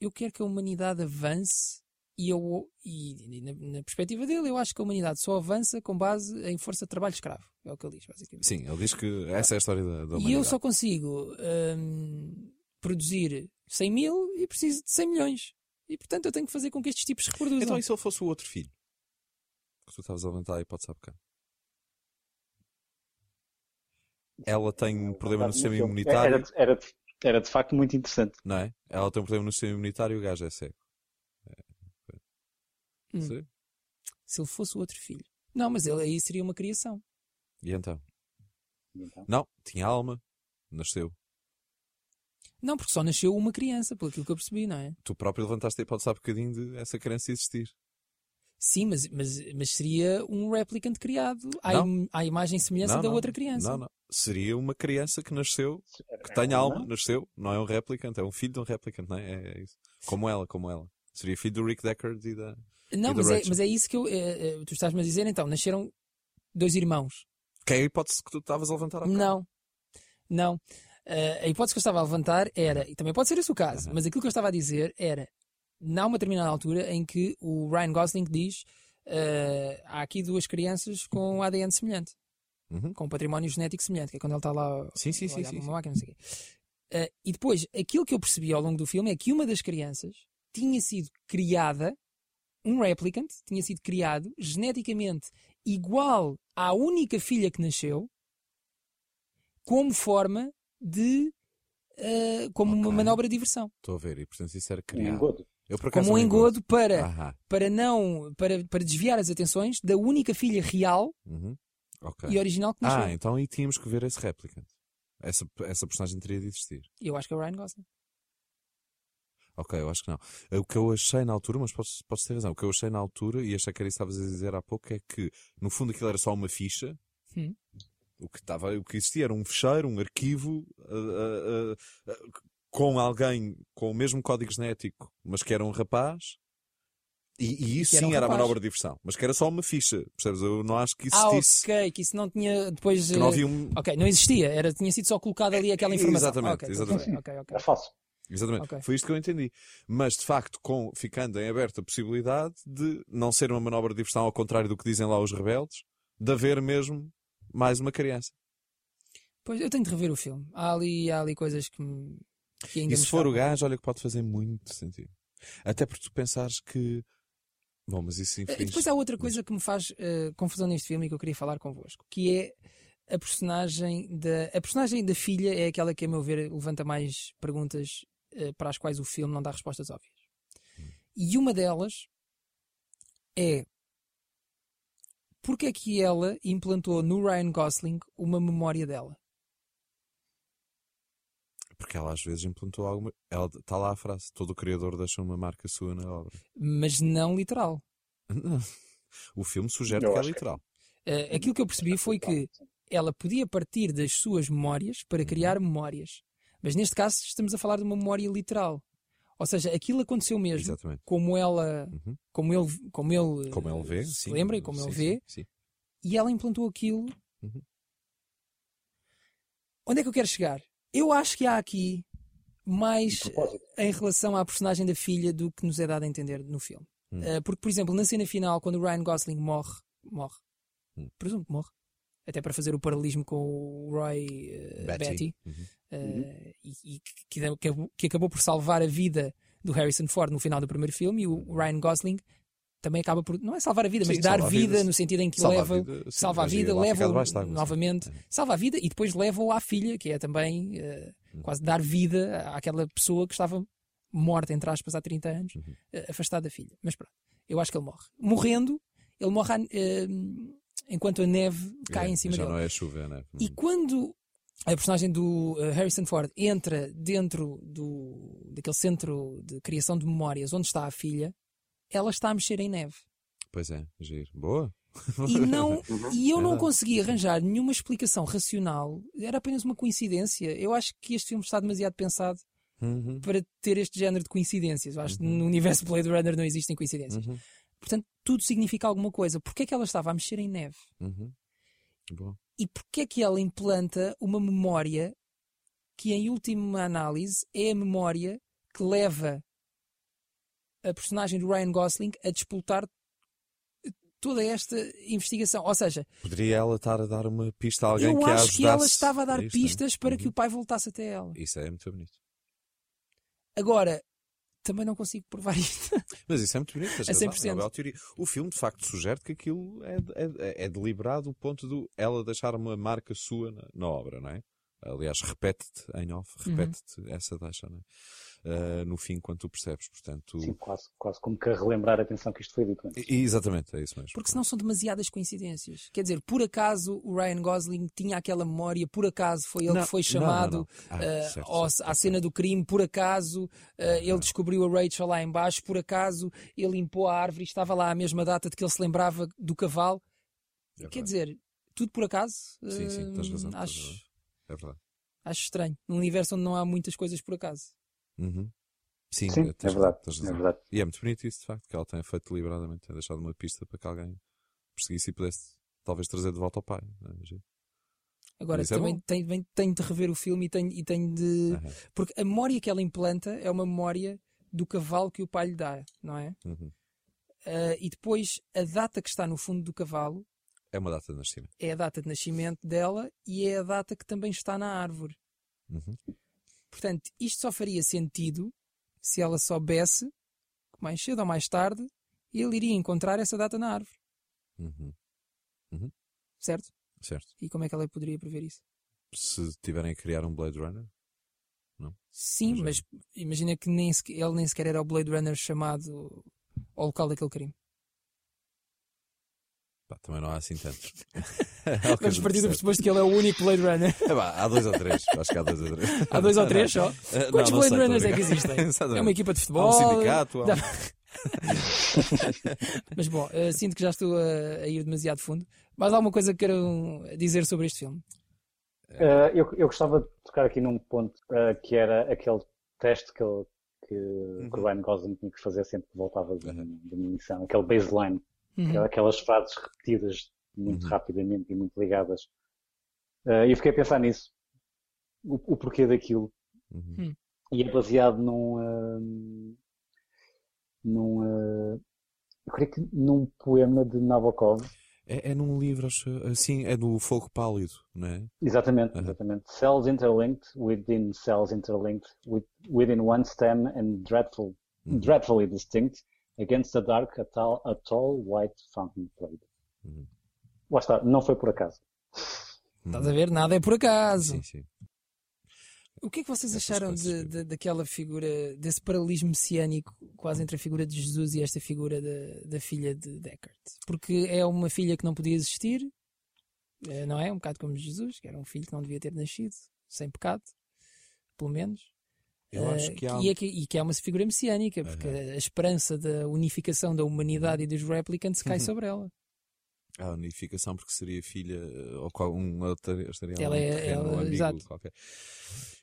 B: eu quero que a humanidade avance e, eu, e, e na, na perspectiva dele, eu acho que a humanidade só avança com base em força de trabalho escravo. É o que ele diz, basicamente.
D: Sim, ele diz que essa é a história da, da
B: E eu
D: humanidade.
B: só consigo hum, produzir 100 mil e preciso de 100 milhões. E portanto eu tenho que fazer com que estes tipos se reproduzam.
D: Então, e se ele fosse o outro filho? Que tu estavas a levantar e podes há bocado. Ela (laughs) tem um problema no sistema
C: Era,
D: imunitário,
C: de- era, de- era de facto muito interessante.
D: não é? Ela tem um problema no sistema imunitário e o gajo é cego. É,
B: Hum.
D: Sim.
B: Se ele fosse o outro filho. Não, mas ele aí seria uma criação.
D: E então?
C: Então,
D: Não, tinha alma, nasceu.
B: Não, porque só nasceu uma criança, pelo aquilo que eu percebi, não é?
D: Tu próprio levantaste a hipótese há um bocadinho de essa crença existir.
B: Sim, mas, mas, mas seria um replicante criado à,
D: Não.
B: im- à imagem e semelhança
D: Não,
B: da
D: não,
B: outra criança.
D: Não, não. Seria uma criança que nasceu que
C: era-
D: tem
C: era
D: alma,
C: uma-
D: nasceu, não é um replicante, é um filho de um replicante, não é? É, é isso. Como ela, como ela. Seria filho do Rick Deckard e da.
B: Não,
D: E do
B: mas, é,
D: Rachel.
B: mas é isso que eu, é, é, tu estás-me a dizer então. Nasceram dois irmãos.
D: Que é a hipótese que tu estavas a levantar há bocado.
B: Não, não. Ah, a hipótese que eu estava a levantar era, e também pode ser esse o caso,
D: Uhum.
B: mas aquilo que eu estava a dizer era, há uma determinada altura em que eh, o Ryan Gosling diz: ah, há aqui duas crianças com ADN semelhante.
D: Uhum.
B: com um património genético semelhante, que é quando ele está lá
D: Sim, sim,
B: a
D: sim,
B: olhar
D: sim.
B: para uma máquina, não sei o quê. Ah, e depois, aquilo que eu percebi ao longo do filme é que uma das crianças tinha sido criada, um replicant tinha sido criado geneticamente igual à única filha que nasceu, como forma de. ah, como uma
D: Ok.
B: manobra de diversão.
D: Estou a ver, e portanto isso era
C: Um
D: criado.
C: engodo.
D: Eu, Ah. por acaso,
B: é. Como um engodo para,
D: Ahá.
B: para não. Para, para desviar as atenções da única filha real
D: Uhum. Ok.
B: e original que nasceu.
D: Ah, então e tínhamos que ver esse replicant. Essa, essa personagem teria de existir.
B: Eu acho que é o Ryan Gosling.
D: Ok, eu acho que não. O que eu achei na altura, mas posso, posso ter razão, o que eu achei na altura, e achei que era isso que estavas a dizer há pouco, é que no fundo aquilo era só uma ficha.
B: Hum.
D: O, que estava, o que existia era um fecheiro, um arquivo ah, ah, ah, ah, com alguém com o mesmo código genético, mas que era um rapaz. E, e isso
B: Que era um
D: sim era a
B: rapaz.
D: manobra de diversão, mas que era só uma ficha, percebes? Eu não acho que
B: Ah,
D: existisse.
B: ok, que isso não tinha depois.
D: Que não
B: eh,
D: havia um.
B: Ok, não existia, era, tinha sido só colocada ali aquela
D: É,
B: informação.
D: exatamente,
B: Ok,
D: exatamente.
B: tudo bem, ok, ok.
C: É falso.
D: Exatamente.
B: Ok.
D: Foi isto que eu entendi. Mas, de facto, com, ficando em aberto a possibilidade de não ser uma manobra de diversão, ao contrário do que dizem lá os rebeldes, de haver mesmo mais uma criança.
B: Pois eu tenho de rever o filme. Há ali, há ali coisas que, me- que ainda
D: E se
B: me
D: for o
B: escapam.
D: gajo, olha que pode fazer muito sentido. Até porque tu pensares que. Bom, mas isso é
B: Eh,
D: infringe.
B: Depois há outra coisa que me faz eh, confusão neste filme e que eu queria falar convosco, que é a personagem da. A personagem da filha é aquela que, a meu ver, levanta mais perguntas eh, para as quais o filme não dá respostas óbvias. E uma delas é porque é que ela implantou no Ryan Gosling uma memória dela?
D: Porque ela às vezes implantou alguma. Ela está lá a frase: todo o criador deixa uma marca sua na obra.
B: Mas não literal.
D: Não. O filme sugere
C: Eu
D: que é
C: acho que-
D: literal.
B: Eh, aquilo que eu percebi foi que ela podia partir das suas memórias para
D: Uhum.
B: criar memórias. Mas neste caso estamos a falar de uma memória literal. Ou seja, aquilo aconteceu mesmo.
D: Exatamente.
B: Como ela,
D: Uhum.
B: como ele, como ele, eh,
D: Como ele vê.
B: se
D: sim.
B: lembra e como ele
D: Sim,
B: vê,
D: Sim, sim.
B: e ela implantou aquilo.
D: Uhum.
B: Onde é que eu quero chegar? Eu acho que há aqui mais eh,
D: Um
C: De propósito.
B: em relação à personagem da filha do que nos é dado a entender no filme.
D: Hum.
B: Eh, porque, por exemplo, na cena final, quando o Ryan Gosling morre, morre,
D: Hum.
B: presumo que morre, até para fazer o paralelismo com o Roy eh, Batty,
D: Uhum.
B: eh,
C: Uhum.
B: e, e que, que acabou- que acabou por salvar a vida do Harrison Ford no final do primeiro filme, e
D: Uhum.
B: o Ryan Gosling também acaba por, não é salvar a vida, mas
D: Sim,
B: dar
D: salva a
B: vida,
D: vida,
B: no sentido em que
D: Salva
B: leva
D: a vida, sim,
B: salva a
D: mas ia
B: vida,
D: lá ficar debaixo
B: leva-o
D: d'água, sim.
B: novamente, salva a vida e depois leva-o à filha, que é também eh,
D: Hum.
B: quase dar vida à- àquela pessoa que estava morta, entre aspas, há 30 anos,
D: Uhum.
B: eh, afastada da filha. Mas pronto, eu acho que ele morre. Morrendo, ele morre à- eh, enquanto a neve cai
D: É,
B: em cima
D: já
B: dele.
D: não é chuva, né?
B: E quando a personagem do eh, Harrison Ford entra dentro do, daquele centro de criação de memórias onde está a filha, ela está a mexer em neve.
D: Pois é, giro. Boa.
B: E, não, e eu não
D: Verdade.
B: consegui arranjar nenhuma explicação racional. Era apenas uma coincidência. Eu acho que este filme está demasiado pensado
D: Uhum,
B: para ter este género de coincidências. Eu acho que no universo Blade Runner não existem coincidências.
D: uhum,
B: Portanto, tudo significa alguma coisa. Porquê é que ela estava a mexer em neve?
D: uhum. Boa.
B: E porquê é que ela implanta uma memória que, em última análise, é a memória que leva a personagem do Ryan Gosling a disputar toda esta investigação? Ou seja,
D: Poderia ela estar a dar uma pista a alguém
B: eu
D: que a
B: acho que ela
D: ajudasse?
B: estava a dar
D: É isto,
B: pistas para
D: Uhum.
B: que o pai voltasse até ela.
D: Isso é muito bonito.
B: Agora, também não consigo provar (laughs) isto.
D: Mas isso é muito bonito. tens
B: A
D: razão,
B: 100%.
D: é uma bela teoria. O filme, de facto, sugere que aquilo é, é, é deliberado o ponto do ela deixar uma marca sua na, na obra, não é? Aliás, repete-te em off,
B: Uhum.
D: repete-te essa deixa, não é? Ah, no fim, quando tu percebes, portanto.
C: Sim, quase, quase como que a relembrar a atenção que isto foi dito antes.
D: E- e- Exatamente, é isso mesmo.
B: Porque senão são demasiadas coincidências. Quer dizer, por acaso o Ryan Gosling tinha aquela memória, por acaso foi ele
D: Não,
B: que foi
D: não, não,
B: chamado
D: não. Ah,
B: eh,
D: certo,
B: ao-
D: certo,
B: à
D: certo.
B: cena do crime, por acaso eh, ele
D: Aham.
B: descobriu a Rachel lá em baixo, por acaso ele limpou a árvore e estava lá à mesma data de que ele se lembrava do cavalo.
D: É verdade.
B: Quer dizer, tudo por acaso?
D: Sim, sim, tens
B: Hum,
D: razão, tens
B: acho,
D: razão. É verdade.
B: acho estranho. Num universo onde não há muitas coisas por acaso.
D: Uhum. Sim,
C: Sim, é
D: tens
C: verdade.
D: razão, tens
C: É
D: razão.
C: verdade.
D: E é muito bonito isso, de facto, que ela tenha feito deliberadamente, tenha deixado uma pista para que alguém perseguisse e pudesse talvez trazer de volta ao pai. não é, Gil?
B: Agora,
D: Isso é
B: também
D: bom. É.
B: tenho, bem- tenho de rever o filme e tenho, e tenho de.
D: Aham.
B: Porque a memória que ela implanta é uma memória do cavalo que o pai lhe dá, não é?
D: Uhum.
B: Ah, e depois a data que está no fundo do cavalo
D: É uma data de nascimento.
B: É a data de nascimento dela e é a data que também está na árvore.
D: Uhum.
B: Portanto, isto só faria sentido se ela soubesse que mais cedo ou mais tarde ele iria encontrar essa data na árvore,
D: Uhum.
B: certo?
D: Certo.
B: E como é que ela poderia prever isso?
D: Se tiverem a criar um Blade Runner,
B: Sim,
D: Pois é.
B: mas imagina que nem sequer- ele nem sequer era o Blade Runner chamado ao local daquele crime.
D: pá, também não há assim
B: (laughs)
D: É tantos.
B: Vamos partir do pressuposto que ele é o único Blade Runner.
D: É pá, há dois ou três. Acho que há dois ou três.
B: Há dois ou três só.
D: Eh, Ah, não,
B: Quantos
D: não
B: Blade
D: sei,
B: Runners
D: tô
B: é que
D: brincando.
B: existem?
D: (laughs) Exatamente.
B: É uma equipa de
D: Há
B: futebol.
D: um sindicato. Há
B: Dá-
D: um...
B: (laughs) Mas bom, eh, sinto que já estou eh, a, a ir demasiado fundo. Mais alguma coisa que queiram dizer sobre este filme?
C: Ah, eu, eu gostava de tocar aqui num ponto ah, que era aquele teste que, ele- que, que o Ryan Gosling tinha que fazer sempre que voltava de,
D: Uhum.
C: de uma missão, aquele baseline,
B: Uhum.
C: aquela- aquelas frases repetidas muito
D: Uhum.
C: rapidamente e muito ligadas. Ah, eu fiquei a pensar nisso, o, o porquê daquilo,
D: Uhum.
C: e é baseado num. ah, num ah, eu creio que num poema de Nabokov,
D: É, é num livro, acho. Assim, é do Fogo Pálido, não é?
C: Exatamente,
D: Uhum.
C: exatamente. Cells interlinked within cells interlinked with, within one stem and dreadful,
B: Hum,
D: Uhum.
C: dreadfully distinct against the dark a tall, a tall white fountain played.
D: Uhum.
C: Lá está, não foi por acaso.
B: Estás a ver? Nada é por acaso.
D: Hum. Sim, sim.
B: O que é que vocês
D: Essas
B: acharam
D: coisas
B: de-
D: que-
B: de- daquela figura, desse paralelismo messiânico quase entre a figura de Jesus e esta figura da, da filha de Deckard? Porque é uma filha que não podia existir, eh, não é? Um bocado como Jesus, que era um filho que não devia ter nascido, sem pecado, pelo menos.
D: Eu
B: Eh,
D: acho que há. um
B: e, é que, e que é uma figura messiânica, porque
D: Aham.
B: a esperança da unificação da humanidade e dos replicants
D: (laughs)
B: cai sobre ela. é
D: a unificação porque seria filha eh, ou qual, um outra- estaria lá
B: Ela
D: um
B: é-
D: terreno
B: ela-
D: ambíguo
B: exato.
D: qualquer.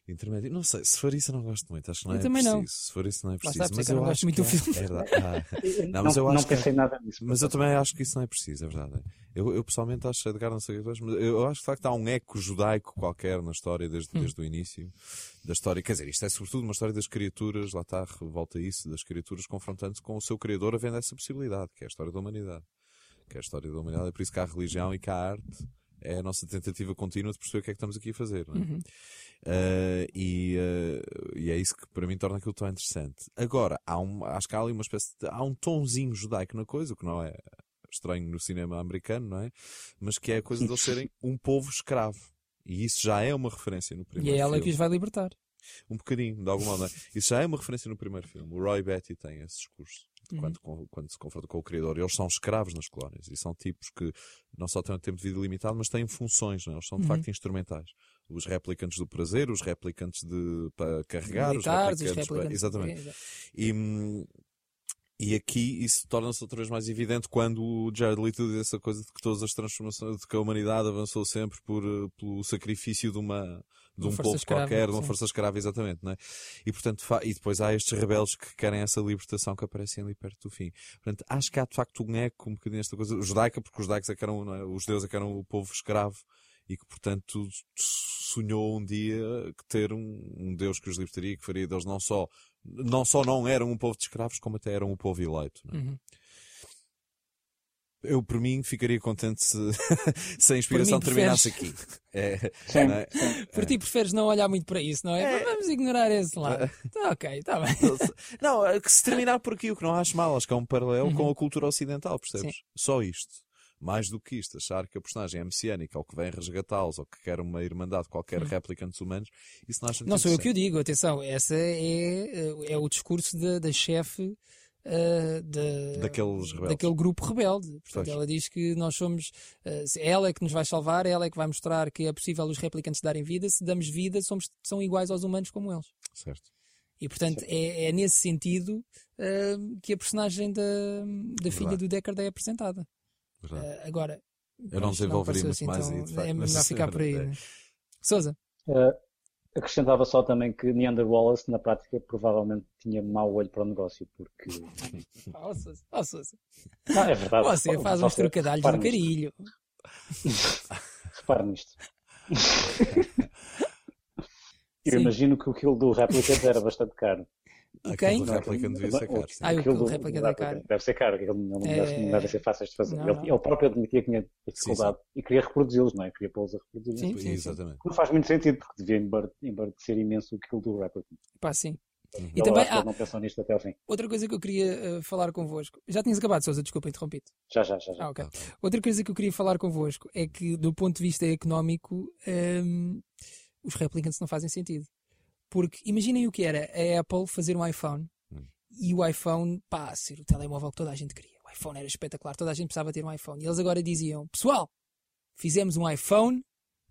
D: Intermédio. Não sei, se for isso eu não gosto muito, acho que não
B: Eu
D: é
B: também
D: preciso.
B: não.
D: Se for isso não é
B: está,
D: preciso.
B: por isso é
D: mas
B: que eu não gosto muito do
D: acho que
B: filme.
D: é- é
B: (laughs)
D: verdade. Ah, Não,
C: Não,
D: mas eu
C: não
D: acho que-
C: pensei nada nisso.
D: mas eu também acho que isso não é preciso, é verdade. Eu, eu pessoalmente acho Edgar não sei o que tu achas, mas eu acho que de facto há um eco judaico qualquer na história desde, desde o início da história. Quer dizer, isto é sobretudo uma história das criaturas, lá está, volta a isso, das criaturas confrontando-se com o seu criador, havendo essa possibilidade, que é a história da humanidade. Que é a história da humanidade, é por isso que há a religião e que há a arte. É a nossa tentativa contínua de perceber o que é que estamos aqui a fazer. Não é?
B: Uhum.
D: Uh, e, uh, e é isso que para mim torna aquilo tão interessante. Agora, há um, acho que há ali uma espécie de. Há um tonzinho judaico na coisa, o que não é estranho no cinema americano, não é? Mas que é a
B: (laughs)
D: coisa de eles serem um povo escravo. E isso já é uma referência no
B: E
D: primeiro
B: é ela que
D: filme.
B: os vai libertar.
D: Um bocadinho, de alguma maneira. Isso já é uma referência no primeiro filme. O Roy Betty tem esse discurso. de
B: Uhum.
D: Quando, con- quando se confronta com o Criador, eles são escravos nas colónias e são tipos que não só têm um tempo de vida limitado, mas têm funções, não é? eles são de
B: Uhum.
D: facto instrumentais. Os replicantes do prazer, os replicantes de, para carregar,
B: Militares,
D: os replicantes. para-
B: replicantes-
D: exatamente.
B: Exato.
D: E, hum, e aqui isso torna-se outra vez mais evidente quando o Jared Leto diz essa coisa de que todas as transformações, de que a humanidade avançou sempre por, eh, pelo sacrifício de uma, de
B: Uma
D: um
B: força
D: povo
B: escrava,
D: qualquer, de uma
B: sim.
D: força escrava, exatamente, não é? E portanto, fa- e depois há estes rebeldes que querem essa libertação que aparecem ali perto do fim. Portanto, acho que há de facto um eco um bocadinho esta coisa judaica, porque os judaicos é que eram, não é? os deuses é que eram o povo escravo e que, portanto, sonhou um dia que ter um, um Deus que os libertaria, que faria deles não só, não só não eram um povo de escravos, como até eram um povo eleito. não é?
B: Uhum.
D: Eu, por mim, ficaria contente se, (laughs) se a inspiração
B: Por mim,
D: terminasse aqui. É,
C: Sim.
D: não é?
B: Por ti preferes não olhar muito para isso, não é? Mas Vamos ignorar esse lado.
D: É.
B: Tá ok, tá bem.
D: Não, é que se terminar por aqui, o que não acho mal, acho que é um paralelo
B: Uhum.
D: com a cultura ocidental, percebes? Só isto. Mais do que isto, achar que a personagem é messiânica ou que vem resgatá-los ou que quer uma irmandade qualquer replicantes humanos, isso não acho
B: Uhum. Não sou eu que
D: interessante.
B: o digo, atenção, essa é, eh, é o discurso da, da chefe eh, da-
D: Daqueles rebeldes.
B: daquele grupo rebelde. Portanto,
D: Pois.
B: ela diz que nós somos, eh, se- ela é que nos vai salvar, ela é que vai mostrar que é possível os replicantes darem vida, se damos vida, somos, são iguais aos humanos como eles.
D: Certo.
B: E portanto, é, é nesse sentido eh, que a personagem da, da filha
D: Verdade.
B: do Deckard é apresentada.
D: Verdade.
B: Eh, agora,
D: Eu não
B: pois,
D: desenvolveria
B: pareceu
D: muito mais aí, de
B: então
D: facto,
B: É
D: mas
B: melhor
D: isso é (laughs)
B: ficar por aí.
D: verdade.
B: Né?
D: (laughs)
B: Souza,
C: Ah, acrescentava só também que Neander Wallace, na prática, provavelmente tinha mau olho para o negócio, porque.
B: ó Souza, ó Souza.
C: Não, é verdade.
D: assim,
B: Você faz uns
D: um
B: trocadalhos
C: repare
B: do
C: nisto,
B: carilho.
C: Repare
D: (laughs)
C: nisto. Eu
B: Sim.
C: imagino que o quilo do Replicant era bastante caro.
B: Ah,
C: é?
B: quem?
D: Aquele réplica devia ser caro. sim.
B: Ah, eu-
C: Aquilo
B: o réplica da cara.
C: Deve ser caro, aquilo não, não
B: É.
C: deve, não deve ser fácil de fazer.
B: Não,
C: ele,
B: não.
C: ele próprio admitia que tinha dificuldade e queria reproduzi-los, não é? Queria pô-los a reproduzir.
B: Sim, sim, sim.
D: Exatamente.
C: Não faz muito sentido, porque devia embar- embardecer imenso aquilo do Replicant.
B: Pá, sim. E
C: Eu
B: também
C: acho que
B: há-
C: ele não pensou nisto até ao fim.
B: Outra coisa que eu queria eh, falar convosco. Já tinhas acabado, Sousa, desculpa, interrompi-te.
C: Já, já, já. já.
B: Ah, ok.
D: Ah, tá.
B: Outra coisa que eu queria falar convosco é que, do ponto de vista económico, hum, os replicants não fazem sentido. Porque imaginem o que era a Apple fazer um iPhone
D: Hum.
B: e o iPhone, pá, ser o telemóvel que toda a gente queria. O iPhone era espetacular, toda a gente precisava ter um iPhone. E eles agora diziam: pessoal, fizemos um iPhone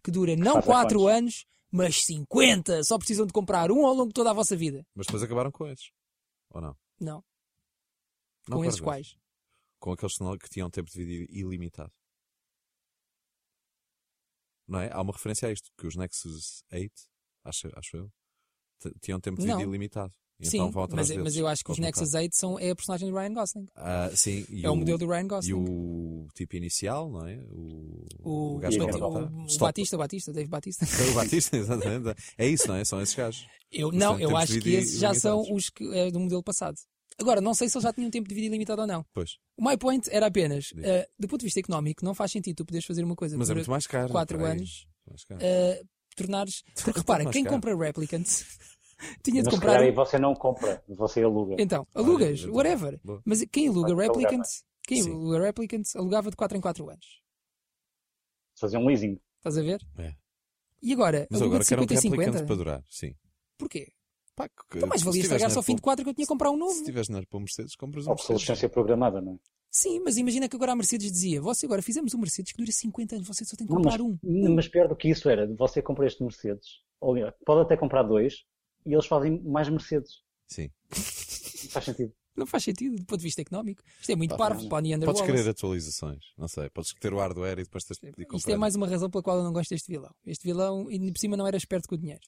B: que dura não
C: Faz
B: 4 anos, mas 50. Só precisam de comprar um ao longo de toda a vossa vida.
D: Mas depois acabaram com esses. Ou não?
B: Não,
D: Não
B: com esses
D: acabaram
B: quais?
D: Com aqueles sinal que tinham tempo de vídeo ilimitado. Não é? Há uma referência a isto, que os Nexus 8, acho, acho eu, t- tinham tempo de
B: Não.
D: vídeo ilimitado.
B: Sim,
D: Então vão atrás
B: mas, é,
D: deles.
B: mas eu acho que os
D: Vão
B: Nexus 8 são, é a personagem do Ryan Gosling.
D: Ah, sim, e
B: é o, modelo do Ryan
D: E
B: Gosling.
D: o tipo inicial, não é? O,
B: O,
D: gajo
C: o-
D: que
C: o-
D: volta.
B: o, o
D: Stop.
B: Batista, o Batista, o Dave Batista.
D: (laughs)
B: (laughs)
D: O Batista, (laughs) exatamente. É isso, não é? São esses gajos.
B: Eu,
D: Mas
B: não,
D: tem
B: eu
D: tempos
B: acho
D: de
B: que
D: vida
B: esses já são
D: ilimitados.
B: os que é do modelo passado. Agora, não sei se eles já tinham tempo de vida ilimitado ou não.
D: Pois.
B: O my point era apenas,
D: Diz.
B: eh, do ponto de vista económico, não faz sentido tu poderes fazer uma coisa
D: Mas é
B: por
D: muito mais caro.
B: 4
D: peraí.
B: anos,
D: Mais Então, caro.
B: eh,
D: (laughs)
B: tornares. Porque repara,
D: mais
B: quem
D: caro.
B: compra Replicants (laughs) tinha
C: Mas
B: de
C: se
B: comprar.
C: calhar aí
B: um-
C: você não compra, você aluga.
B: Então, alugas,
D: é Olha,
B: whatever.
D: boa.
B: Mas quem aluga
C: Vai alugar,
B: Replicants, quem
D: Sim.
B: aluga Replicants alugava de 4 em 4 anos.
C: Fazer um leasing.
B: Estás a ver?
D: É.
B: E agora?
D: Mas
B: aluga
D: agora
B: de
D: quero um
B: 50 em
D: replicante
B: 50?
D: para durar, sim.
B: Porquê?
D: Pá, que-
B: Então mais
D: se
B: valia
D: tiveres
B: estragar só ao
D: dinheiro
B: fim de
D: para-
B: 4 que eu tinha que comprar um
D: Se
B: novo.
D: tiveres dinheiro para um Mercedes, compras um Mercedes.
C: Obsolescência programada, não é?
B: Sim, mas imagina que agora a Mercedes dizia: Você agora fizemos um Mercedes que dura 50 anos, você só tem que
C: Não,
B: comprar
C: mas,
B: um.
C: mas pior do que isso era, você compra este Mercedes, ou melhor, pode até comprar dois, e eles fazem mais Mercedes.
D: Sim.
C: Não Faz sentido.
B: Não faz sentido do ponto de vista económico. Isto é muito
D: Pá,
B: parvo
C: não.
B: para a Neander
D: Podes
B: Wallace.
D: querer atualizações, não sei. Podes ter o hardware e depois tens de pedir
B: Isto é
D: comprar.
B: mais uma razão pela qual eu não gosto deste vilão. Este vilão, e por cima, não era esperto com o
D: (laughs)
B: dinheiro.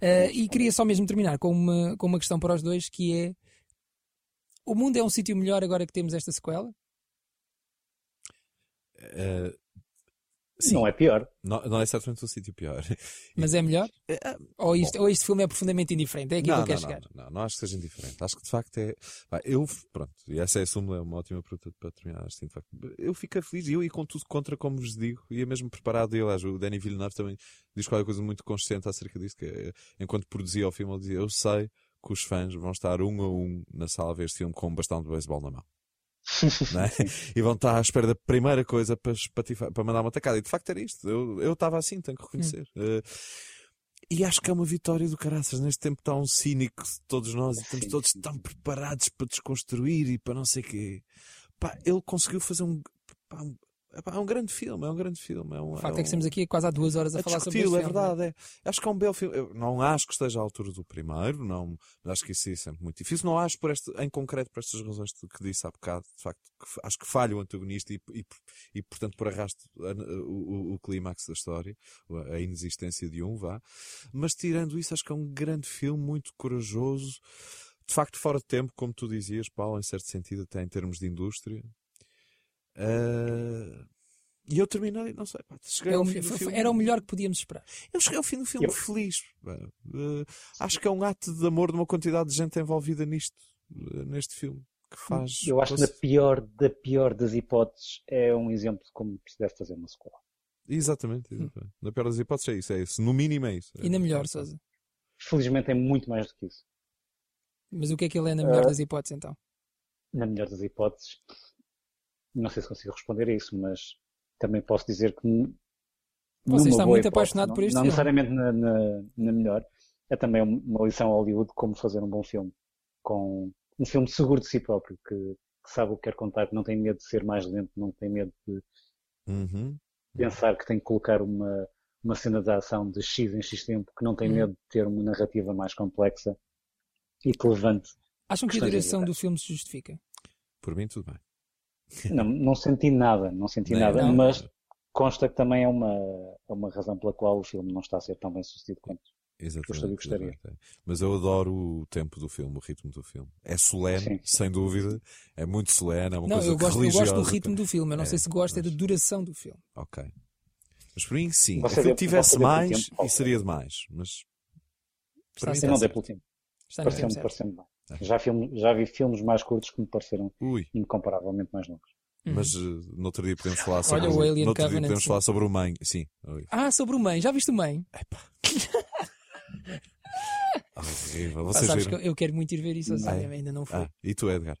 B: Eh, e queria só mesmo terminar com uma, com uma questão para os dois que é: O mundo é um sítio melhor agora que temos esta sequela?
D: Eh, Sim.
C: Não é pior.
D: não, não é certamente um sítio pior.
B: Mas é melhor? Ou este, ou este filme é profundamente indiferente? É aqui que eu quero
D: não,
B: chegar.
D: Não, não, não acho que seja indiferente. Acho que de facto é. Pá, eu, pronto, e essa é a súmula, é uma ótima pergunta para terminar. Assim, de facto. Eu fico feliz, eu e com tudo contra, como vos digo, ia mesmo preparado. E aliás, o Danny Villeneuve também diz qualquer coisa muito consciente acerca disso, que é, enquanto produzia o filme, ele dizia: Eu sei que os fãs vão estar um a um na sala a ver este filme com um bastão de beisebol na mão. (laughs) Não é? E vão estar à espera da primeira coisa para, espatifar- para mandar uma tacada. E de facto era isto. Eu eu estava assim, tenho que reconhecer.
B: Hum.
D: Eh, e acho que é uma vitória do caraças. Neste tempo tão cínico de todos nós e estamos todos tão preparados para desconstruir e para não sei quê. Pá, ele conseguiu fazer um. Pá, um pá, é um grande filme, é um grande filme. É um,
B: O facto é que
D: um-
B: estamos aqui quase há duas horas a,
D: a
B: falar sobre
D: discuti-lo,
B: este
D: é
B: filme.
D: verdade. É. Acho que é um belo filme. Eu não acho que esteja à altura do primeiro, não, mas acho que isso é sempre muito difícil. Não acho, por este, em concreto, por estas razões que que disse há bocado, de facto, que f- acho que falha o antagonista e, e, e, portanto, por arrasto a- o, o- o clímax da história, a inexistência de um, vá. Mas tirando isso, acho que é um grande filme, muito corajoso. De facto, fora de tempo, como tu dizias, Paulo, em certo sentido, até em termos de indústria. Ah, E eu terminei, não sei, pá, cheguei
B: É
D: ao
B: o-
D: fim do
B: foi- foi-
D: um filme.
B: era o melhor que podíamos esperar.
D: Eu cheguei ao fim do filme
C: Eu-
D: feliz. pá. Eh, acho que é um ato de amor de uma quantidade de gente envolvida nisto, eh, neste filme, que faz.
C: Hum, Eu acho que na
D: você-
C: pior, da pior das hipóteses, é um exemplo de como se deve fazer uma sequela.
D: Exatamente,
C: Hum.
D: exatamente. Na pior das hipóteses é isso, é isso. No mínimo é isso.
B: E na melhor, Sousa.
C: Felizmente é muito mais do que isso.
B: Mas o que é que ele é na melhor das hipóteses então?
C: Na melhor das hipóteses, não sei se consigo responder a isso, mas também posso dizer que. n-
B: Você
C: numa
B: está
C: boa
B: muito
C: hipótese,
B: apaixonado
C: não-
B: por este
C: Não
B: filme.
C: necessariamente na, na- na melhor. É também um- uma lição a Hollywood de como fazer um bom filme. Com um filme seguro de si próprio, que, que sabe o que quer contar, que não tem medo de ser mais lento, não tem medo de
D: Uhum.
C: pensar que tem que colocar uma, uma cena de ação de X em X tempo, que não tem
B: Hum.
C: medo de ter uma narrativa mais complexa e que levante.
B: Acham que a
C: Questões
B: direção do
C: individuais.
B: filme se justifica?
D: Por mim, tudo bem.
C: Não, não senti nada, não senti
D: Nem-
C: nada,
B: não.
C: mas consta que também é uma, é uma razão pela qual o filme não está a ser tão bem sucedido quanto.
D: Exatamente,
C: Gostaria, gostaria.
D: exatamente. Mas eu adoro o tempo do filme, o ritmo do filme. É solene,
C: Sim.
D: sem dúvida. É muito solene, é uma
B: não,
D: coisa
B: eu gosto, eu
D: religiosa.
B: gosto do ritmo do filme. Eu não
D: É,
B: sei se gosto é da
D: mas-
B: duração do filme.
D: Ok. Mas por mim, sim.
C: Você
D: Se eu
C: deu-
D: tivesse
C: você deu
D: mais,
C: tempo, Paulo.
D: e seria demais. Mas
B: Está a
D: mim
C: Eu
B: ser
D: tá
C: não
B: certo.
C: dei pelo tempo,
B: Está no tempo
C: pareceu-me
B: certo.
C: pareceu bem. Já, filme- já vi filmes mais curtos que me pareceram
D: Ui.
C: incomparavelmente mais longos.
D: Mas eh, no outro dia podemos falar sobre
B: Uhum. Olha o Alien
D: no outro dia
B: Covenant,
D: podemos
B: sim.
D: falar sobre o mãe. Sim. Ui.
B: Ah, sobre o mãe, já viste o mãe?
D: Horrível.
B: Ah,
D: Vocês
B: sabes que
D: viram?
B: eu- eu quero muito ir ver isso, eu sei,
D: Ah, é?
B: ainda não fui.
D: Ah, e tu, Edgar?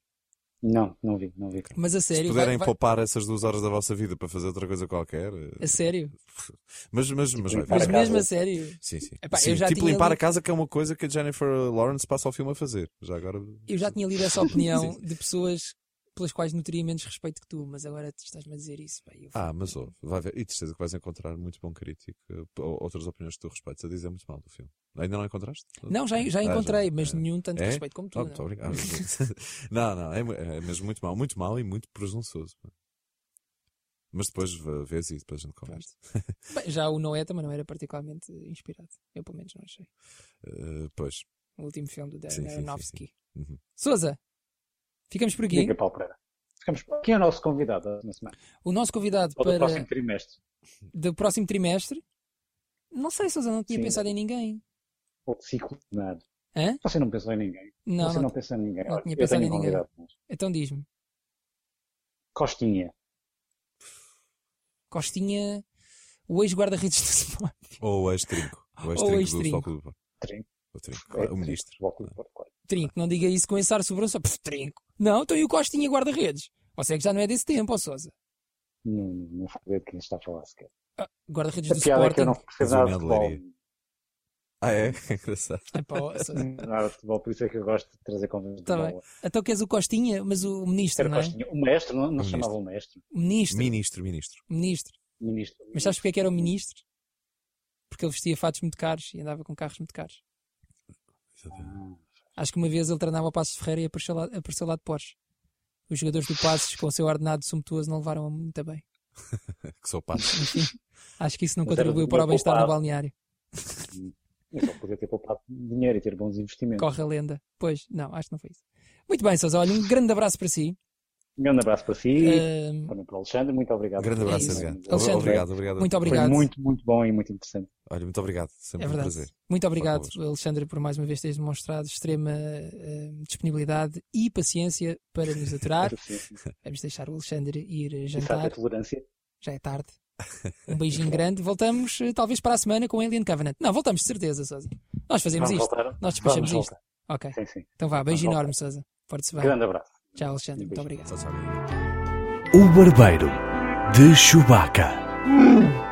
C: Não, não vi, não vi.
B: Mas a
D: Se
B: sério, vai-
D: puderem
B: vai-
D: poupar essas duas horas da vossa vida para fazer outra coisa qualquer. eh,
B: a sério,
D: Mas, mas, mas, vai
C: Para
B: mas
C: casa.
D: ver.
B: mesmo a sério.
D: Sim, sim.
B: Epá,
D: Sim,
B: eu já
D: tipo
B: tinha
D: limpar
B: lido-
D: a casa, que é uma coisa que a Jennifer Lawrence passa ao filme a fazer. Já agora.
B: Eu já tinha lido
D: (laughs)
B: essa opinião de pessoas pelas quais nutria menos respeito que tu, mas agora tu estás-me a dizer isso. pá, eu-
D: Ah, mas ouve, vai ver. E de certeza que vais encontrar muito bom crítico. eh, ou- Outras opiniões que tu respeitas a dizer muito mal do filme. Ainda não encontraste?
B: Não, já, já
D: Ah, já.
B: encontrei, mas nenhum tanto
D: É?
B: respeito como tu.
D: Ah,
B: não.
D: muito
B: (laughs)
D: obrigado. não, não, é, mu- é mesmo muito mal, muito mal e muito presunçoso. pá. Mas depois v- vês e depois a gente (laughs) conversa.
B: Bem, já o Noé também não era particularmente inspirado. Eu, pelo menos, não achei.
D: Eh, pois,
B: O último filme do
D: Sim, sim,
B: Darren
D: sim,
B: Aronofsky.
D: sim. Uhum.
B: Souza, ficamos por aqui.
C: Diga, Paulo Pereira. Ficamos... Quem é o nosso convidado na semana?
B: O nosso convidado
C: Ou do
B: para
C: próximo trimestre?
B: do próximo trimestre. Não sei, Souza, não tinha
C: Sim.
B: pensado em ninguém.
C: Ou de ciclo de nada?
B: Hã?
C: Você não pensou em ninguém.
B: Não,
C: Você
B: não-
C: não, pensou em ninguém.
B: não
C: Olha,
B: tinha
C: eu
B: pensado em
C: tenho um
B: ninguém.
C: convidado. mas-
B: Então diz-me.
C: Costinha.
B: Costinha, o ex-guarda-redes do Sport. (laughs)
D: Ou o ex-trinco. O
B: Ou
D: ex-trinco
B: ex-trinco.
D: do Futebol Clube do Porto.
C: Trinco. É.
D: O trinco, claro, o ministro.
C: Futebol Clube do Porto, claro.
B: Trinco, não diga isso com esse ar sobrança. Pff, (laughs) Trinco. Não, então e o Costinha guarda-redes? Você é que já não é desse tempo, ó Souza.
C: Não, não saber de quem está a falar sequer.
B: Ah, guarda-redes
C: A
B: do
C: piada é
B: Sporting.
C: que eu não percebo
D: Mas o
C: nada de
D: Nel
C: futebol.
D: Leiria. Ah, é? (laughs) Engraçado.
B: Epá, ó, Sousa.
C: Nada de futebol, por isso é que eu gosto de trazer convidados
B: Tá
C: de
B: bem.
C: bola.
B: Então queres o Costinha, mas o ministro,
C: Era
B: não é?
C: Costinha. O mestre, não, não
D: O
C: se
D: ministro.
C: chamava o mestre.
B: O Ministro,
D: Ministro, ministro.
B: o ministro.
C: Ministro.
B: Mas sabes porque é que era o ministro? Porque ele vestia fatos muito caros e andava com carros muito caros.
C: Ah,
B: Acho que uma vez ele treinava o Passos Ferreira e apareceu lá, apareceu lá de Porsche. Os jogadores do Passos, com o seu ordenado sumptuoso, não levaram muito a bem.
D: Que sou padre. (laughs)
B: Acho que isso não
C: Mas era
B: contribuiu
C: dinheiro
B: para o bem-estar no
C: poupado.
B: balneário.
C: Eu só podia ter poupado dinheiro e ter bons investimentos.
B: Corre a lenda. Pois, não, acho que não foi isso. Muito bem, Sousa, olha, um grande abraço para si.
C: Um grande abraço para si,
B: Ahm,
C: também para o Alexandre. Muito obrigado. É
D: Grande
C: por
D: abraço,
B: isso.
D: Edgar.
B: Ah, Alexandre.
D: Obrigado, obrigado.
B: Muito
C: Foi
B: Obrigado.
C: muito, muito bom e muito interessante.
D: Olha, muito obrigado. Sempre
B: É
D: um
B: verdade.
D: prazer.
B: Muito obrigado,
D: convosco.
B: Alexandre, por mais uma vez teres demonstrado extrema eh, disponibilidade e paciência para nos
D: (laughs)
B: aturar.
C: Exato,
B: Vamos deixar o Alexandre ir jantar.
C: é a tolerância.
B: Já é tarde. Um beijinho grande. Voltamos, eh, talvez, para a semana com Alien Covenant. Não, voltamos de certeza, Sousa. Nós fazemos
C: Vamos
B: isto.
C: voltar.
B: Nós despachamos
C: Vamos
B: isto.
C: voltar.
B: Ok.
C: Sim, sim.
B: Então vá, beijo
C: Vamos
B: enorme, Sousa. Porte-se bem.
C: Grande abraço.
B: Tchau, Alexandre. Muito
C: Beijo.
B: obrigado.
D: Tchau, tchau.
A: O Barbeiro de Chewbacca.